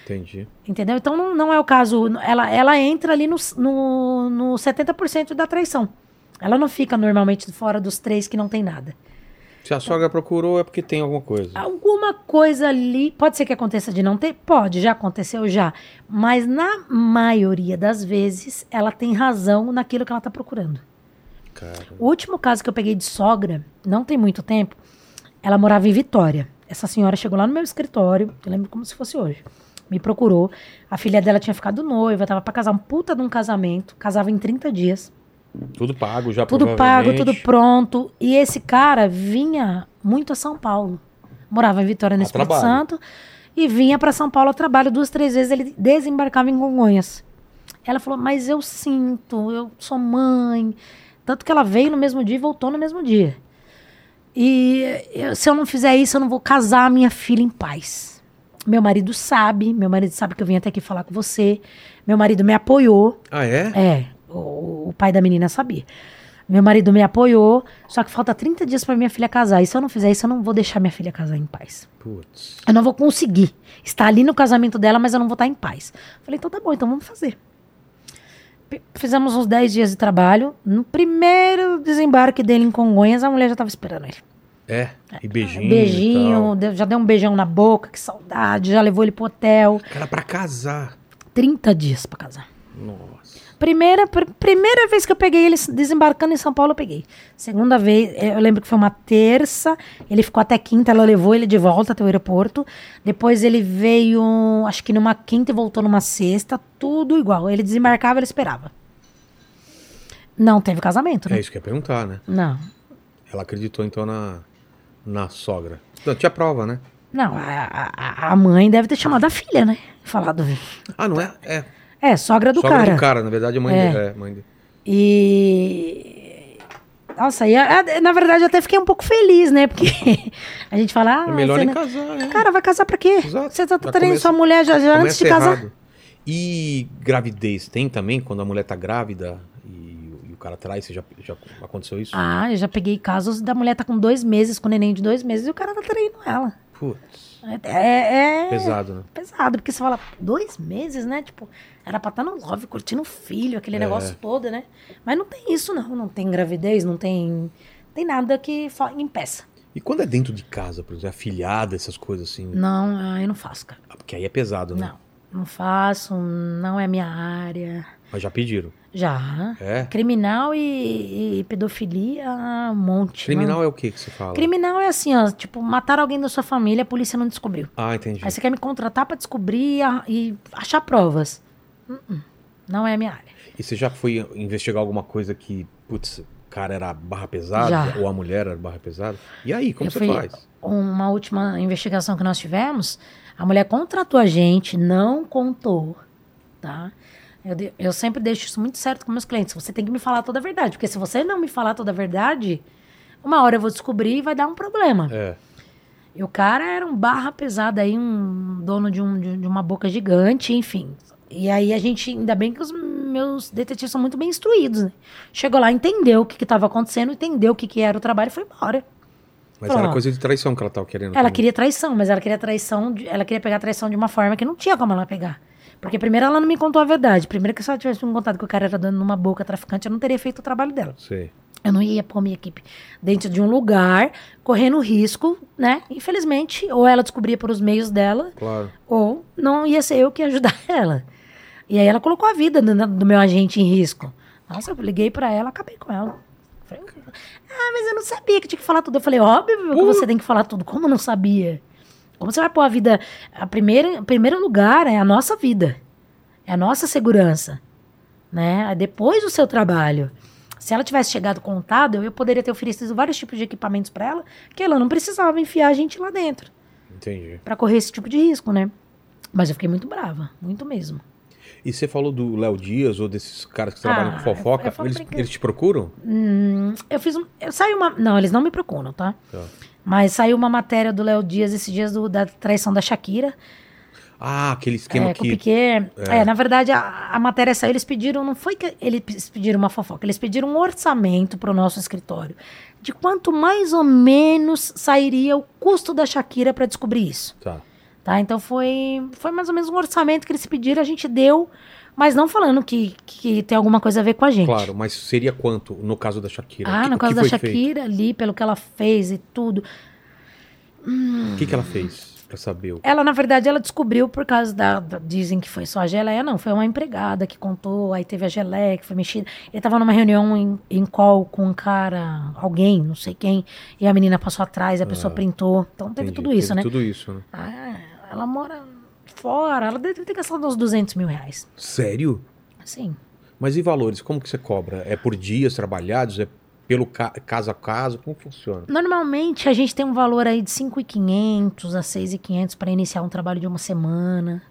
Entendi.
Entendeu? Então não, não é o caso. Ela, ela entra ali no, no, no 70% da traição. Ela não fica normalmente fora dos três que não tem nada.
Se a sogra procurou, é porque tem alguma coisa.
Ah. Alguma coisa ali. Pode ser que aconteça de não ter? Pode, já aconteceu já. Mas na maioria das vezes, ela tem razão naquilo que ela está procurando.
Cara.
O último caso que eu peguei de sogra, não tem muito tempo, ela morava em Vitória. Essa senhora chegou lá no meu escritório, eu lembro como se fosse hoje. Me procurou. A filha dela tinha ficado noiva, tava pra casar um puta de um casamento, casava em 30 dias.
Tudo pago já
Tudo pago, tudo
provavelmente.
pronto. E esse cara vinha muito a São Paulo. Morava em Vitória,
A
no Espírito
trabalho.
Santo. E vinha para São Paulo a trabalho duas, três vezes. Ele desembarcava em Congonhas. Ela falou, mas eu sinto, eu sou mãe. Tanto que ela veio no mesmo dia e voltou no mesmo dia. E eh, eu- se eu não fizer isso, eu não vou casar a minha filha em paz. Meu marido sabe, meu marido sabe que eu vim até aqui falar com você. Meu marido me apoiou.
Ah, é?
É, o, o pai da menina sabia. Meu marido me apoiou, só que falta 30 dias pra minha filha casar. E se eu não fizer isso, eu não vou deixar minha filha casar em paz.
Putz.
Eu não vou conseguir estar ali no casamento dela, mas eu não vou estar em paz. Falei, então tá bom, então vamos fazer. P- Fizemos uns 10 dias de trabalho. No primeiro desembarque dele em Congonhas, a mulher já tava esperando ele.
É. E beijinho. e
Beijinho, deu- já deu um beijão na boca, que saudade. Já levou ele pro hotel.
tal. Cara, pra casar.
30 dias pra casar.
Nossa.
Primeira, pr- primeira vez que eu peguei ele desembarcando em São Paulo, eu peguei. Segunda vez, eh, eu lembro que foi uma terça. Ele ficou até quinta, ela levou ele de volta até o aeroporto. Depois ele veio, acho que numa quinta e voltou numa sexta. Tudo igual. Ele desembarcava, ele esperava. Não teve casamento,
É
né?
isso que eu ia perguntar, né?
Não.
Ela acreditou então na, na sogra. Não, tinha prova, né?
Não, a, a- a mãe deve ter chamado a filha, né? Falado.
Ah, não é? É.
É, sogra do
sogra
cara.
do cara, na verdade, a mãe
É.
dele. É, mãe dele.
E. Nossa, e a- a- na verdade eu até fiquei um pouco feliz, né? Porque a gente fala. Ah,
é melhor
você
nem
não-
casar, né?
Cara, vai casar pra quê?
Exato.
Você tá
Já
treinando
começa-
sua mulher já, já antes
Começa
de casar.
errado. E gravidez tem também, quando a mulher tá grávida e, o- e o cara trai, você já, já aconteceu isso?
Ah, eu já peguei casos da mulher tá com dois meses, com o neném de dois meses, e o cara tá traindo ela.
Putz,
É, é- é
pesado, né?
pesado, porque você fala, dois meses, né? Tipo, era pra estar no love, curtindo o filho, aquele
É.
negócio todo, né? Mas não tem isso, não. Não tem gravidez, não tem. Tem nada que fa- impeça.
E quando é dentro de casa, por exemplo, afilhada, essas coisas assim,
Não, ah, eu não faço, cara.
ah, porque aí é pesado, né?
Não, não faço, não é minha área.
Mas já pediram.
Já.
É?
Criminal e, e pedofilia, um monte.
Criminal
não.
é o que que você fala?
Criminal é assim, ó, tipo, matar alguém da sua família, a polícia não descobriu.
Ah, entendi.
Aí você quer me contratar pra descobrir e a- e achar provas. Uh-uh, Não é a minha área.
E você já foi investigar alguma coisa que, putz, o cara era barra pesada?
Já.
Ou a mulher era barra pesada? E aí, como
Eu
você
fui-
faz?
Uma última investigação que nós tivemos, a mulher contratou a gente, não contou, tá? Eu, de- eu sempre deixo isso muito certo com meus clientes. Você tem que me falar toda a verdade, porque se você não me falar toda a verdade, uma hora eu vou descobrir e vai dar um problema.
É.
E o cara era um barra pesada aí, um dono de, um, de, de uma boca gigante, enfim. E aí a gente, ainda bem que os meus detetives são muito bem instruídos, né? Chegou lá, entendeu o que estava acontecendo, entendeu o que, que era o trabalho e foi embora.
Mas
Pronto.
era coisa de traição que ela tava querendo.
Ela
também.
queria traição, mas ela queria traição, de- ela queria pegar traição de uma forma que não tinha como ela pegar. Porque primeiro ela não me contou a verdade. Primeiro que se ela tivesse me contado que o cara era dono de uma boca traficante, eu não teria feito o trabalho dela.
Sei.
Eu não ia pôr minha equipe dentro de um lugar, correndo risco, né? Infelizmente, ou ela descobria por os meios dela,
Claro.
ou não ia ser eu que ia ajudar ela. E aí ela colocou a vida do, do meu agente em risco. Nossa, eu liguei pra ela, acabei com ela. Falei, ah, mas eu não sabia que tinha que falar tudo. Eu falei, óbvio que você tem que falar tudo. Como eu não sabia? Como você vai pôr a vida... A primeira, o primeiro lugar é a nossa vida. É a nossa segurança. Né? É Depois do seu trabalho. Se ela tivesse chegado contado, eu poderia ter oferecido vários tipos de equipamentos pra ela, que ela não precisava enfiar a gente lá dentro.
Entendi.
Pra correr esse tipo de risco, né? Mas eu fiquei muito brava, muito mesmo.
E você falou do Léo Dias ou desses caras que trabalham
Ah,
com fofoca?
eu falo
eles,
brincando.
eles te procuram?
Hum, eu fiz um. Eu saí uma. Não, eles não me procuram, tá?
Tá.
Mas saiu uma matéria do Léo Dias esses dias do- da traição da Shakira.
Ah, aquele esquema
é, com o
que.
Piquet. É, na verdade, a, a matéria saiu, eles pediram, não foi que eles pediram uma fofoca, eles pediram um orçamento para o nosso escritório. De quanto mais ou menos sairia o custo da Shakira para descobrir isso.
Tá.
Tá? Então foi, foi mais ou menos um orçamento que eles pediram, a gente deu, mas não falando que, que tem alguma coisa a ver com a gente.
Claro, mas seria quanto no caso da Shakira? O
Ah,
que-
no
o
caso
que
da
foi
Shakira ali, pelo que ela fez e tudo.
feito? O que, que ela fez pra saber? o-
Ela, na verdade, ela descobriu por causa da, da- Dizem que foi só a geleia. Não, foi uma empregada que contou. Aí teve a geleia que foi mexida. Ele tava numa reunião em, em call com um cara, alguém, não sei quem. E a menina passou atrás, a pessoa printou. Então teve
Ah, Entendi,
tudo isso,
teve
né?
Tudo isso, né?
Ah, ela mora fora. Ela deve ter gastado uns 200 mil reais.
Sério?
Assim.
Mas e valores? Como que você cobra? É por dias trabalhados? É pelo ca- caso a caso? Como funciona?
Normalmente a gente tem um valor aí de 5,500 a 6,500 para iniciar um trabalho de uma semana.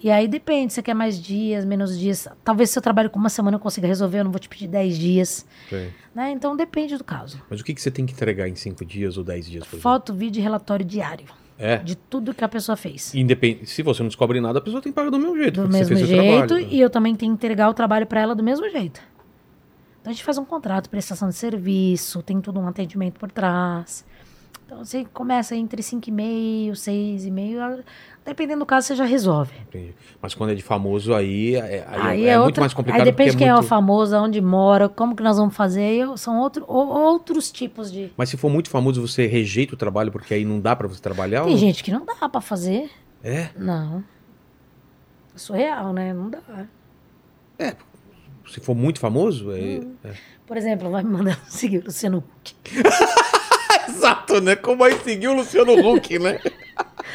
E aí depende, você quer mais dias, menos dias. Talvez seu trabalho com uma semana eu consiga resolver, eu não vou te pedir 10 dias.
Sei.
Né? Então depende do caso.
É. Mas o que, que você tem que entregar em cinco dias ou dez dias, por exemplo?
Foto, vídeo e relatório diário
É.
de tudo que a pessoa fez.
Independ... Se você não descobre nada, a pessoa tem que pagar do mesmo jeito.
Do
porque você
mesmo
fez seu
jeito,
trabalho, né?
e eu também tenho que entregar o trabalho para ela do mesmo jeito. Então a gente faz um contrato, prestação de serviço, tem todo um atendimento por trás. Então você começa entre 5,5, 6,5, dependendo do caso você já resolve.
Entendi. Mas quando é de famoso, aí é, aí
Aí
é- é
é
muito
outra-
mais complicado.
Aí depende
porque
de quem
é
é o
muito...
famoso, onde mora, como que nós vamos fazer. eu- são outro, ou- outros tipos de.
Mas se for muito famoso, você rejeita o trabalho porque aí não dá pra você trabalhar?
Tem
ou-
gente que não dá pra fazer.
É?
Não. É surreal, né? Não dá.
Se for muito famoso, é.
Hum. Por exemplo, vai me mandar um seguir o Luciano Huck.
Exato, né? Como aí seguiu o Luciano Huck, né?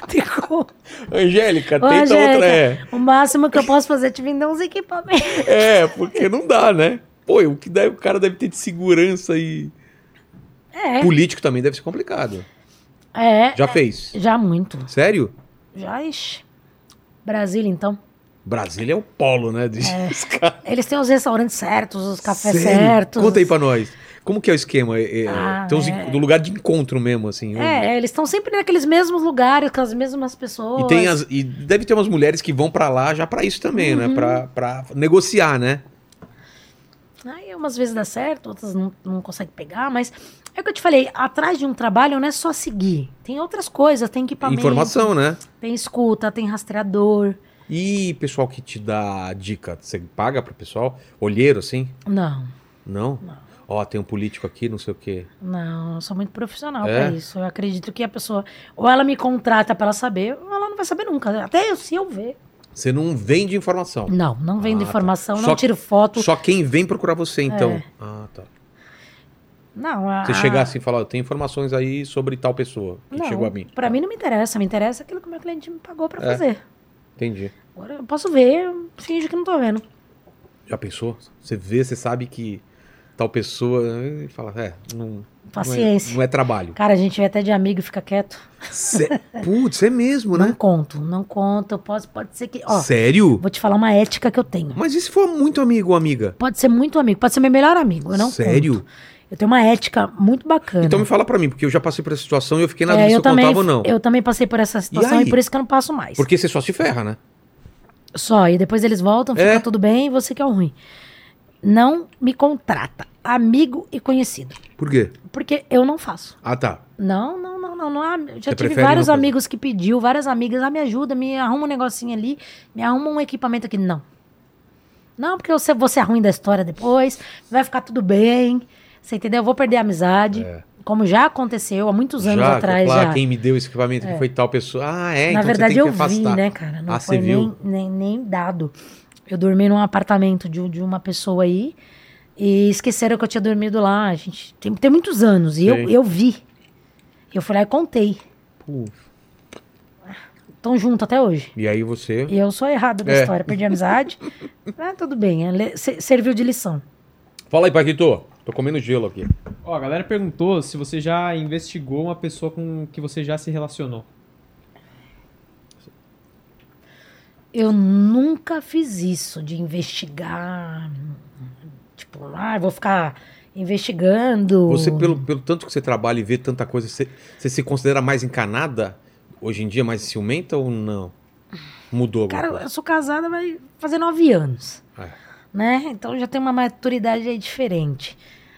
Tem como.
Angélica,
Ô, Angélica, O máximo que eu posso fazer é te vender uns equipamentos.
É, porque não dá, né? Pô, o que dá, o cara deve ter de segurança e.
É.
Político também deve ser complicado.
É.
Já fez.
Já muito.
Sério?
Já, ixi. Brasília, então.
Brasília é o polo, né? Dos caras.
Eles têm os restaurantes certos, os cafés
Sério?
certos.
Conta aí pra nós. Como que é o esquema? É, é,
Ah,
tem uns
é.
en- do lugar de encontro mesmo, assim. onde-
É, eles estão sempre naqueles mesmos lugares, com as mesmas pessoas.
E, tem as, e deve ter umas mulheres que vão pra lá já pra isso também,
Uhum.
né? Pra, pra negociar, né?
Aí umas vezes dá certo, outras não, não consegue pegar, mas é o que eu te falei, atrás de um trabalho não é só seguir. Tem outras coisas, tem equipamento,
Informação, né?
tem escuta, tem rastreador.
E pessoal que te dá dica, você paga pro pessoal? Olheiro, assim?
Não,
Não?
Não.
Ó, tem um político aqui, não sei o quê.
não, eu sou muito profissional
É?
pra isso. Eu acredito que a pessoa, ou ela me contrata pra ela saber, ou ela não vai saber nunca. Até eu, se eu ver.
Você não vende informação.
Não, não
Ah,
vendo
tá.
informação,
Só-
não tiro foto.
Só quem vem procurar você, então.
É.
Ah, tá.
Não, a,
Você chegar assim e falar, eu tenho informações aí sobre tal pessoa que
não,
chegou a mim.
Pra mim não me interessa, me interessa aquilo que o meu cliente me pagou pra
É.
fazer.
Entendi.
Agora eu posso ver, eu finjo que não tô vendo.
Já pensou? Você vê, você sabe que tal pessoa... E fala, é, não, não, é,
Paciência.
não é trabalho.
Cara, a gente vê até de amigo e fica quieto.
Cê... Putz, é mesmo,
Não
né?
conto, não conto. Eu posso, pode ser que. Ó,
Sério?
vou te falar uma ética que eu tenho.
Mas e se for muito amigo ou amiga?
Pode ser muito amigo, pode ser meu melhor amigo. Eu não
Sério?
conto. Eu tenho uma ética muito bacana.
Então me fala pra mim, porque eu já passei por essa situação e eu fiquei na
É,
dúvida se
eu
eu
também,
contava ou não.
Eu também passei por essa situação
aí?
e, por isso que eu não passo mais.
Porque você só se ferra, né?
Só, e depois eles voltam, fica
É.
tudo bem, você que é o ruim. Não me contrata, amigo e conhecido.
Por quê?
Porque eu não faço.
Ah, tá.
Não, não, não, não. não ah, eu já
Você
tive
prefere não
vários
fazer?
amigos que pediu, várias amigas, ah, me ajuda, me arruma um negocinho ali, me arruma um equipamento aqui. Não. Não, porque você, você é ruim da história depois, vai ficar tudo bem. Você entendeu? Eu vou perder a amizade.
É.
Como já aconteceu há muitos anos
já, é
atrás.
claro,
já.
quem me deu esse equipamento que foi tal pessoa. Ah, é,
Na
então
verdade,
você
eu
tem que
vi,
afastar.
né, cara? Não
Ah,
foi
você viu?
nem, nem, nem dado. Eu dormi num apartamento de, de uma pessoa aí e esqueceram que eu tinha dormido lá. A gente tem, tem muitos anos. E eu,
Sei.
eu vi. Eu fui lá e contei.
Pô,
Estão junto até hoje.
E aí você.
E eu sou errada da
É.
história. Perdi a amizade. ah, tudo bem. é le- se- Serviu de lição.
Fala aí, Paquito. Tô comendo gelo aqui.
Ó, a galera perguntou se você já investigou uma pessoa com que você já se relacionou.
Eu nunca fiz isso de investigar. Tipo, ah, vou ficar investigando.
Você, pelo, pelo tanto que você trabalha e vê tanta coisa, você, você se considera mais encanada hoje em dia, mais ciumenta ou não? Mudou alguma
Cara,
coisa.
eu sou casada, vai fazer nove anos.
É.
Né? Então já tem uma maturidade aí diferente.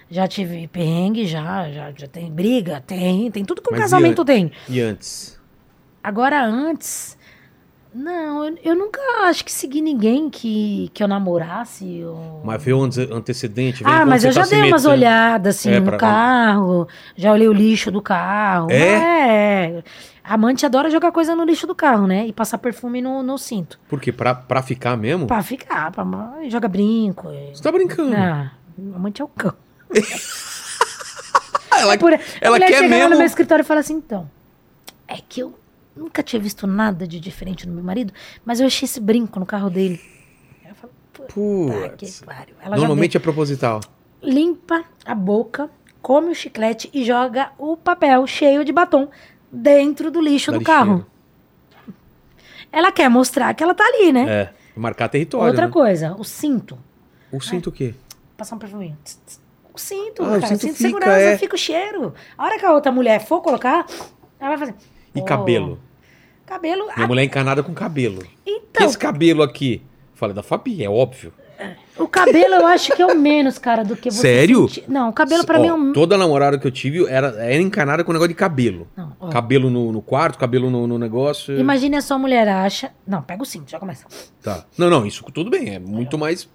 Já tive perrengue, já, já, já tem briga, tem, tem tudo que um
Mas e
casamento
an-
tem.
E antes?
Agora, antes, não, eu, eu nunca acho que segui ninguém que, que eu namorasse. ou-
Mas vê o ante- antecedente? vê
ah,
quando
mas
você
eu
tá
já
se
dei umas
metendo.
olhadas, assim,
É,
no
pra-
carro, já olhei o lixo do carro.
É?
É. Amante adora jogar coisa no lixo do carro, né? E passar perfume no, no cinto.
Por quê? Pra, pra ficar mesmo?
Pra ficar, pra... joga brinco. e-
Você tá brincando.
Ah, amante é o cão.
Ah, ela-
É Por- a
ela
mulher
quer
chega lá
mesmo-
no meu escritório e fala assim, então, é que eu nunca tinha visto nada de diferente no meu marido, mas eu achei esse brinco no carro dele. Eu falo, tá, que
Putz.
pariu. Ela já
Normalmente é proposital.
vem, limpa a boca, come o chiclete e joga o papel cheio de batom dentro do lixo
da
do
lixeira.
carro. Ela quer mostrar que ela tá ali, né?
É. Marcar território.
Outra
né?
coisa, o cinto.
O cinto o quê?
passar um perfuminho. Tss, tss. O cinto,
Ah, o
cara.
cinto
cinto de
fica,
segurança,
é.
fica o cheiro. A hora que a outra mulher for colocar, ela vai fazer.
E
"Pô,
cabelo.
Cabelo.
Minha
ah,
mulher é encanada com cabelo.
então,
Esse cabelo aqui. Falei da Fabi, é óbvio.
o cabelo eu acho que é o menos, cara, do que você.
Sério?
sentir- Não, o cabelo pra
Ó,
mim é um.
Toda namorada que eu tive era, era encanada com negócio de cabelo.
Não,
Ah.
ó.
Cabelo no, no quarto, cabelo no, no negócio.
Imagine a sua mulher acha. Não, pega o cinto, já começa.
Tá. Não, não, isso tudo bem. É muito mais.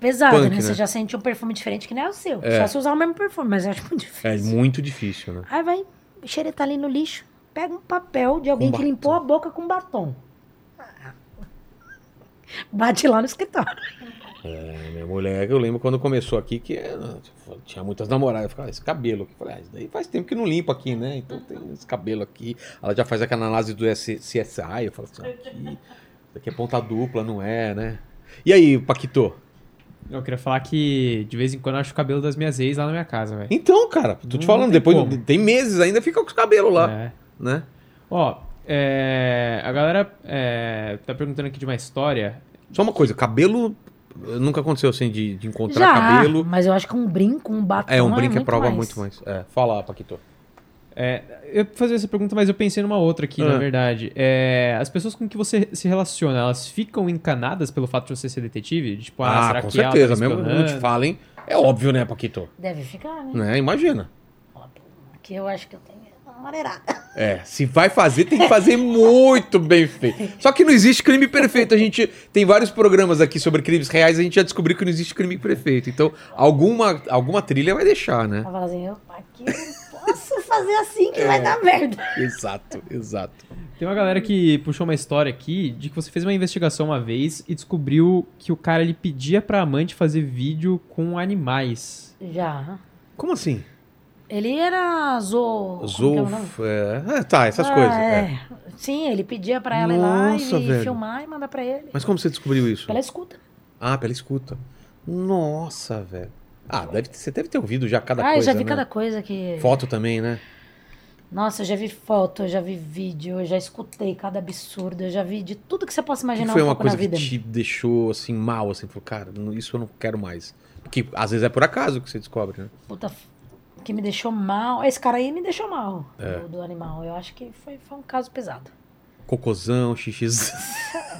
Pesado,
Punk,
né? Você
né?
já sente um perfume diferente que não é o seu.
É.
Só se usar o mesmo perfume, mas eu acho muito
É
difícil.
muito difícil, né?
Aí vai, xereta ali no lixo, pega um papel de alguém
Com
que
batom.
limpou a boca com batom. Ah, Bate lá no escritório.
É, minha mulher, eu lembro quando começou aqui que é, tinha muitas namoradas. Eu ficava, "Ah, esse cabelo aqui. Eu Falei, ah, isso daí faz tempo que não limpa aqui, né? Então tem esse cabelo aqui. Ela já faz aquela análise do S- CSI. Eu falo assim, "Ah, aqui, isso daqui é ponta dupla, não é, né? E aí, Paquito?
Eu queria falar que de vez em quando eu acho o cabelo das minhas ex lá na minha casa, velho.
Então, cara, tô te
Não
falando,
tem
depois
como.
tem meses ainda fica com os cabelos lá,
É.
né?
Ó, é, a galera é, tá perguntando aqui de uma história.
Só uma coisa, cabelo eh, nunca aconteceu assim de, de encontrar
Já,
cabelo.
mas eu acho que um brinco, um batom
É, um brinco é
muito
prova
mais.
muito mais. É, fala, Paquito.
Eu ia fazer essa pergunta, mas eu pensei numa outra aqui,
Ah.
na verdade. É, as pessoas com que você se relaciona, elas ficam encanadas pelo fato de você ser detetive? Tipo, ah,
Ah,
será
com
que ela tá
certeza,
me
mesmo que não te
espionando?
falem, é óbvio, né, Paquito?
Deve ficar, né?
Né? Imagina.
Aqui eu acho que eu tenho uma maneirada.
É, se vai fazer, tem que fazer muito bem feito. Só que não existe crime perfeito. A gente tem vários programas aqui sobre crimes reais, a gente já descobriu que não existe crime perfeito. Então, alguma, alguma trilha vai deixar, né?
Ela fala assim, eu aqui eu não posso fazer assim que
É.
vai dar merda.
Exato, exato.
Tem uma galera que puxou uma história aqui de que você fez uma investigação uma vez e descobriu que o cara ele pedia pra amante fazer vídeo com animais.
Já.
Como assim?
Ele era zo... como que é o nome?
Zoof, é... ah, tá, essas
Ah,
coisas. é.
é. Sim, ele pedia pra ela ir
Nossa,
lá e
velho.
filmar e mandar pra ele.
Mas como você descobriu isso?
Ela escuta.
Ah, pela escuta. Nossa, velho. Ah, deve, ter- você deve ter ouvido já cada
ah, eu
coisa,
já vi
né?
cada coisa que...
Foto também, né?
Nossa, eu já vi foto, eu já vi vídeo, eu já escutei cada absurdo, eu já vi de tudo que você
O
possa
que
imaginar
foi
um
uma
pouco na
coisa que
vida.
te deixou assim mal, assim, falou, cara, não- isso eu não quero mais. Porque às vezes é por acaso que você descobre, né?
Puta, f- que me deixou mal. Esse cara aí me deixou mal,
É.
do, do animal. Eu acho que foi, foi um caso pesado.
Cocôzão, xixi.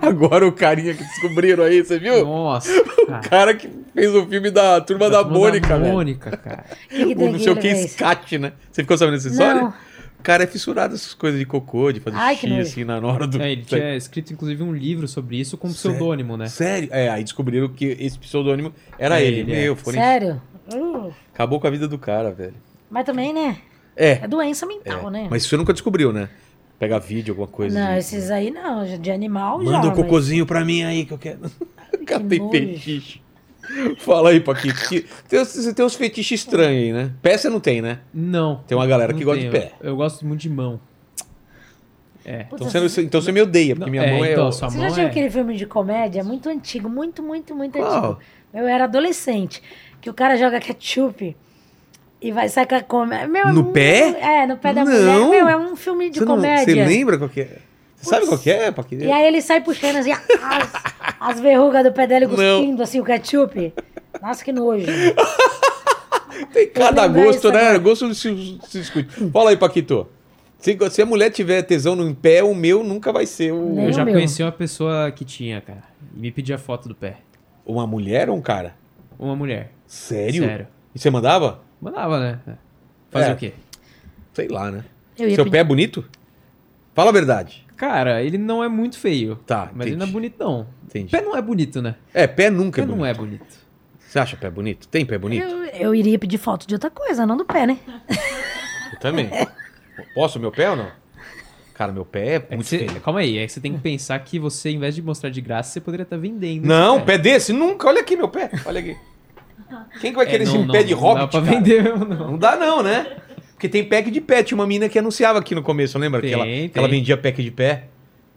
Agora o carinha que descobriram aí, você viu?
Nossa,
O
cara.
cara que fez o filme da Turma da,
Turma
Mônica, velho.
Mônica, cara.
O que que
O
tem
não
que
sei o
ele
que,
fez?
escate, né? Você ficou sabendo dessa história?
Não,
O cara é fissurado essas coisas de cocô, de fazer
Ai, que
xixi
nojo.
assim na hora do.
É, ele tinha escrito inclusive um livro sobre isso com
Sério?
pseudônimo, né?
Sério? É, aí descobriram que esse pseudônimo era
É,
ele.
ele é.
Meu, foram
sério? Uh,
Acabou com a vida do cara, velho.
mas também, né?
É.
É doença
é.
mental, né?
Mas você nunca descobriu, né? Pegar vídeo, alguma coisa.
não,
de-
esses aí não, de animal já.
Manda um
mas-
cocôzinho pra mim aí que eu quero. Catei
nojo.
fetiche. Fala aí, Paquito. que- tem os- Você tem uns fetiches estranhos aí, né? Pé você não tem, né?
Não.
Tem uma galera
não
que gosta de
tenho.
pé.
Eu gosto muito de mão. É.
Puta,
Então você, não- então você me odeia, porque
Não,
minha
é,
mão é.
então,
o-
sua
Você
mão
já viu
é-
aquele filme de comédia? Muito antigo, muito, muito, muito antigo.
Qual?
Eu era adolescente. Que o cara joga ketchup e vai sair com a comédia. Meu, é
No
muito-
pé?
É, no pé da
Não.
mulher. Meu, é um filme de
Você, não- você
comédia.
lembra qual que é? Você sabe qual que é, Paquito?
E aí ele sai puxando assim as, as verrugas do pé dele
Não.
cuspindo assim o ketchup. Nossa, que nojo.
Tem cada
lembrei
gosto,
isso
né?
agora.
Gosto não se, se discute. Fala aí, Paquito. Se, se a mulher tiver tesão no pé, o meu nunca vai ser o.
Nem
Eu já
meu.
conheci uma pessoa que tinha, cara. E me pedia foto do pé.
Uma mulher ou um cara?
Uma mulher.
Sério? E você mandava?
Mandava, né? É. Fazer
É.
o quê?
Sei lá, né?
Eu ia
Seu
pedir.
pé é bonito? Fala a verdade.
Cara, ele não é muito feio.
Tá,
Mas ele
entendi.
não é bonito, não.
Entendi.
Pé não é bonito, né?
É, pé nunca
Pé
é bonito.
não é bonito.
Você acha pé bonito? Tem pé é bonito?
Eu, eu iria pedir foto de outra coisa, não do pé, né?
Eu também. Posso meu pé ou não? Cara, meu pé é
É que
muito
você-
feio.
calma aí, é que você tem que pensar que você, em vez de mostrar de graça, você poderia estar vendendo. É,
Não,
esse
pé desse? Nunca. Olha aqui meu pé. Olha aqui. Quem que vai
É,
querer
não,
esse
não,
pé de
não
hobbit,
Dá pra
cara?
vender mesmo, não.
Não dá não, né? Porque tem pack de pé. Tinha uma mina que anunciava aqui no começo, lembra? que,
Tem,
ela,
tem.
que ela vendia pack de pé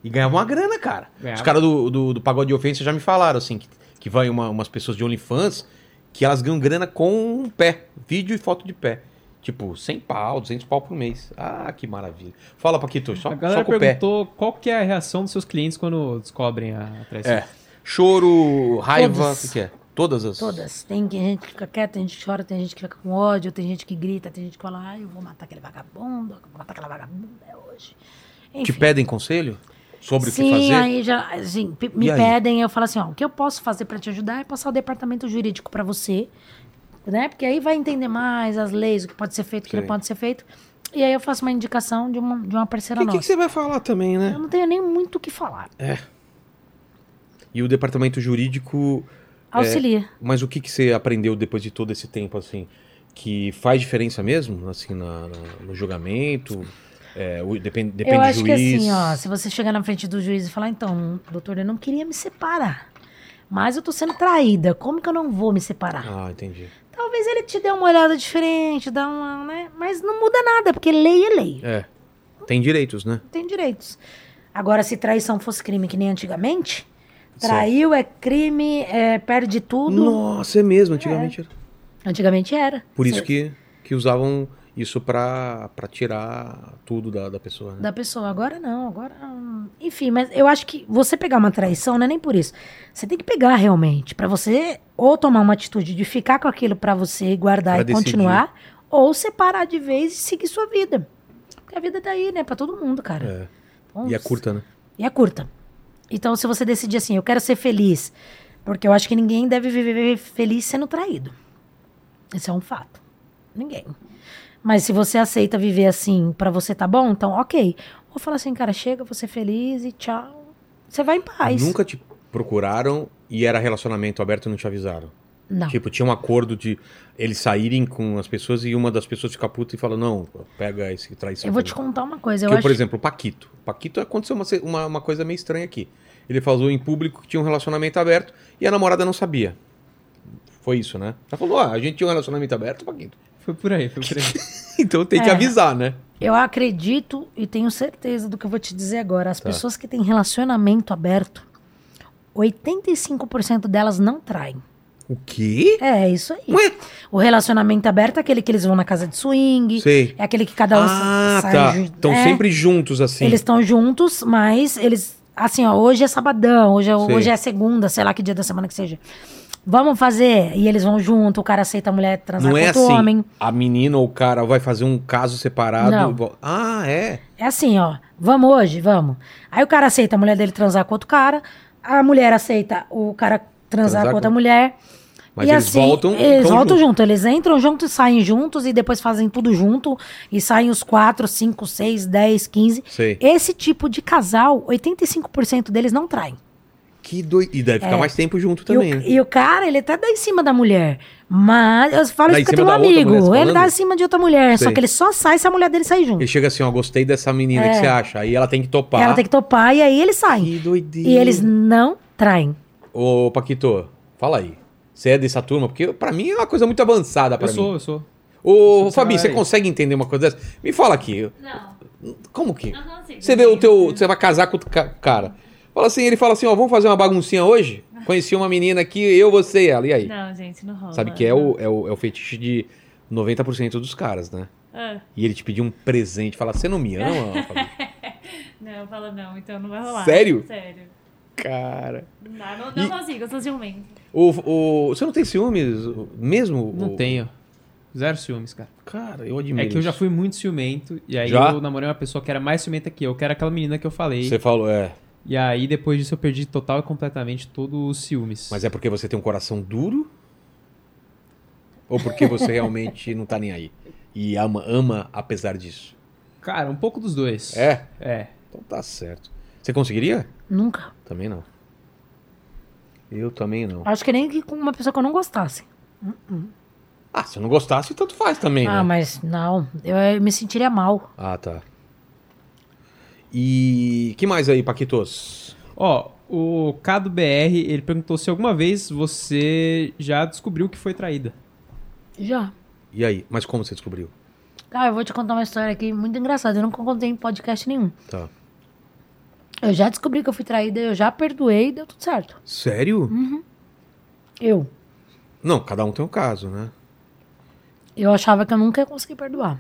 e ganhava uma grana, cara.
Ganhava.
Os caras do, do, do Pagode de Ofensa já me falaram, assim, que, que vai uma- umas pessoas de OnlyFans que elas ganham grana com um pé, vídeo e foto de pé. Tipo, 100 pau, 200 pau por mês. Ah, que maravilha. Fala, Paquito, só,
A
só
galera
com o pé.
perguntou qual que é a reação dos seus clientes quando descobrem a traição.
É. Choro, raiva, o
Todas.
que, que é? Todas as...
Todas. Tem que- gente que fica quieta, tem gente que chora, tem gente que fica com ódio, tem gente que grita, tem gente que fala, ai, eu vou matar aquele vagabundo, eu vou matar aquela vagabunda é hoje.
Te
Enfim.
pedem conselho sobre o
Sim,
que fazer?
aí já, assim, pe- me
E aí?
pedem, eu falo assim, ó, o que eu posso fazer pra te ajudar é passar o departamento jurídico pra você, né? Porque aí vai entender mais as leis, o que pode ser feito, o que
Sim.
não pode ser feito. E aí eu faço uma indicação de uma, de uma
O
parceira
que, é que que
nossa.
você vai falar também, né?
Eu não tenho nem muito o que falar.
E o departamento jurídico,
Auxilia.
mas o que, que você aprendeu depois de todo esse tempo, assim? Que faz diferença mesmo, assim, na- na- no julgamento? É, o- depende depende
eu
do
acho
juiz.
que assim, ó, se você chegar na frente do juiz e falar, então, doutor, eu não queria me separar. Mas eu tô sendo traída, como que eu não vou me separar?
Ah, entendi.
Talvez ele te dê uma olhada diferente, dá uma, né? Mas não muda nada, porque lei é lei.
É. Tem direitos, né?
tem direitos. Agora, se traição fosse crime, que nem antigamente,
Certo.
traiu é crime, é, perde tudo.
Nossa, é mesmo, antigamente era.
Antigamente era.
Por isso
Cê-
que, que usavam isso pra, pra tirar tudo da, da pessoa, né?
Da pessoa. Agora não, agora. hum, Enfim, mas eu acho que você pegar uma traição não é nem por isso. Você tem que pegar realmente. Pra você ou tomar uma atitude de ficar com aquilo pra você guardar
Pra
e continuar, ou separar de vez e seguir sua vida. Porque a vida tá aí, né? Pra todo mundo, cara.
É.
Então,
E é curta, né?
E é curta. Então, se você decidir assim, eu quero ser feliz, porque eu acho que ninguém deve viver feliz sendo traído. Esse é um fato. Ninguém. Mas se você aceita viver assim, pra você tá bom, então ok. Ou fala assim, cara, chega, vou ser feliz e tchau. Você vai em paz.
Nunca te procuraram e era relacionamento aberto e não te avisaram.
Não.
Tipo, tinha um acordo de eles saírem com as pessoas e uma das pessoas fica puta e fala, não, pega esse traição.
eu vou
pra
te
mim."
contar uma coisa. Eu
Que,
acho
por exemplo, o Paquito. O Paquito aconteceu uma, ce- uma, uma coisa meio estranha aqui. Ele falou em público que tinha um relacionamento aberto e a namorada não sabia. Foi isso, né? Ela falou, ah, a gente tinha um relacionamento aberto, Paquito.
Foi por aí, foi por aí.
Então tem que
É.
avisar, né?
Eu acredito e tenho certeza do que eu vou te dizer agora. As
Tá.
pessoas que têm relacionamento aberto, 85% delas não traem.
O quê?
É, isso aí.
Ué?
O relacionamento aberto é aquele que eles vão na casa de swing,
Sei.
é aquele que cada um
Ah,
sa-
tá.
ju-
Estão
é,
sempre juntos, assim.
Eles estão juntos, mas eles. Assim, ó, hoje é sabadão, hoje é,
Sei.
hoje é segunda, sei lá que dia da semana que seja. Vamos fazer. E eles vão junto, o cara aceita a mulher transar
Não
com
é
outro
assim,
homem.
a menina ou o cara vai fazer um caso separado.
Não.
vo- Ah, é?
É assim, ó. Vamos hoje, vamos. Aí o cara aceita a mulher dele transar com outro cara, a mulher aceita o cara transar,
Transar
com outra
com-
mulher.
Mas eles voltam e
assim, Eles
tão
voltam
juntos.
junto. eles entram juntos, saem juntos e depois fazem tudo junto. E saem os 4, 5, 6, 10, 15.
Sei.
Esse tipo de casal, 85% deles não traem.
Que doido. E deve ficar mais tempo junto
É. E o,
também. né?
e o cara, ele até dá em cima da mulher. Mas eu falo
Dá em
isso porque
cima
eu tenho um
da outra
amigo.
mulher, você tá
ele dá
falando?
em cima de outra mulher. Só
Sei.
que ele só sai se a mulher dele sair junto.
Ele chega assim, ó, gostei dessa menina, o que você acha? Aí ela tem que topar.
É. Ela tem que topar e aí ele sai.
Que doideira.
E eles não traem.
Ô, Paquito, fala aí. Você é dessa turma? Porque pra mim é uma coisa muito avançada pra
Eu sou,
mim.
eu sou.
Ô,
sou
Fabi, você
samurai.
consegue entender uma coisa dessa? Me fala aqui,
Não,
como que?
não consigo.
Você vê o teu. Você vai casar com o ca- cara. Fala assim, ele fala assim, ó, vamos fazer uma baguncinha hoje? Conheci uma menina aqui, eu, você e ela. E aí?
Não, gente, não rola.
Sabe que é o, é o, é o fetiche de 90% dos caras, né?
Ah,
E ele te pediu um presente, fala, você não me ama, Fabi?
não, eu falo não, então não vai rolar.
Sério?
Sério.
Cara.
Não, dá, não, não
E-
consigo, eu sou ciumento.
O, o, você não tem ciúmes mesmo?
Não
o,
tenho. Zero ciúmes, cara.
Cara, eu admiro.
É que eu já
isso.
fui muito ciumento. E aí
Já?
eu namorei uma pessoa que era mais ciumenta que eu, que era aquela menina que eu falei.
Você falou, é.
E aí depois disso eu perdi total e completamente todos os ciúmes.
Mas é porque você tem um coração duro? Ou porque você realmente não tá nem aí? E ama, ama apesar disso?
Cara, um pouco dos dois.
É?
É.
Então tá certo. Você conseguiria?
Nunca.
Também não. Eu também não.
Acho que nem que com uma pessoa que eu não gostasse.
Ah, se eu não gostasse, tanto faz também, né?
Ah, mas não. Eu, eu me sentiria mal.
Ah, tá. E que mais aí, Paquitos?
Ó, o Cado BR, ele perguntou se alguma vez você já descobriu que foi traída.
Já.
E aí? Mas como você descobriu?
Ah, eu vou te contar uma história aqui muito engraçada. Eu nunca contei em podcast nenhum.
Tá.
Eu já descobri que eu fui traída, eu já perdoei e deu tudo certo.
Sério?
Hum. Eu.
Não, cada um tem um caso, né?
Eu achava que eu nunca ia conseguir perdoar.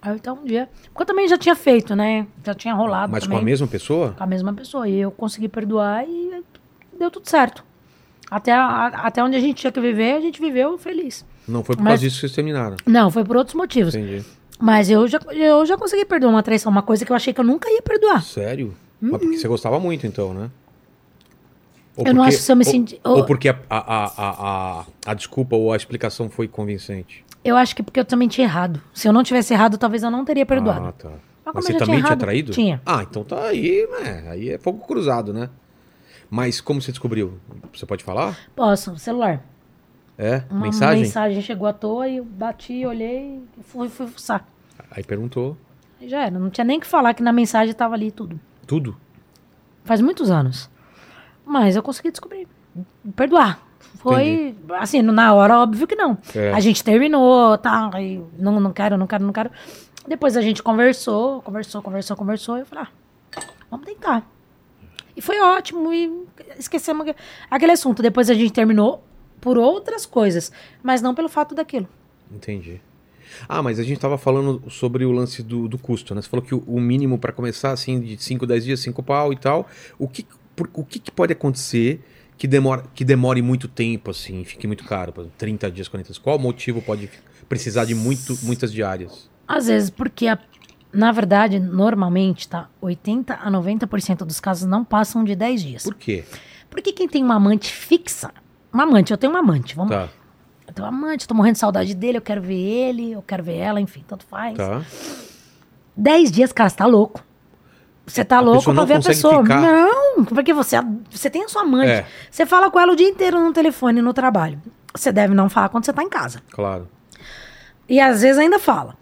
Aí então um dia. Porque eu também já tinha feito, né? Já tinha rolado.
Mas
também.
com a mesma pessoa?
com a mesma pessoa. E eu consegui perdoar e deu tudo certo. Até, a- até onde a gente tinha que viver, a gente viveu feliz.
Não foi por
Mas-
causa disso que vocês terminaram.
Não, foi por outros motivos.
Entendi.
Mas eu já, eu já consegui perdoar uma traição, uma coisa que eu achei que eu nunca ia perdoar.
Sério?
Hum.
Mas porque você gostava muito, então, né? Ou
Eu não
porque-
acho que eu me
ou-
senti-
Ou,
ou-
porque a, a, a, a, a desculpa ou a explicação foi convincente.
Eu acho que porque eu também tinha errado. Se eu não tivesse errado, talvez eu não teria perdoado.
Ah, tá. Mas,
como eu
você
já
também tinha,
errado,
traído?
Tinha.
Ah, então tá aí, né? Aí é fogo cruzado, né? Mas como você descobriu? Você pode falar?
Posso, celular.
É?
Uma
mensagem?
mensagem chegou à toa e eu bati, olhei e fui, fui fuçar.
Aí perguntou.
Aí já era. Não tinha nem que falar que na mensagem tava ali tudo.
Tudo?
Faz muitos anos. Mas eu consegui descobrir. Perdoar. Foi, assim, na hora, óbvio que não.
É.
A gente terminou, tá, aí, não, não quero, não quero, não quero. Depois a gente conversou, conversou, conversou, conversou. E eu falei, ah, vamos tentar. E foi ótimo, e esquecemos aque- aquele assunto. Depois a gente terminou por outras coisas, mas não pelo fato daquilo.
Entendi. Ah, mas a gente tava falando sobre o lance do, do custo, né? Você falou que o, o mínimo para começar, assim, de 5, 10 dias, 5 pau e tal. O que, por- o que, que pode acontecer que, demora, que demore muito tempo, assim, fique muito caro? Por exemplo, 30 dias, 40 dias. Qual motivo pode fi- precisar de muito, muitas diárias?
Às vezes, porque, a- na verdade, normalmente, tá? 80 a 90% dos casos não passam de 10 dias.
Por quê?
Porque quem tem uma amante fixa. Uma amante, eu tenho uma amante. Vamos,
Tá,
Eu tenho um amante, tô morrendo de saudade dele, eu quero ver ele, eu quero ver ela, enfim, tanto faz.
tá.
Dez dias, cara, você tá louco. Você tá
A
louco
pessoa
pra
não
ver a
consegue
pessoa.
ficar.
Não, porque você, é, você tem a sua amante.
É.
Você fala com ela o dia inteiro no telefone, no trabalho. Você deve não falar quando você tá em casa.
Claro.
E às vezes ainda fala.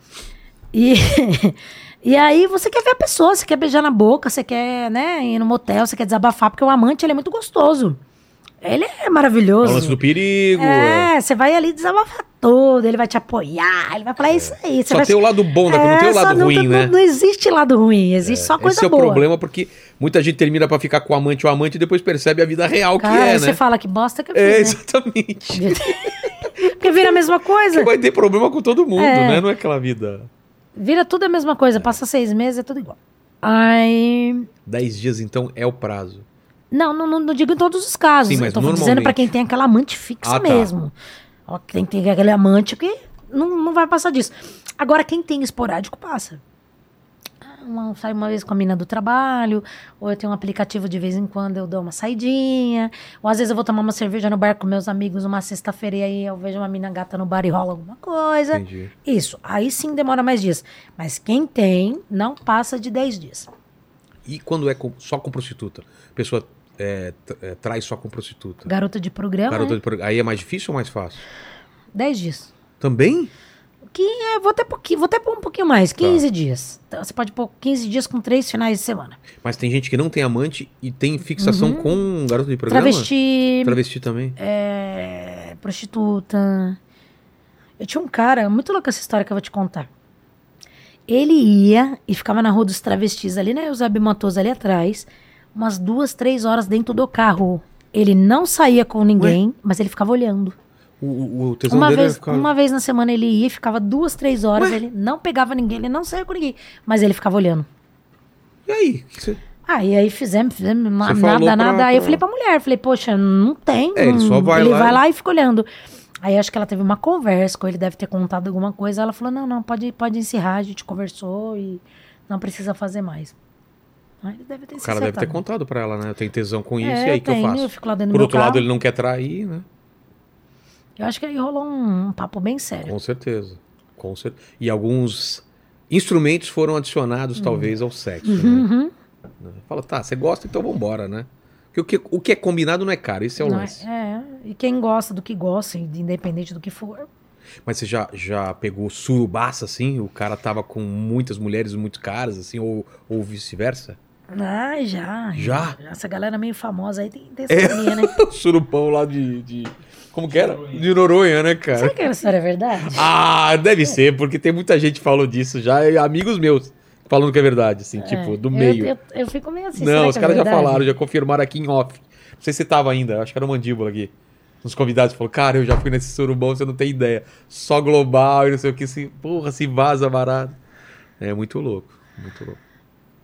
E, e aí você quer ver a pessoa, você quer beijar na boca, você quer né, ir no motel, você quer desabafar, porque o amante ele é muito gostoso. Ele é
É
maravilhoso.
o lance do perigo. é.
É, você vai ali desabafar todo, ele vai te apoiar, ele vai falar "É isso aí. Você
É. Só
vai...
tem o lado bom, da coisa, não tem o
é, só
lado
não
ruim,
tem-
né?
Não, não existe lado ruim, existe só coisa
Esse é o
boa.
problema, porque muita gente termina pra ficar com o amante ou amante e depois percebe a vida real
Cara,
que é,
aí
né?
você fala que bosta que eu
É,
fiz, né?
exatamente.
Porque vira a mesma
Você
coisa.
vai ter problema com todo mundo,
É.
né? Não é aquela vida.
Vira tudo a mesma coisa, passa seis meses, é tudo igual. Aí...
Dez dias, então, é o prazo.
Não, não, não, não digo em todos os casos.
Sim, mas
eu tô dizendo
normalmente.
pra quem tem aquela amante fixa
Ah, tá.
mesmo. Ó, Quem tem aquele amante que não, não vai passar disso. Agora, quem tem esporádico, passa. Ah, uma, saio uma vez com a mina do trabalho, ou eu tenho um aplicativo de vez em quando eu dou uma saidinha, ou às vezes eu vou tomar uma cerveja no bar com meus amigos uma sexta-feira e aí eu vejo uma mina gata no bar e rola alguma coisa.
Entendi.
Isso, aí sim demora mais dias. Mas quem tem, não passa de 10 dias.
E quando é com- só com prostituta? A pessoa é, t- é, traz só com prostituta.
Garota de programa,
Garota
né?
de pro- Aí é mais difícil ou mais fácil?
10 dias.
Também?
Que é, vou até, pouquinho, vou até pôr um pouquinho mais, 15 dias. Então, você pode pôr 15 dias com três finais de semana.
Mas tem gente que não tem amante e tem fixação com garota de programa?
Uhum. Travesti,
Travesti também.
é, prostituta. Eu tinha um cara, muito louco essa história que eu vou te contar. Ele ia e ficava na rua dos travestis ali, né? Os abimantos ali atrás, umas duas, três horas dentro do carro. Ele não saía com ninguém, mas ele ficava olhando.
O, o, o tesão
Uma
dele é
vez,
ficava-
uma vez na semana ele ia e ficava duas, três horas, ele não pegava ninguém, ele não saía com ninguém, mas ele ficava olhando.
E aí? O que você-
Ah, e aí fizemos, fizemos ma-
Você falou
nada,
pra-
nada. Aí eu
pra-
falei pra mulher, falei, poxa, não tem.
É, ele
não-
só vai
Ele
lá
vai
e-
lá e fica olhando. Aí acho que ela teve uma conversa com ele, deve ter contado alguma coisa. Ela falou: não, não, pode, pode encerrar, a gente conversou e não precisa fazer mais. Aí ele deve ter
O
se
cara deve ter
acertado.
contado pra ela, né? Eu tenho tesão com isso,
tá- É,
e aí que eu
tenho,
faço?
fico lá dentro do
Por
meu
outro lado,
carro.
ele não quer trair, né?
Eu acho que aí rolou um, um papo bem sério.
Com certeza. Com cer... E alguns instrumentos foram adicionados, talvez, ao sexo. Né?
Uhum.
Fala, tá, você gosta, então vambora, né? Porque o que, o que é combinado não é caro, esse é o
Não é-
lance.
é, e quem gosta do que gosta, independente do que for.
Mas você já, já pegou surubaça, assim? O cara tava com muitas mulheres muito caras, assim, ou, ou vice-versa?
Ah, já.
Já? É.
Essa galera meio famosa aí tem, tem essa mania, né?
O surubão lá de, de... Como que era? De Noronha, né, cara?
Será que essa história é verdade?
Ah, deve ser, porque tem muita gente que falou disso já, e amigos meus falando que é verdade, assim, tipo,
É,
do
eu-
meio.
Eu, eu fico meio assim. será
Não,
que
os
é
caras já
verdade?
falaram, já confirmaram aqui em off. Não sei se você tava ainda, acho que era o Mandíbula aqui. Os convidados falaram, cara, eu já fui nesse surubão, você não tem ideia. Só global e não sei o que, se, porra, se vaza barato. É muito louco, muito louco.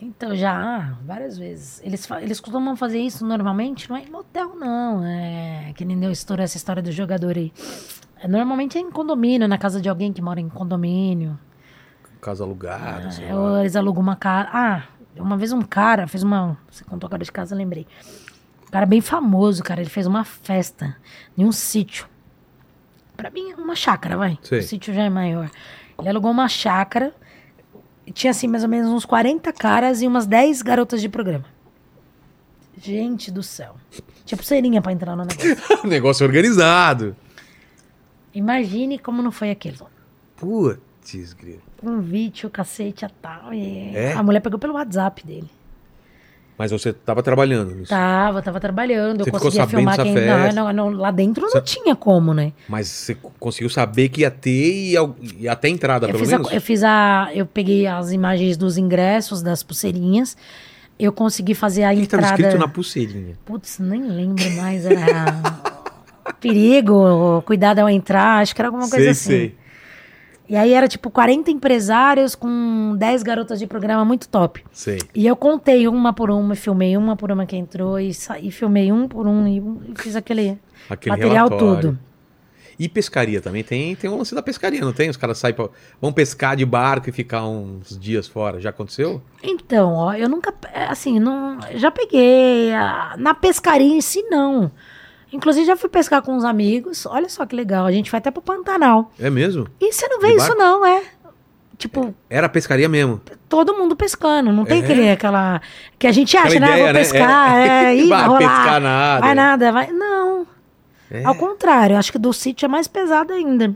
Então, já, várias vezes. Eles, fa- eles costumam fazer isso normalmente, não é em motel, não. É, que nem deu estourou essa história do jogador aí. É, normalmente é em condomínio, na casa de alguém que mora em condomínio.
Casa alugada, sei
É,
lá.
ou eles alugam uma casa. Ah, uma vez um cara fez uma. Você contou agora de casa, eu lembrei. Um cara bem famoso, cara. Ele fez uma festa em um sítio. Pra mim, é uma chácara, vai.
Sei.
O sítio já é maior. Ele alugou uma chácara. E tinha, assim, mais ou menos uns 40 caras e umas 10 garotas de programa. Gente do céu. Tinha pulseirinha pra entrar no negócio.
Negócio organizado.
Imagine como não foi aquilo.
Putz, grilo.
Convite, o cacete, a tal. E
É?
A mulher pegou pelo WhatsApp dele.
Mas você tava trabalhando nisso.
Tava, tava trabalhando,
Você
eu
ficou
conseguia
sabendo
filmar
dessa
quem.
festa?
Não, não, não, lá dentro não tinha como, né?
Mas você co- conseguiu saber que ia ter e, al- e até a entrada,
Eu
pelo
fiz, a,
menos?
eu fiz a. Eu peguei as imagens dos ingressos, das pulseirinhas. Eu consegui fazer a
O que estava
entrada.
escrito na pulseirinha?
Putz, nem lembro mais. Era. Perigo, cuidado ao entrar, acho que era alguma coisa assim. E aí era tipo 40 empresários com 10 garotas de programa muito top.
sei, sei.
E eu contei uma por uma, filmei uma por uma que entrou e, saí, filmei um por um e, e fiz aquele,
Aquele
material
relatório.
todo.
E pescaria também. Tem, tem um lance da pescaria, não tem? Os caras saem pra, vão pescar de barco e ficar uns dias fora. Já aconteceu?
Então, ó, eu nunca, pe- assim, não, já peguei a- na pescaria em si não. Inclusive já fui pescar com uns amigos. Olha só que legal, a gente vai até pro Pantanal.
É mesmo?
E você não vê
De
isso
barco?
não, é? Tipo,
Era pescaria mesmo.
todo mundo pescando, não tem
É.
aquele aquela que a gente acha,
Aquela
né,
ideia,
vou
né?
pescar, é, ih, vai
vai
rolar.
pescar nada. né?"
Vai nada, vai. Não,
É.
ao contrário, acho que do sítio é mais pesado ainda.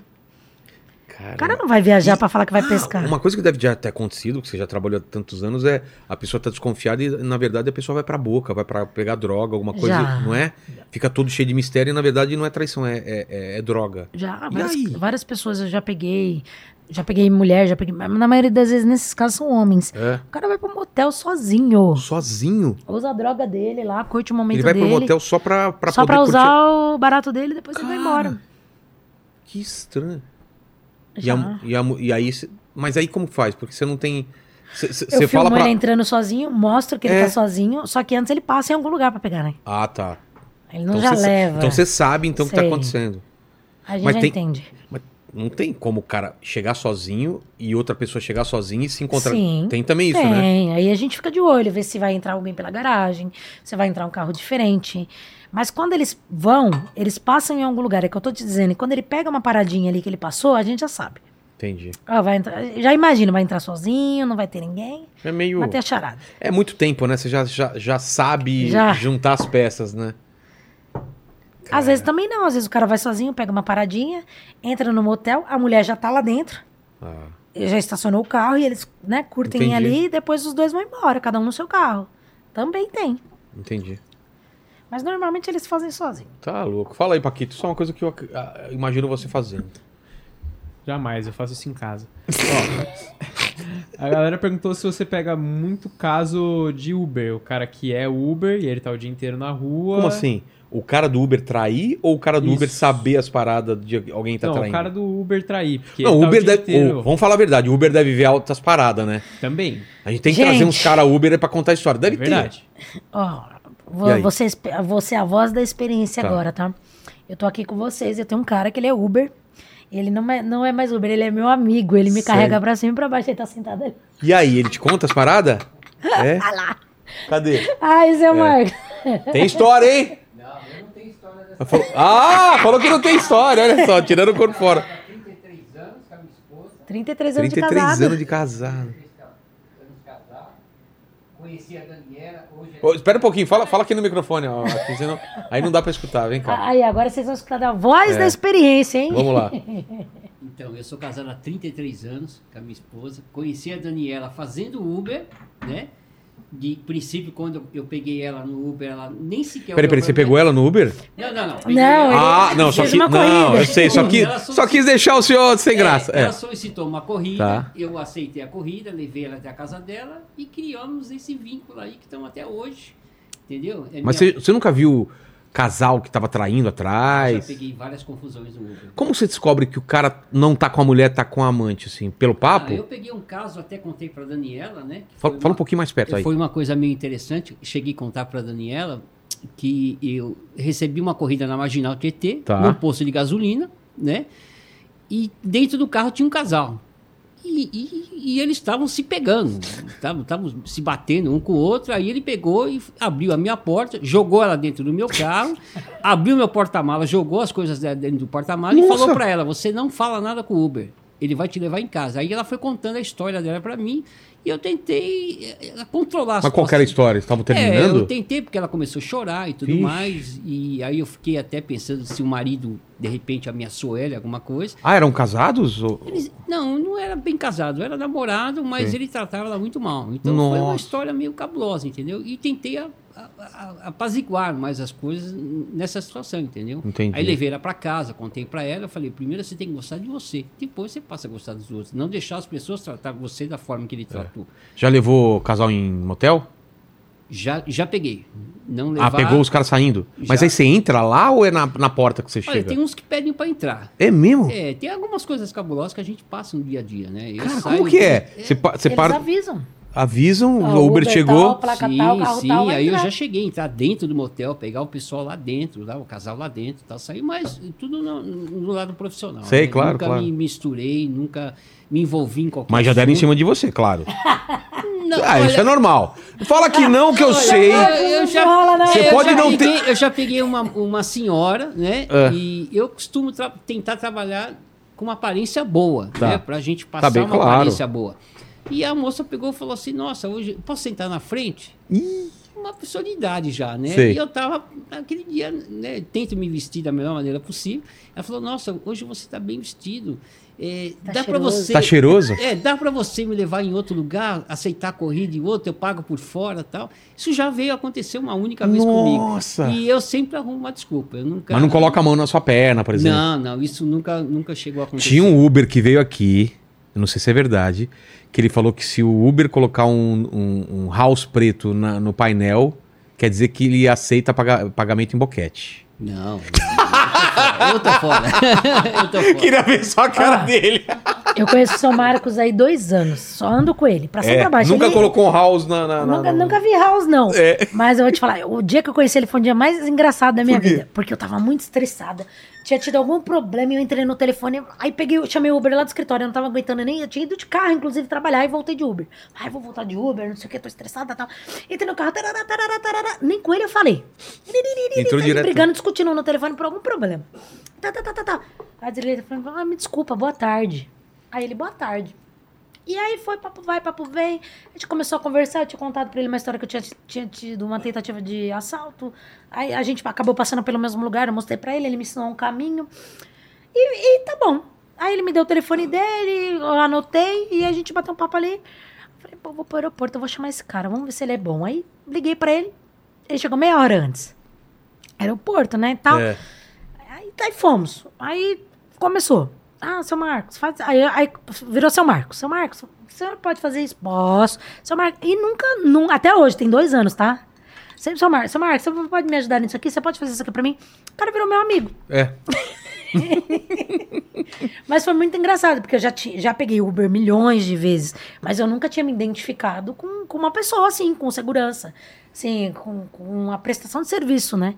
O cara não vai viajar pra falar que vai
ah,
pescar.
Uma coisa que deve já ter acontecido, que você já trabalhou há tantos anos, é a pessoa tá desconfiada e, na verdade, a pessoa vai pra boca, vai pra pegar droga, alguma coisa,
Já.
não é? Fica todo cheio de mistério e, na verdade, não é traição, é, é- é- é droga.
Já,
E
várias,
aí?
várias pessoas eu já peguei. Já peguei mulher, já peguei. Mas na maioria das vezes, nesses casos, são homens.
É.
O cara vai pro motel sozinho.
Sozinho.
Usa a droga dele lá, curte o momento
Ele vai
dele.
pro motel só pra, pra
só
poder
pra
curtir-
usar o barato dele e depois ele vai embora.
Que estranho. E,
Já.
a- e é um- a mu- e aí, cê- mas aí como faz? Porque você não tem. Você
Eu filmo
fala pra.
ele entrando sozinho, mostro que ele
É.
tá sozinho, só que antes ele passa em algum lugar pra pegar, né?
Ah, tá.
Ele não
cê
já
sa-
leva.
Então você sabe então o que tá
É. Sei.
acontecendo.
a
mas
gente já
tem-
entende.
Não tem como o cara chegar sozinho e outra pessoa chegar sozinha e se encontrar.
Sim. É.
Tem também isso, né?
Tem, aí a gente fica de olho, vê se vai entrar alguém pela garagem, se vai entrar um carro diferente. Mas quando eles vão, eles passam em algum lugar, é que eu tô te dizendo, e quando ele pega uma paradinha ali que ele passou, a gente já sabe.
Entendi.
Ah, vai entrar, já imagina, vai entrar sozinho, não vai ter ninguém,
É meio.
vai ter a charada.
É muito tempo, né? Você já, já, já sabe
Já.
juntar as peças, né? Cara,
Às vezes também não, às vezes o cara vai sozinho, pega uma paradinha, entra no motel, a mulher já tá lá dentro,
ah,
já estacionou o carro e eles, né, curtem
Entendi.
ali e depois os dois vão embora, cada um no seu carro. Também tem.
entendi.
Mas normalmente eles fazem sozinho.
Tá louco. Fala aí, Paquito. Só uma coisa que eu ac- ah, imagino você fazendo.
Jamais, eu faço isso em casa. Ó, a galera perguntou se você pega muito caso de Uber. O cara que é Uber e ele tá o dia inteiro na rua.
Como assim? O cara do Uber trair ou o cara do
Isso.
Uber saber as paradas de alguém que tá
não,
traindo?
o cara do Uber trair. Porque
Não,
ele tá
Uber
o dia
deve.
inteiro
ô, vamos falar a verdade, o Uber deve ver altas paradas, né?
Também.
A gente tem que
Gente.
trazer uns caras Uber pra contar a história.
É
Deve ter.
verdade.
Ó,
E
vo-
aí?
você, espe- você é a voz da experiência
Tá.
agora, tá? Eu tô aqui com vocês, eu tenho um cara que ele é Uber. Ele não é, não é mais Uber, ele é meu amigo. Ele me
Sério?
carrega pra cima e pra baixo, ele tá sentado ali.
E aí, ele te conta as paradas? É?
Ah lá.
Cadê?
Ai,
É.
Zé Marcos.
Tem história, hein? Não, não tem história Ah, falou que não tem história, olha só, tirando o corpo fora.
33
33
anos de casado.
anos de casado.
Conheci a Daniela, hoje
Ô, espera um pouquinho, fala, fala aqui no microfone, ó, aqui, senão- aí não dá pra escutar, vem cá.
Aí, agora vocês vão escutar da voz
É.
da experiência, hein?
Vamos lá.
Então, eu sou casado há 33 anos com a minha esposa. Conheci a Daniela fazendo Uber, né? De princípio, quando eu peguei ela no Uber, ela nem sequer.
Peraí, peraí,
olhou pra
você
mim.
pegou ela no Uber?
Não, não, não. Peguei
Não,
ela.
Ah, não, só
Fez
que.
uma
Não,
corrida.
eu sei, só, que, só quis deixar o senhor sem graça.
Ela
É.
solicitou uma corrida,
Tá.
eu aceitei a corrida, levei ela até a casa dela e criamos esse vínculo aí que estamos até hoje. Entendeu? É
Mas
minha-
você, você nunca viu casal que tava traindo
Já
atrás?
peguei várias confusões no Uber.
Como você descobre que o cara não tá com a mulher, tá com a amante, assim? Pelo
Ah, eu
papo?
peguei um caso, até contei pra Daniela, né? que
Fala, fala
foi
um
uma-
pouquinho mais perto aí.
Foi uma coisa meio interessante. Cheguei a contar para Daniela que eu recebi uma corrida na Marginal TT,
Tá.
num posto de gasolina, né? E dentro do carro tinha um casal. E, e- e eles estavam se pegando, estavam- estavam se batendo um com o outro. Aí ele pegou e abriu a minha porta, jogou ela dentro do meu carro, abriu meu porta-mala, jogou as coisas dela dentro do porta-mala e
Nossa!
falou para ela: Você não fala nada com o Uber, ele vai te levar em casa. Aí ela foi contando a história dela para mim e eu tentei eh, eh, controlar as
Mas qual que era a história? Eles estavam terminando?
é, eu tentei porque ela começou a chorar e tudo
Vixe.
mais. E aí eu fiquei até pensando se o marido, de repente, ameaçou ela, alguma coisa.
Ah, eram casados? Ou-
Eles- não, não era bem casado, era namorado, mas
Sim.
ele tratava ela muito mal. Então foi uma
Nossa.
história meio cabulosa, entendeu? E tentei a- a- a- apaziguar mais as coisas nessa situação, entendeu?
Entendi.
Aí levei ela pra casa, contei pra ela, eu falei, primeiro você tem que gostar de você, depois você passa a gostar dos outros. Não deixar as pessoas tratar você da forma que
É.
ele tratou.
Já levou casal em motel?
Já, já peguei. Não
Ah,
levar...
pegou os caras saindo. Mas
Já.
aí você entra lá ou é na, na porta que você
Olha,
chega?
tem uns que pedem pra entrar.
É mesmo?
É, tem algumas coisas cabulosas que a gente passa no dia a dia, né? Eu
Cara,
saio-
como que é? Você, pa- você
Eles
para,
avisam.
avisam,
Ó,
o Uber, chegou.
Tal, placa
sim,
tal, carro
sim,
tal, vai
aí eu
entrar.
já cheguei a entrar dentro do motel, pegar o pessoal lá dentro, lá, o casal lá dentro, tal, sair, mas tudo no, no lado profissional.
Sei,
né?
claro,
Nunca
claro.
me misturei, nunca me envolvi em qualquer
Mas já deram em
assunto.
cima de você, claro.
Não,
ah, isso é
olha,
normal. Fala que não, que eu sei.
eu
Não
já-
rola, né? não.
Você
eu
pode
já
não ter-
peguei- Eu já peguei uma, uma senhora, né?
É.
E eu costumo tra- tentar trabalhar com uma aparência boa,
Tá.
né? Pra gente passar
bem
uma
claro.
aparência boa. E a moça pegou e falou assim: Nossa, hoje posso sentar na frente? Uma pessoa de idade já, né?
Sei.
E eu tava, naquele dia, né? Tento me vestir da melhor maneira possível. Ela falou: Nossa, hoje você tá bem vestido. É,
Tá
dá para
cheiroso.
você.
Tá cheiroso?
É, dá pra você me levar em outro lugar, aceitar a corrida em outro, eu pago por fora tal. Isso já veio acontecer uma única vez
Nossa!
comigo. E eu sempre arrumo uma desculpa. Eu nunca,
Mas não coloca a mão na sua perna, por exemplo.
Não, não, isso nunca, nunca chegou a acontecer.
Tinha um Uber que veio aqui, eu não sei se é verdade, que ele falou que se o Uber colocar um, um- um house preto na- no painel, quer dizer que ele aceita paga- pagamento em boquete.
Não. Eu tô fora. Eu tô fora. Eu tô fora.
ver só a cara
Ah.
dele.
Eu conheço o São Marcos aí dois anos. Só ando com ele, pra cima e pra baixo.
É, nunca
Ele-
colocou um house na. na- na-
Nunca,
na-
nunca vi House, não.
É.
Mas eu vou te falar, o dia que eu conheci ele foi um dia mais engraçado da minha vida. Porque eu tava muito estressada. Tinha tido algum problema e eu entrei no telefone. Aí peguei, eu chamei o Uber lá do escritório, eu não tava aguentando nem. Eu tinha ido de carro, inclusive, trabalhar e voltei de Uber. Ai, vou voltar de Uber, não sei o que, tô estressada e tal. Entrei no carro, tarará, tarará, tarará. nem com ele eu falei.
Entrou
Tá
direto.
brigando, discutindo no telefone por algum problema. Tá, tá, tá, tá, tá. Aí ele falou, ah, me desculpa, boa tarde. Aí ele, boa tarde. E aí foi, papo vai, papo vem. A gente começou a conversar, eu tinha contado pra ele uma história que eu tinha, tinha tido uma tentativa de assalto. Aí a gente acabou passando pelo mesmo lugar, eu mostrei pra ele, ele me ensinou um caminho. E, e tá bom. Aí ele me deu o telefone dele, eu anotei e a gente bateu um papo ali. Falei, pô, vou pro aeroporto, eu vou chamar esse cara, vamos ver se ele é bom. Aí liguei pra ele, ele chegou meia hora antes. Aeroporto, né, e tal.
É.
Aí, aí fomos. Aí começou. Ah, seu Marcos, faz. Aí, aí virou seu Marcos. Seu Marcos, o senhor pode fazer isso? Posso. Seu Marcos. E nunca, nun- até hoje, tem dois anos, tá? Sempre, seu Marcos, seu Marcos, você pode me ajudar nisso aqui? Você pode fazer isso aqui pra mim? O cara virou meu amigo.
É.
Mas foi muito engraçado, porque eu já, ti- já peguei Uber milhões de vezes, mas eu nunca tinha me identificado com, com uma pessoa assim, com segurança, assim, com, com a prestação de serviço, né?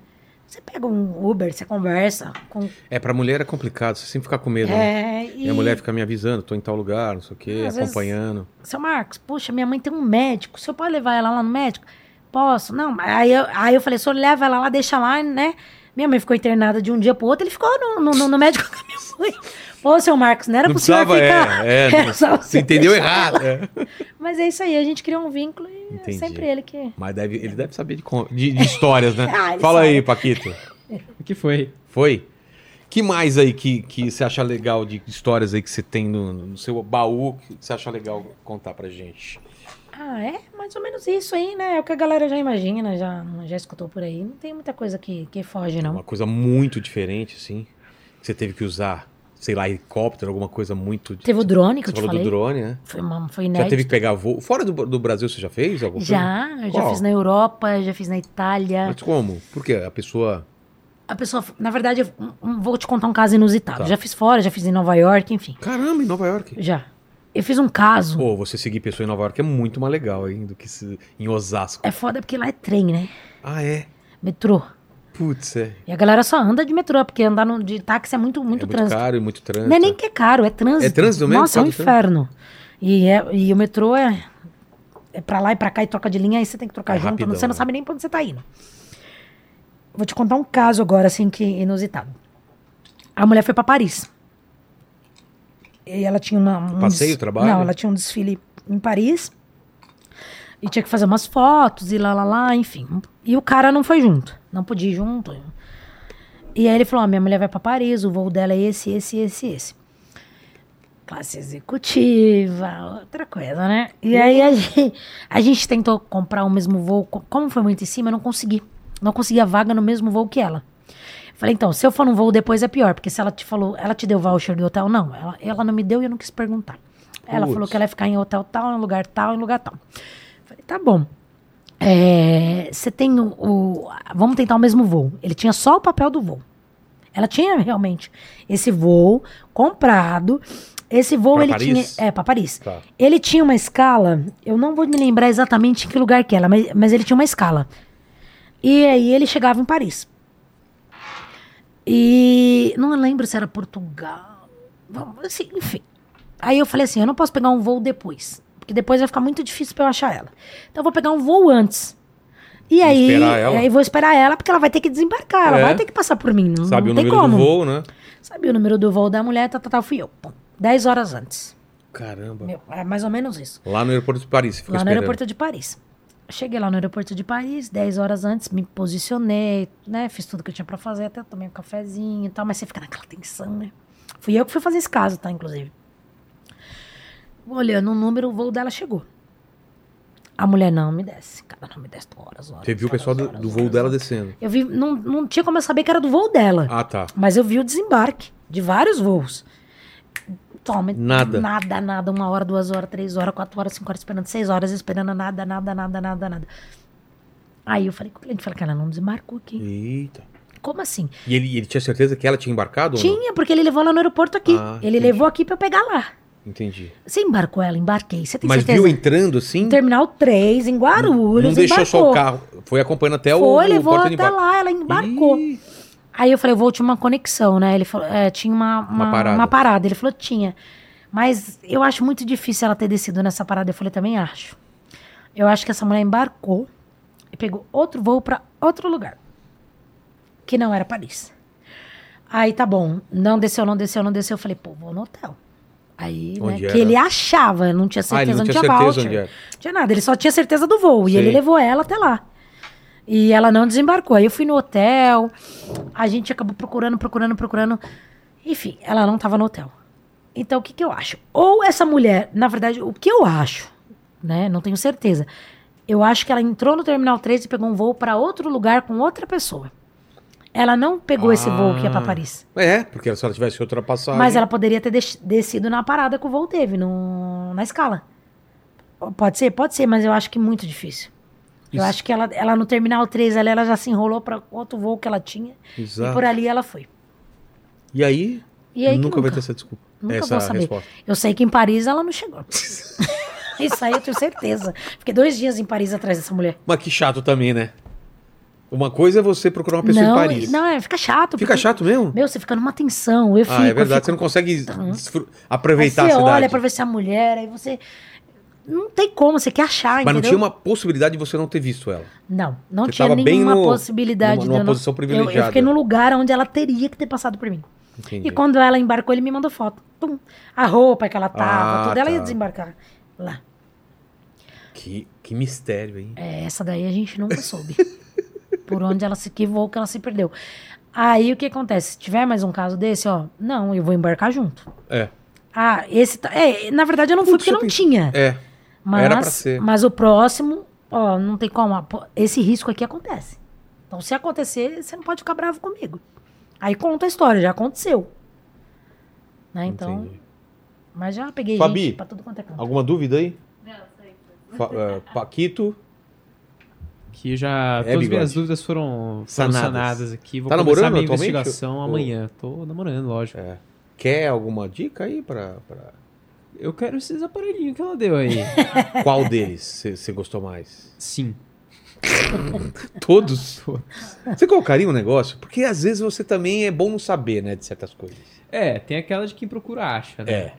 Você pega um Uber, você conversa com.
É, pra mulher é complicado, você sempre fica com medo, né?
É,
E a mulher fica me avisando, tô em tal lugar, não sei o quê,
Às vezes-
acompanhando.
Seu Marcos, puxa, minha mãe tem um médico. O senhor pode levar ela lá no médico? Posso? Não. mas Aí eu, aí eu falei, o senhor leva ela lá, deixa lá, né? Minha mãe ficou internada de um dia pro outro, ele ficou no, no- no- no médico com a minha mãe. Pô, seu Marcos, não era
Não
pro senhor
precisava,
ficar.
é, é,
Era
não-
só o
Você
senhor
entendeu
deixar
errado.
ela.
é.
Mas é isso aí, a gente criou um vínculo e
Entendi.
é sempre ele que.
Mas deve- ele deve saber de, con- de- de histórias, né?
Ah, ele
Fala
sabe.
aí, Paquito.
O que foi?
Foi? Que mais aí que, que você acha legal de histórias aí que você tem no, no seu baú que você acha legal contar pra gente?
Ah, é mais ou menos isso aí, né? É o que a galera já imagina, já, já escutou por aí. Não tem muita coisa que, que foge, não.
Uma coisa muito diferente, assim. Que você teve que usar, sei lá, helicóptero, alguma coisa muito. de-
Teve o drone que
Você
eu te
falou
falei.
do drone, né?
Foi, uma, foi
Já
inédito.
teve que pegar voo. Fora do, do Brasil você já fez alguma coisa?
Já, eu já
Qual?
fiz na Europa, já fiz na Itália.
Mas como? Por quê? A pessoa.
A pessoa, na verdade, eu- um- um- vou te contar um caso inusitado.
Tá.
Já fiz fora, já fiz em Nova York, enfim.
Caramba, em Nova York.
Já. Eu fiz um caso.
Pô, você seguir pessoa em Nova York é muito mais legal, hein? Do que se- em Osasco.
É foda porque lá é trem, né?
Ah, é?
Metrô.
Putz, é.
E a galera só anda de metrô, porque andar no- de táxi é muito, muito
é muito
trânsito.
caro e muito trânsito.
Não é nem que é caro, é trânsito.
tá. É trânsito mesmo?
Nossa, é um
Por causa do
inferno. E, é- e o metrô é, é pra lá e pra cá e troca de linha, aí você tem que trocar
É
junto,
rapidão,
você não
né?
sabe nem pra onde você tá indo. Vou te contar um caso agora, assim, que inusitado. A mulher foi pra Paris. E ela tinha uma. Um
passeio,
des-
trabalho?
Não, ela tinha um desfile em Paris. E tinha que fazer umas fotos e lá, lá, lá, enfim. E o cara não foi junto. Não podia ir junto. E aí ele falou: ó, minha mulher vai pra Paris, o voo dela é esse, esse, esse, esse. Classe executiva, outra coisa, né? E aí a gente, a gente tentou comprar o mesmo voo. Co- Como foi muito em cima, eu não consegui. Não consegui a vaga no mesmo voo que ela. Falei, então, se eu for num voo depois é pior, porque se ela te falou, ela te deu voucher do hotel, não. Ela, ela não me deu e eu não quis perguntar. Ela
Putz.
falou que ela ia ficar em hotel tal, em lugar tal, em lugar tal. Falei, tá bom. É, Você tem o, o- Vamos tentar o mesmo voo. Ele tinha só o papel do voo. Ela tinha realmente esse voo comprado. Esse voo
Pra
ele
Paris?
tinha. É, pra Paris.
Tá.
Ele tinha uma escala, eu não vou me lembrar exatamente em que lugar que era, mas, mas ele tinha uma escala. E aí ele chegava em Paris. E não lembro se era Portugal. vamos- assim, enfim. Aí eu falei assim: eu não posso pegar um voo depois. Porque depois vai ficar muito difícil pra eu achar ela. Então eu vou pegar um voo antes. E
Vou
aí,
esperar ela.
aí vou esperar ela, porque ela vai ter que desembarcar, ela
É.
vai ter que passar por mim. Não,
Sabe
não
o
tem
número
como.
do voo, né?
Sabe o número do voo da mulher, tá, tá, tá, fui eu. Pum, 10 horas antes.
Caramba.
Meu, é mais ou menos isso.
Lá no aeroporto de Paris, você ficou
Lá no
esperando.
aeroporto de Paris. Cheguei lá no aeroporto de Paris, 10 horas antes, me posicionei, né? Fiz tudo que eu tinha pra fazer, até tomei um cafezinho e tal, mas você fica naquela tensão, né? Fui eu que fui fazer esse caso, tá? Inclusive. Olhando o número, o voo dela chegou. A mulher não me desce. Cara, não me desce horas, horas.
Você viu o
horas,
pessoal do,
horas,
do
horas,
voo dela
horas.
descendo.
Eu vi, não, não tinha como eu saber que era do voo dela.
Ah, tá.
Mas eu vi o desembarque de vários voos. Toma,
Nada.
Nada, nada. Uma hora, duas horas, três horas, quatro horas, cinco horas esperando, seis horas esperando, nada, nada, nada, nada, nada. Aí eu falei com o cliente, falei, cara, não desembarcou aqui.
Eita.
Como assim?
E ele, ele tinha certeza que ela tinha embarcado? ou não?
Tinha, porque ele levou ela no aeroporto aqui.
Ah,
ele
entendi.
levou aqui pra eu pegar lá.
Entendi.
Você embarcou ela, embarquei. Você tem
Mas
certeza?
viu entrando assim?
Terminal 3, em Guarulhos,
não deixou só
embarcou.
o carro. Foi acompanhando até o.
Foi, levou
portão
até
de embarque.
lá, ela embarcou.
Ih,
Aí eu falei, eu vou, tinha uma conexão, né? Ele falou, é, tinha uma, uma, uma
parada.
parada. Ele falou, tinha. Mas eu acho muito difícil ela ter descido nessa parada. Eu falei, também acho. Eu acho que essa mulher embarcou e pegou outro voo pra outro lugar. Que não era Paris. Aí tá bom, não desceu, não desceu, não desceu. Eu falei, pô, vou no hotel. Aí, né,
Onde era?
que ele achava, não tinha
Ah, ele não
certeza, não,
tinha
tinha
certeza
voucher.
onde era.
Não tinha nada, ele só tinha certeza do voo. E
Sim.
ele levou ela até lá. E ela não desembarcou. Aí eu fui no hotel, a gente acabou procurando, procurando, procurando. Enfim, ela não estava no hotel. Então, o que, que eu acho? Ou essa mulher, na verdade, o que eu acho, né? Não tenho certeza. Eu acho que ela entrou no Terminal 3 e pegou um voo para outro lugar com outra pessoa. Ela não pegou esse voo que ia
Ah.
para Paris.
É, porque se ela tivesse ultrapassado.
Mas ela poderia ter des- descido na parada que o voo teve, no, na escala. Pode ser? Pode ser, mas eu acho que muito difícil. Eu
Isso.
acho que ela, ela no Terminal 3 ali, ela já se enrolou para outro voo que ela tinha. E
Exato.
por ali ela foi.
E aí,
E aí que
nunca, vai ter
nunca.
essa desculpa.
Nunca
essa
vou saber.
resposta.
Eu sei que em Paris ela não chegou. Isso aí eu tenho certeza. Fiquei dois dias em Paris atrás dessa mulher.
Mas que chato também, né? Uma coisa é você procurar uma pessoa
não,
em Paris.
Não, é, fica chato.
Fica
porque-
chato mesmo?
Meu, você fica numa tensão. Eu fico.
ah, é
eu
verdade.
fico-
Você não consegue
Então,
desfru-
Aí
aproveitar
você
a cidade.
olha pra ver se é a mulher, aí você. Não tem como, você quer
Mas não
achar, tá, entendeu?
tinha uma possibilidade de você não ter visto ela.
Não, não
Você
tinha
tava bem
nenhuma
no-
possibilidade
numa-
de
numa
eu não-
posição
eu- Eu,
privilegiada.
fiquei num lugar onde ela teria que ter passado por mim.
Entendi.
E quando ela embarcou, ele me mandou foto. Tum. A roupa que ela tava,
Ah,
tudo. Ela
tá.
ia desembarcar lá.
Que, que mistério, hein?
É, essa daí a gente nunca soube. por onde ela se que voo que ela se perdeu. Aí o que acontece? Se tiver mais um caso desse, ó, não, eu vou embarcar junto.
É.
Ah, esse. tá- É, na verdade eu não fui
Putz,
porque
eu
não
pensei-
tinha.
É.
Mas,
Era pra ser.
mas o próximo, ó, não tem como. Pô, Esse risco aqui acontece. Então, se acontecer, você não pode ficar bravo comigo. Aí conta a história, já aconteceu. Né, então,
entendi.
mas já peguei
Fabi,
gente pra tudo quanto é canto.
Alguma dúvida aí?
Não, sei.
Fa- eh, Paquito?
Que
É,
já. todas as minhas
bigode.
dúvidas foram, foram
Sanadas.
sanadas. aqui. Vou
Tá
começar
namorando
a minha
atualmente?
investigação
Ou-
amanhã. Tô namorando, lógico.
É. Quer alguma dica aí pra. pra-
Eu quero esses aparelhinhos que ela deu aí.
Qual deles você gostou mais?
Sim.
Todos? Você colocaria um negócio? Porque às vezes você também é bom não saber, né, de certas coisas.
É, tem aquela de quem procura acha, né?
É.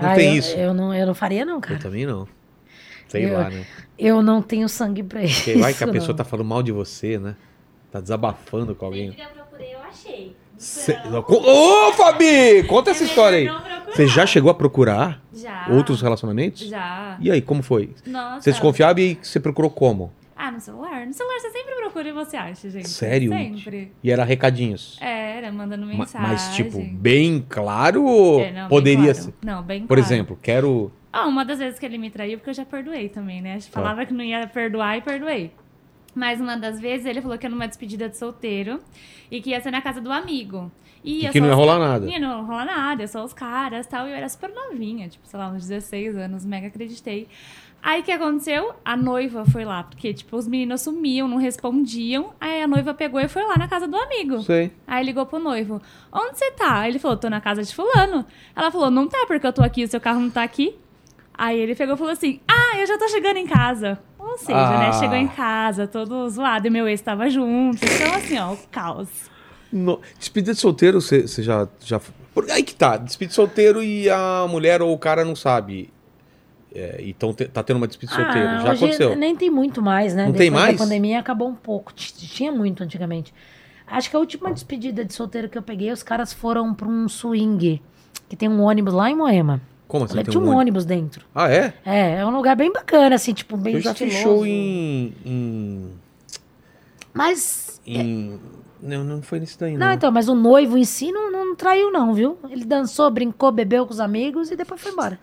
Não tem
eu,
isso.
Eu não, eu não faria, não,
É, Eu
cara.
também não. Sei
Eu-
lá, né?
Eu não tenho sangue pra isso.
Porque vai que a
não.
pessoa tá falando mal de você, né? Tá desabafando com
Sempre
alguém.
que eu procurei, eu achei.
Cê-
Então,
Ô, Fabi! Conta
é
essa história aí.
melhor não procurar.
Você já chegou a procurar
Já.
outros relacionamentos?
Já.
E aí, como foi?
Nossa.
Você desconfiava e você procurou como?
Ah, no celular? No celular você sempre procura e você acha, gente.
Sério?
Sempre.
E era recadinhos.
Era, mandando
Ma-
É, mensagem.
Mas, tipo, bem claro ou
É, não, bem
poderia
claro.
ser.
Não, bem
Por
claro.
exemplo, quero.
Ah, uma das vezes que ele me traiu, porque eu já perdoei também, né?
Tá.
Falava que não ia perdoar e perdoei. Mas uma das vezes ele falou que era numa despedida de solteiro e que ia ser na casa do amigo.
E
eu
que
só
não ia
os-
rolar nada.
E não rola nada, eu só os caras tal. E eu era super novinha, tipo, sei lá, uns 16 anos, mega acreditei. Aí o que aconteceu? A noiva foi lá, porque, tipo, os meninos sumiam, não respondiam. Aí a noiva pegou e foi lá na casa do amigo.
Não sei.
Aí ligou pro noivo: Onde você tá? Ele falou: Tô na casa de Fulano. Ela falou: Não tá, porque eu tô aqui, o seu carro não tá aqui. Aí ele pegou e falou assim: Ah, eu já tô chegando em casa. Ou seja,
Ah.
né? Chegou em casa, todo zoado, e meu ex tava junto. Então, assim, ó, o caos.
No- Despedida de solteiro, você você já, já. Por- Aí que tá. Despedida de solteiro e a mulher ou o cara não sabe. É, então te- tá tendo uma despedida de solteiro.
Ah,
já
hoje
é,
aconteceu.
Nem tem muito mais, né?
Não tem
Depois
mais?
Da pandemia acabou um pouco. T- Tinha muito antigamente. Acho que a última despedida de solteiro que eu peguei, os caras foram pra um swing. Que tem um ônibus lá em Moema.
Como
Eu
É
assim?
lembro
Tem
de um
ônibus?
ônibus dentro.
Ah, é?
É, é um lugar bem bacana, assim, tipo, bem
Eu já fiz
estiloso.
show em. em,
Mas.
em- Não, não foi nisso daí, não.
É. Não, então, mas o noivo em si não, não traiu, não, viu? Ele dançou, brincou, bebeu com os amigos e depois foi embora.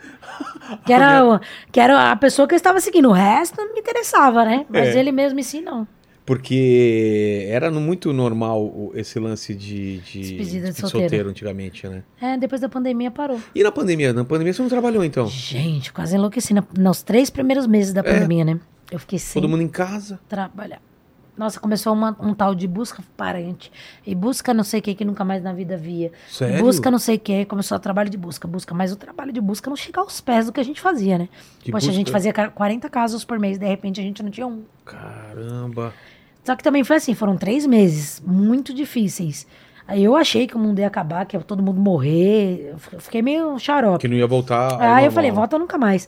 Que era, o- que era a pessoa que eu estava seguindo. O resto não me interessava, né? Mas
É.
ele mesmo em si, não.
Porque era no- muito normal o- esse lance de, de
Despedida de
solteiro.
solteiro
antigamente, né?
É, depois da pandemia parou.
E na pandemia? Na pandemia você não trabalhou, então?
Gente, quase enlouqueci. Na- Nos três primeiros meses da pandemia, né? Eu fiquei sem
É. Todo mundo em casa.
trabalhar. Nossa, começou uma- um tal de busca parente. E busca não sei o que que nunca mais na vida via.
Sério?
Busca não sei o que. Começou o trabalho de busca, busca. Mas o trabalho de busca não chega aos pés do que a gente fazia, né?
De
Poxa, a gente
busca.
fazia ca- 40 casos por mês. De repente a gente não tinha um.
Caramba.
Só que também foi assim, foram três meses muito difíceis. Aí eu achei que o mundo ia acabar, que ia todo mundo morrer. Eu f- fiquei meio xarope.
Que não ia voltar. ao
Aí
normal.
Ah, eu falei, volta nunca mais.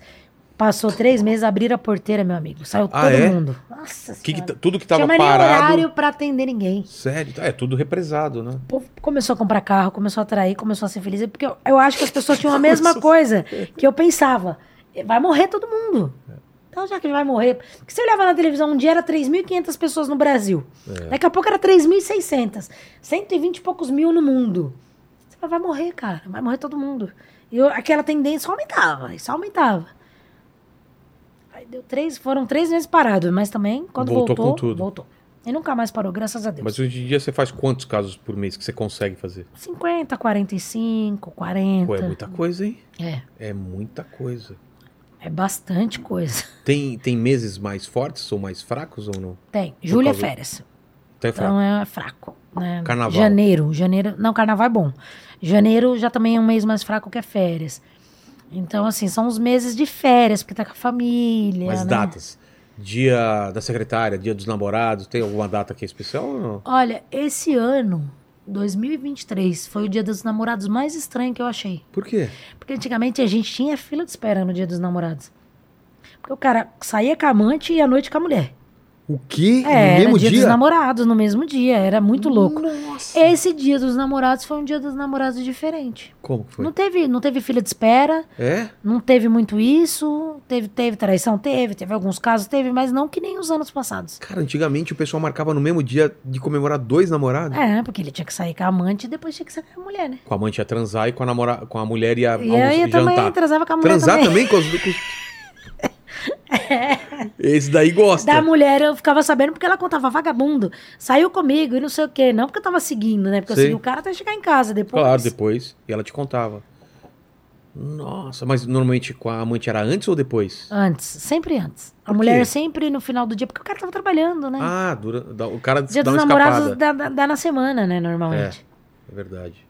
Passou três meses, abriram a porteira, meu amigo. Saiu
Ah,
todo
é?
mundo. Nossa
Que que
Senhora.
tá- tudo que
Não
tava
tinha mais nem
parado.
horário pra atender ninguém.
Sério, é tudo represado, né?
O povo começou a comprar carro, começou a atrair, começou a ser feliz. Porque eu, eu acho que as pessoas tinham a mesma coisa que eu pensava. Vai morrer todo mundo. Então, já que vai morrer. Porque você olhava na televisão, um dia era 3.500 pessoas no Brasil.
É.
Daqui a pouco era 3.600. 120 e poucos mil no mundo. Você fala, vai morrer, cara. Vai morrer todo mundo. E eu- aquela tendência só aumentava. E só aumentava. Aí deu três, foram três meses parados. Mas também, quando
Voltou
voltou,
com tudo.
voltou. E nunca mais parou, graças a Deus.
Mas hoje em dia você faz quantos casos por mês que você consegue fazer?
50, 45, 40.
Pô, é muita coisa, hein?
É,
É muita coisa.
é bastante coisa.
Tem, tem meses mais fortes ou mais fracos ou não?
Tem. Júlia é
causa-
férias.
Então é fraco.
Então é fraco. Né?
Carnaval.
Janeiro, janeiro. Não, carnaval é bom. Janeiro já também é um mês mais fraco que é férias. Então, assim, são os meses de férias, porque tá com a família.
Mas
né?
datas. Dia da secretária, dia dos namorados, tem alguma data aqui especial ou não?
Olha, esse ano, 2023, foi o dia dos namorados mais estranho que eu achei.
Por quê?
Porque antigamente a gente tinha fila de espera no dia dos namorados. Porque o cara saía com a amante e à noite com a mulher.
O quê? no
É, era
mesmo
dia,
dia?
dos namorados, no mesmo dia. Era muito louco. É,
Nossa.
Esse dia dos namorados foi um dia dos namorados diferente.
Como que foi?
Não teve, não teve fila de espera,
É?
não teve muito isso. Teve, teve traição? Teve, teve alguns casos, teve, mas não que nem os anos passados.
Cara, antigamente o pessoal marcava no mesmo dia de comemorar dois namorados.
É, porque ele tinha que sair com a amante e depois tinha que sair com a mulher, né?
Com a amante ia transar e com a, namora... com a mulher ia
E
almoçar-
aí também
jantar.
transava com a mulher
Transar
também.
também,
É.
com, os, com os- Esse daí gosta.
Da mulher eu ficava sabendo porque ela contava vagabundo, saiu comigo e não sei o quê. Não porque eu tava seguindo, né? Porque
Sim.
eu segui o cara até chegar em casa depois.
Claro, depois. E ela te contava. Nossa, mas normalmente com a amante era antes ou depois?
Antes, sempre antes.
Por
A
quê?
mulher é sempre no final do dia, porque o cara tava trabalhando, né?
Ah, dura, dá- o cara
dia
dá
dos
uma
namorados
escapada.
dá, dá- dá na semana, né? Normalmente.
É verdade.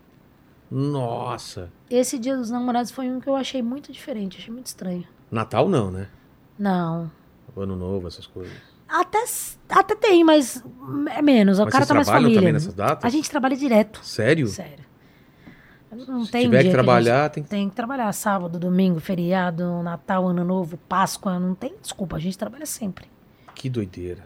Nossa.
Esse dia dos namorados foi um que eu achei muito diferente, achei muito estranho.
Natal não, né?
Não.
Ano novo, essas coisas.
Até, s- até tem, mas é menos. O
mas
cara
vocês
tá mais
trabalham também
família.
nessas datas?
A gente trabalha direto.
Sério?
Sério. Não
Se
tem
tiver que
dia a gente
trabalhar, tem que...
Tem que trabalhar sábado, domingo, feriado, Natal, Ano Novo, Páscoa, não tem desculpa, a gente trabalha sempre.
Que doideira.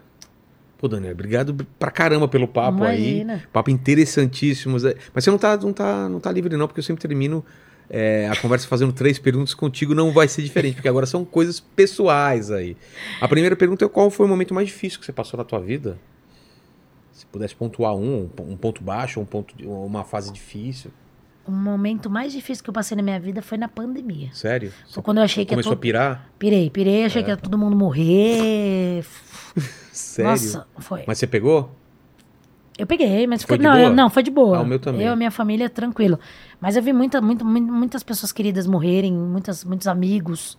Pô, Daniel, obrigado pra caramba pelo papo aí.
Imagina.
Papo interessantíssimo. Zé. Mas você não tá, não tá, não tá livre, não, porque eu sempre termino é, a conversa fazendo três perguntas contigo, não vai ser diferente, porque agora são coisas pessoais aí. A primeira pergunta é qual foi o momento mais difícil que você passou na tua vida? Se pudesse pontuar um, um po- um ponto baixo, um ponto, de- uma fase difícil.
O momento mais difícil que eu passei na minha vida foi na pandemia.
Sério? Você
Foi quando eu achei que ia
começou a
todo...
pirar?
pirei, pirei, achei que ia todo mundo morrer.
Sério?
Nossa, foi.
Mas você pegou?
Eu peguei, mas
Foi
foi,
de
não,
boa?
eu- não, foi de boa.
Ah, o meu também.
Eu e minha família tranquilo. Mas eu vi muita, muito, muito- muitas pessoas queridas morrerem, muitas, muitos amigos,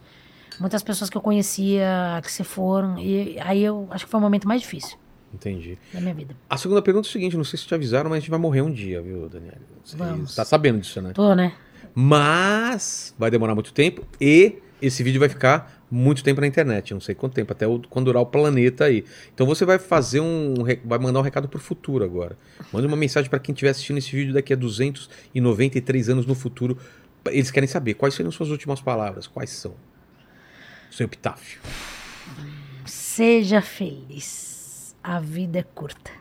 muitas pessoas que eu conhecia que se foram e aí eu acho que foi o momento mais difícil
Entendi.
da minha vida.
A segunda pergunta é o seguinte, não sei se te avisaram, mas a gente vai morrer um dia, viu, Daniel? Você
Vamos.
tá sabendo disso, né?
Tô, né?
Mas vai demorar muito tempo e esse vídeo vai ficar muito tempo na internet, não sei quanto tempo, até o- quando durar o planeta aí. Então você vai fazer um, re- vai mandar um recado pro futuro agora. Manda uma mensagem para quem estiver assistindo esse vídeo daqui a 293 anos no futuro. Eles querem saber quais seriam suas últimas palavras, quais são? Seu epitáfio.
Seja feliz. A vida é curta.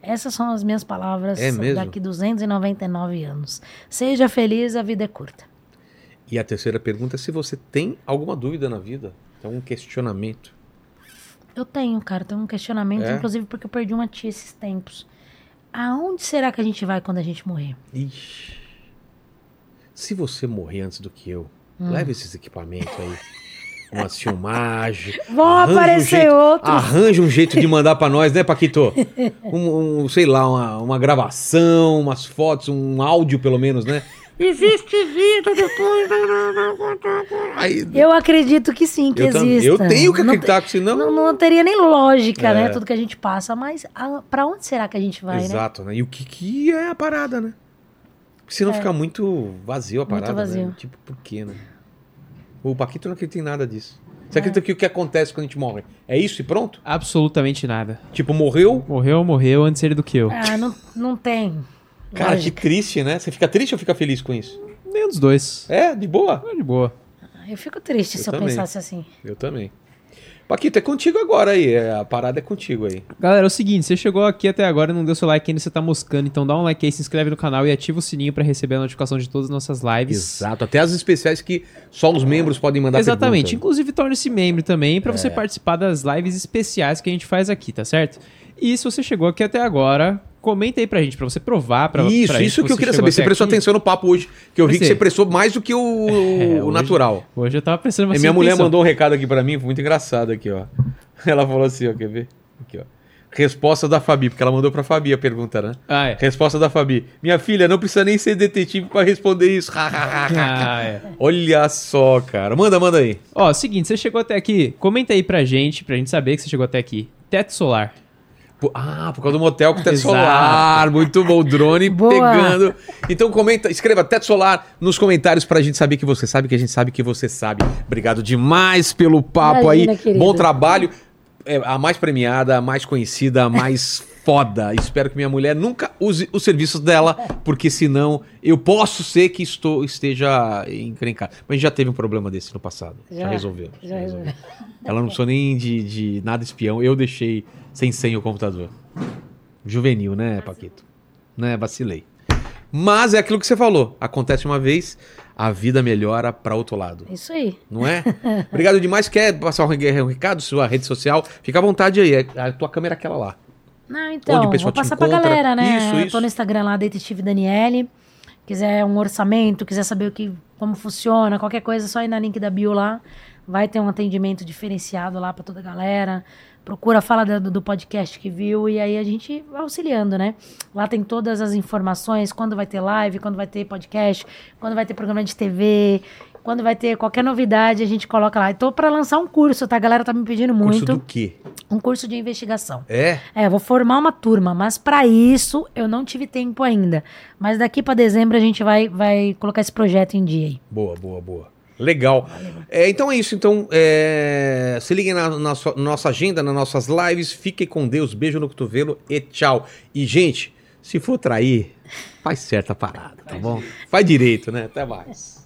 Essas são as minhas palavras
É mesmo?
daqui 299 anos. Seja feliz, a vida é curta.
E a terceira pergunta é se você tem alguma dúvida na vida, algum questionamento.
Eu tenho, cara, tenho um questionamento,
É?
inclusive porque eu perdi uma tia esses tempos. Aonde será que a gente vai quando a gente morrer?
Ixi. Se você morrer antes do que eu,
Hum.
Leva esses equipamentos aí. Uma filmagem.
Vão
Arranja um
aparecer
jeito-
outros.
Arranja um jeito de mandar pra nós, né, Paquito? Um, um, sei lá, uma, uma gravação, umas fotos, um áudio pelo menos, né?
Existe vida depois.
Aí,
Eu acredito que sim, que
eu, tam-
exista.
eu tenho que
Não te-
acreditar, porque senão.
Não, não teria nem lógica,
É.
né? Tudo que a gente passa, mas a, pra onde será que a gente vai, né?
Exato, né? E o que, que é a parada, né? Porque senão
É.
fica muito vazio a
Muito
parada,
vazio.
né? Tipo, por quê, né? O Paquito não acredita em nada disso.
É.
Você acredita que o que acontece quando a gente morre? É isso e pronto?
Absolutamente nada.
Tipo, morreu,
Morreu, morreu antes ele do que eu.
Ah, não, não tem.
Cara,
lógica.
que triste, né? Você fica triste ou fica feliz com isso?
Nem dos dois. Tá
É, de boa?
De boa.
Eu fico triste
Eu
se eu
também.
pensasse assim.
Eu também. Paquito, é contigo agora aí. é, A parada é contigo aí.
Galera, é o seguinte, você chegou aqui até agora e não deu seu like ainda, você tá moscando, então dá um like aí, se inscreve no canal e ativa o sininho pra receber a notificação de todas as nossas lives.
Exato. Até as especiais que só os membros podem mandar
Exatamente.
pergunta. É.
Inclusive, torne-se membro também pra você participar das lives especiais que a gente faz aqui, tá certo? E se você chegou aqui até agora, comenta aí pra gente, pra você provar. Pra,
isso,
pra
isso que eu
você
queria
chegou
saber. Você
até
prestou
aqui.
atenção no papo hoje, que eu vi
Pois
que
é.
você prestou mais do que o, o
hoje-
natural.
Hoje eu tava prestando
E
bastante
minha mulher
atenção.
mandou um recado aqui pra mim, foi muito engraçado aqui, ó. Ela falou assim, ó, quer ver? Aqui, ó. Resposta da Fabi, porque ela mandou pra Fabi a pergunta, né?
Ah, é.
Resposta da Fabi. Minha filha, não precisa nem ser detetive pra responder isso.
Ah, é.
Olha só, cara. Manda, manda aí.
Ó, seguinte, você chegou até aqui, comenta aí pra gente, pra gente saber que você chegou até aqui. Teto solar.
Por- Ah, por causa do motel com teto solar. Muito bom. O drone
Boa.
pegando. Então comenta, escreva teto solar nos comentários pra gente saber que você sabe, que a gente sabe que você sabe. Obrigado demais pelo papo
Imagina,
aí.
querido.
Bom trabalho. É, a mais premiada, a mais conhecida, a mais foda. Espero que minha mulher nunca use os serviços dela, porque senão eu posso ser que estou esteja encrencado. Mas a gente já teve um problema desse no passado. Já,
Já,
resolveu.
já resolveu.
É, Ela não precisou nem de, de nada espião. Eu deixei sem senha o computador. Juvenil, né, Paquito? Né, vacilei. Mas é aquilo que você falou. Acontece uma vez, a vida melhora pra outro lado.
Isso aí.
Não é? Obrigado demais. Quer passar um re- um recado, sua rede social? Fica à vontade aí. é A tua câmera é aquela lá.
Não, então,
Onde o pessoal
vou
te
passar pra
encontra.
galera, né?
Isso,
eu
isso.
tô no Instagram lá, Detetive Daniele. Quiser um orçamento, quiser saber o que, como funciona, qualquer coisa, só ir na link da bio lá. Vai ter um atendimento diferenciado lá pra toda a galera. Procura, fala do, do podcast que viu e aí a gente vai auxiliando, né? Lá tem todas as informações, quando vai ter live, quando vai ter podcast, quando vai ter programa de TV, quando vai ter qualquer novidade, a gente coloca lá. E tô pra lançar um curso, tá? A galera tá me pedindo
Curso
muito.
do quê?
Um curso de investigação.
É?
É, eu vou formar uma turma, mas pra isso eu não tive tempo ainda. Mas daqui pra dezembro a gente vai, vai colocar esse projeto em dia aí.
Boa, boa, boa. Legal. É, então é isso. Então, é, se liguem na, na sua- nossa agenda, nas nossas lives. Fiquem com Deus. Beijo no cotovelo e tchau. E, gente, se for trair, faz certa parada, tá bom? Faz direito, né? Até mais.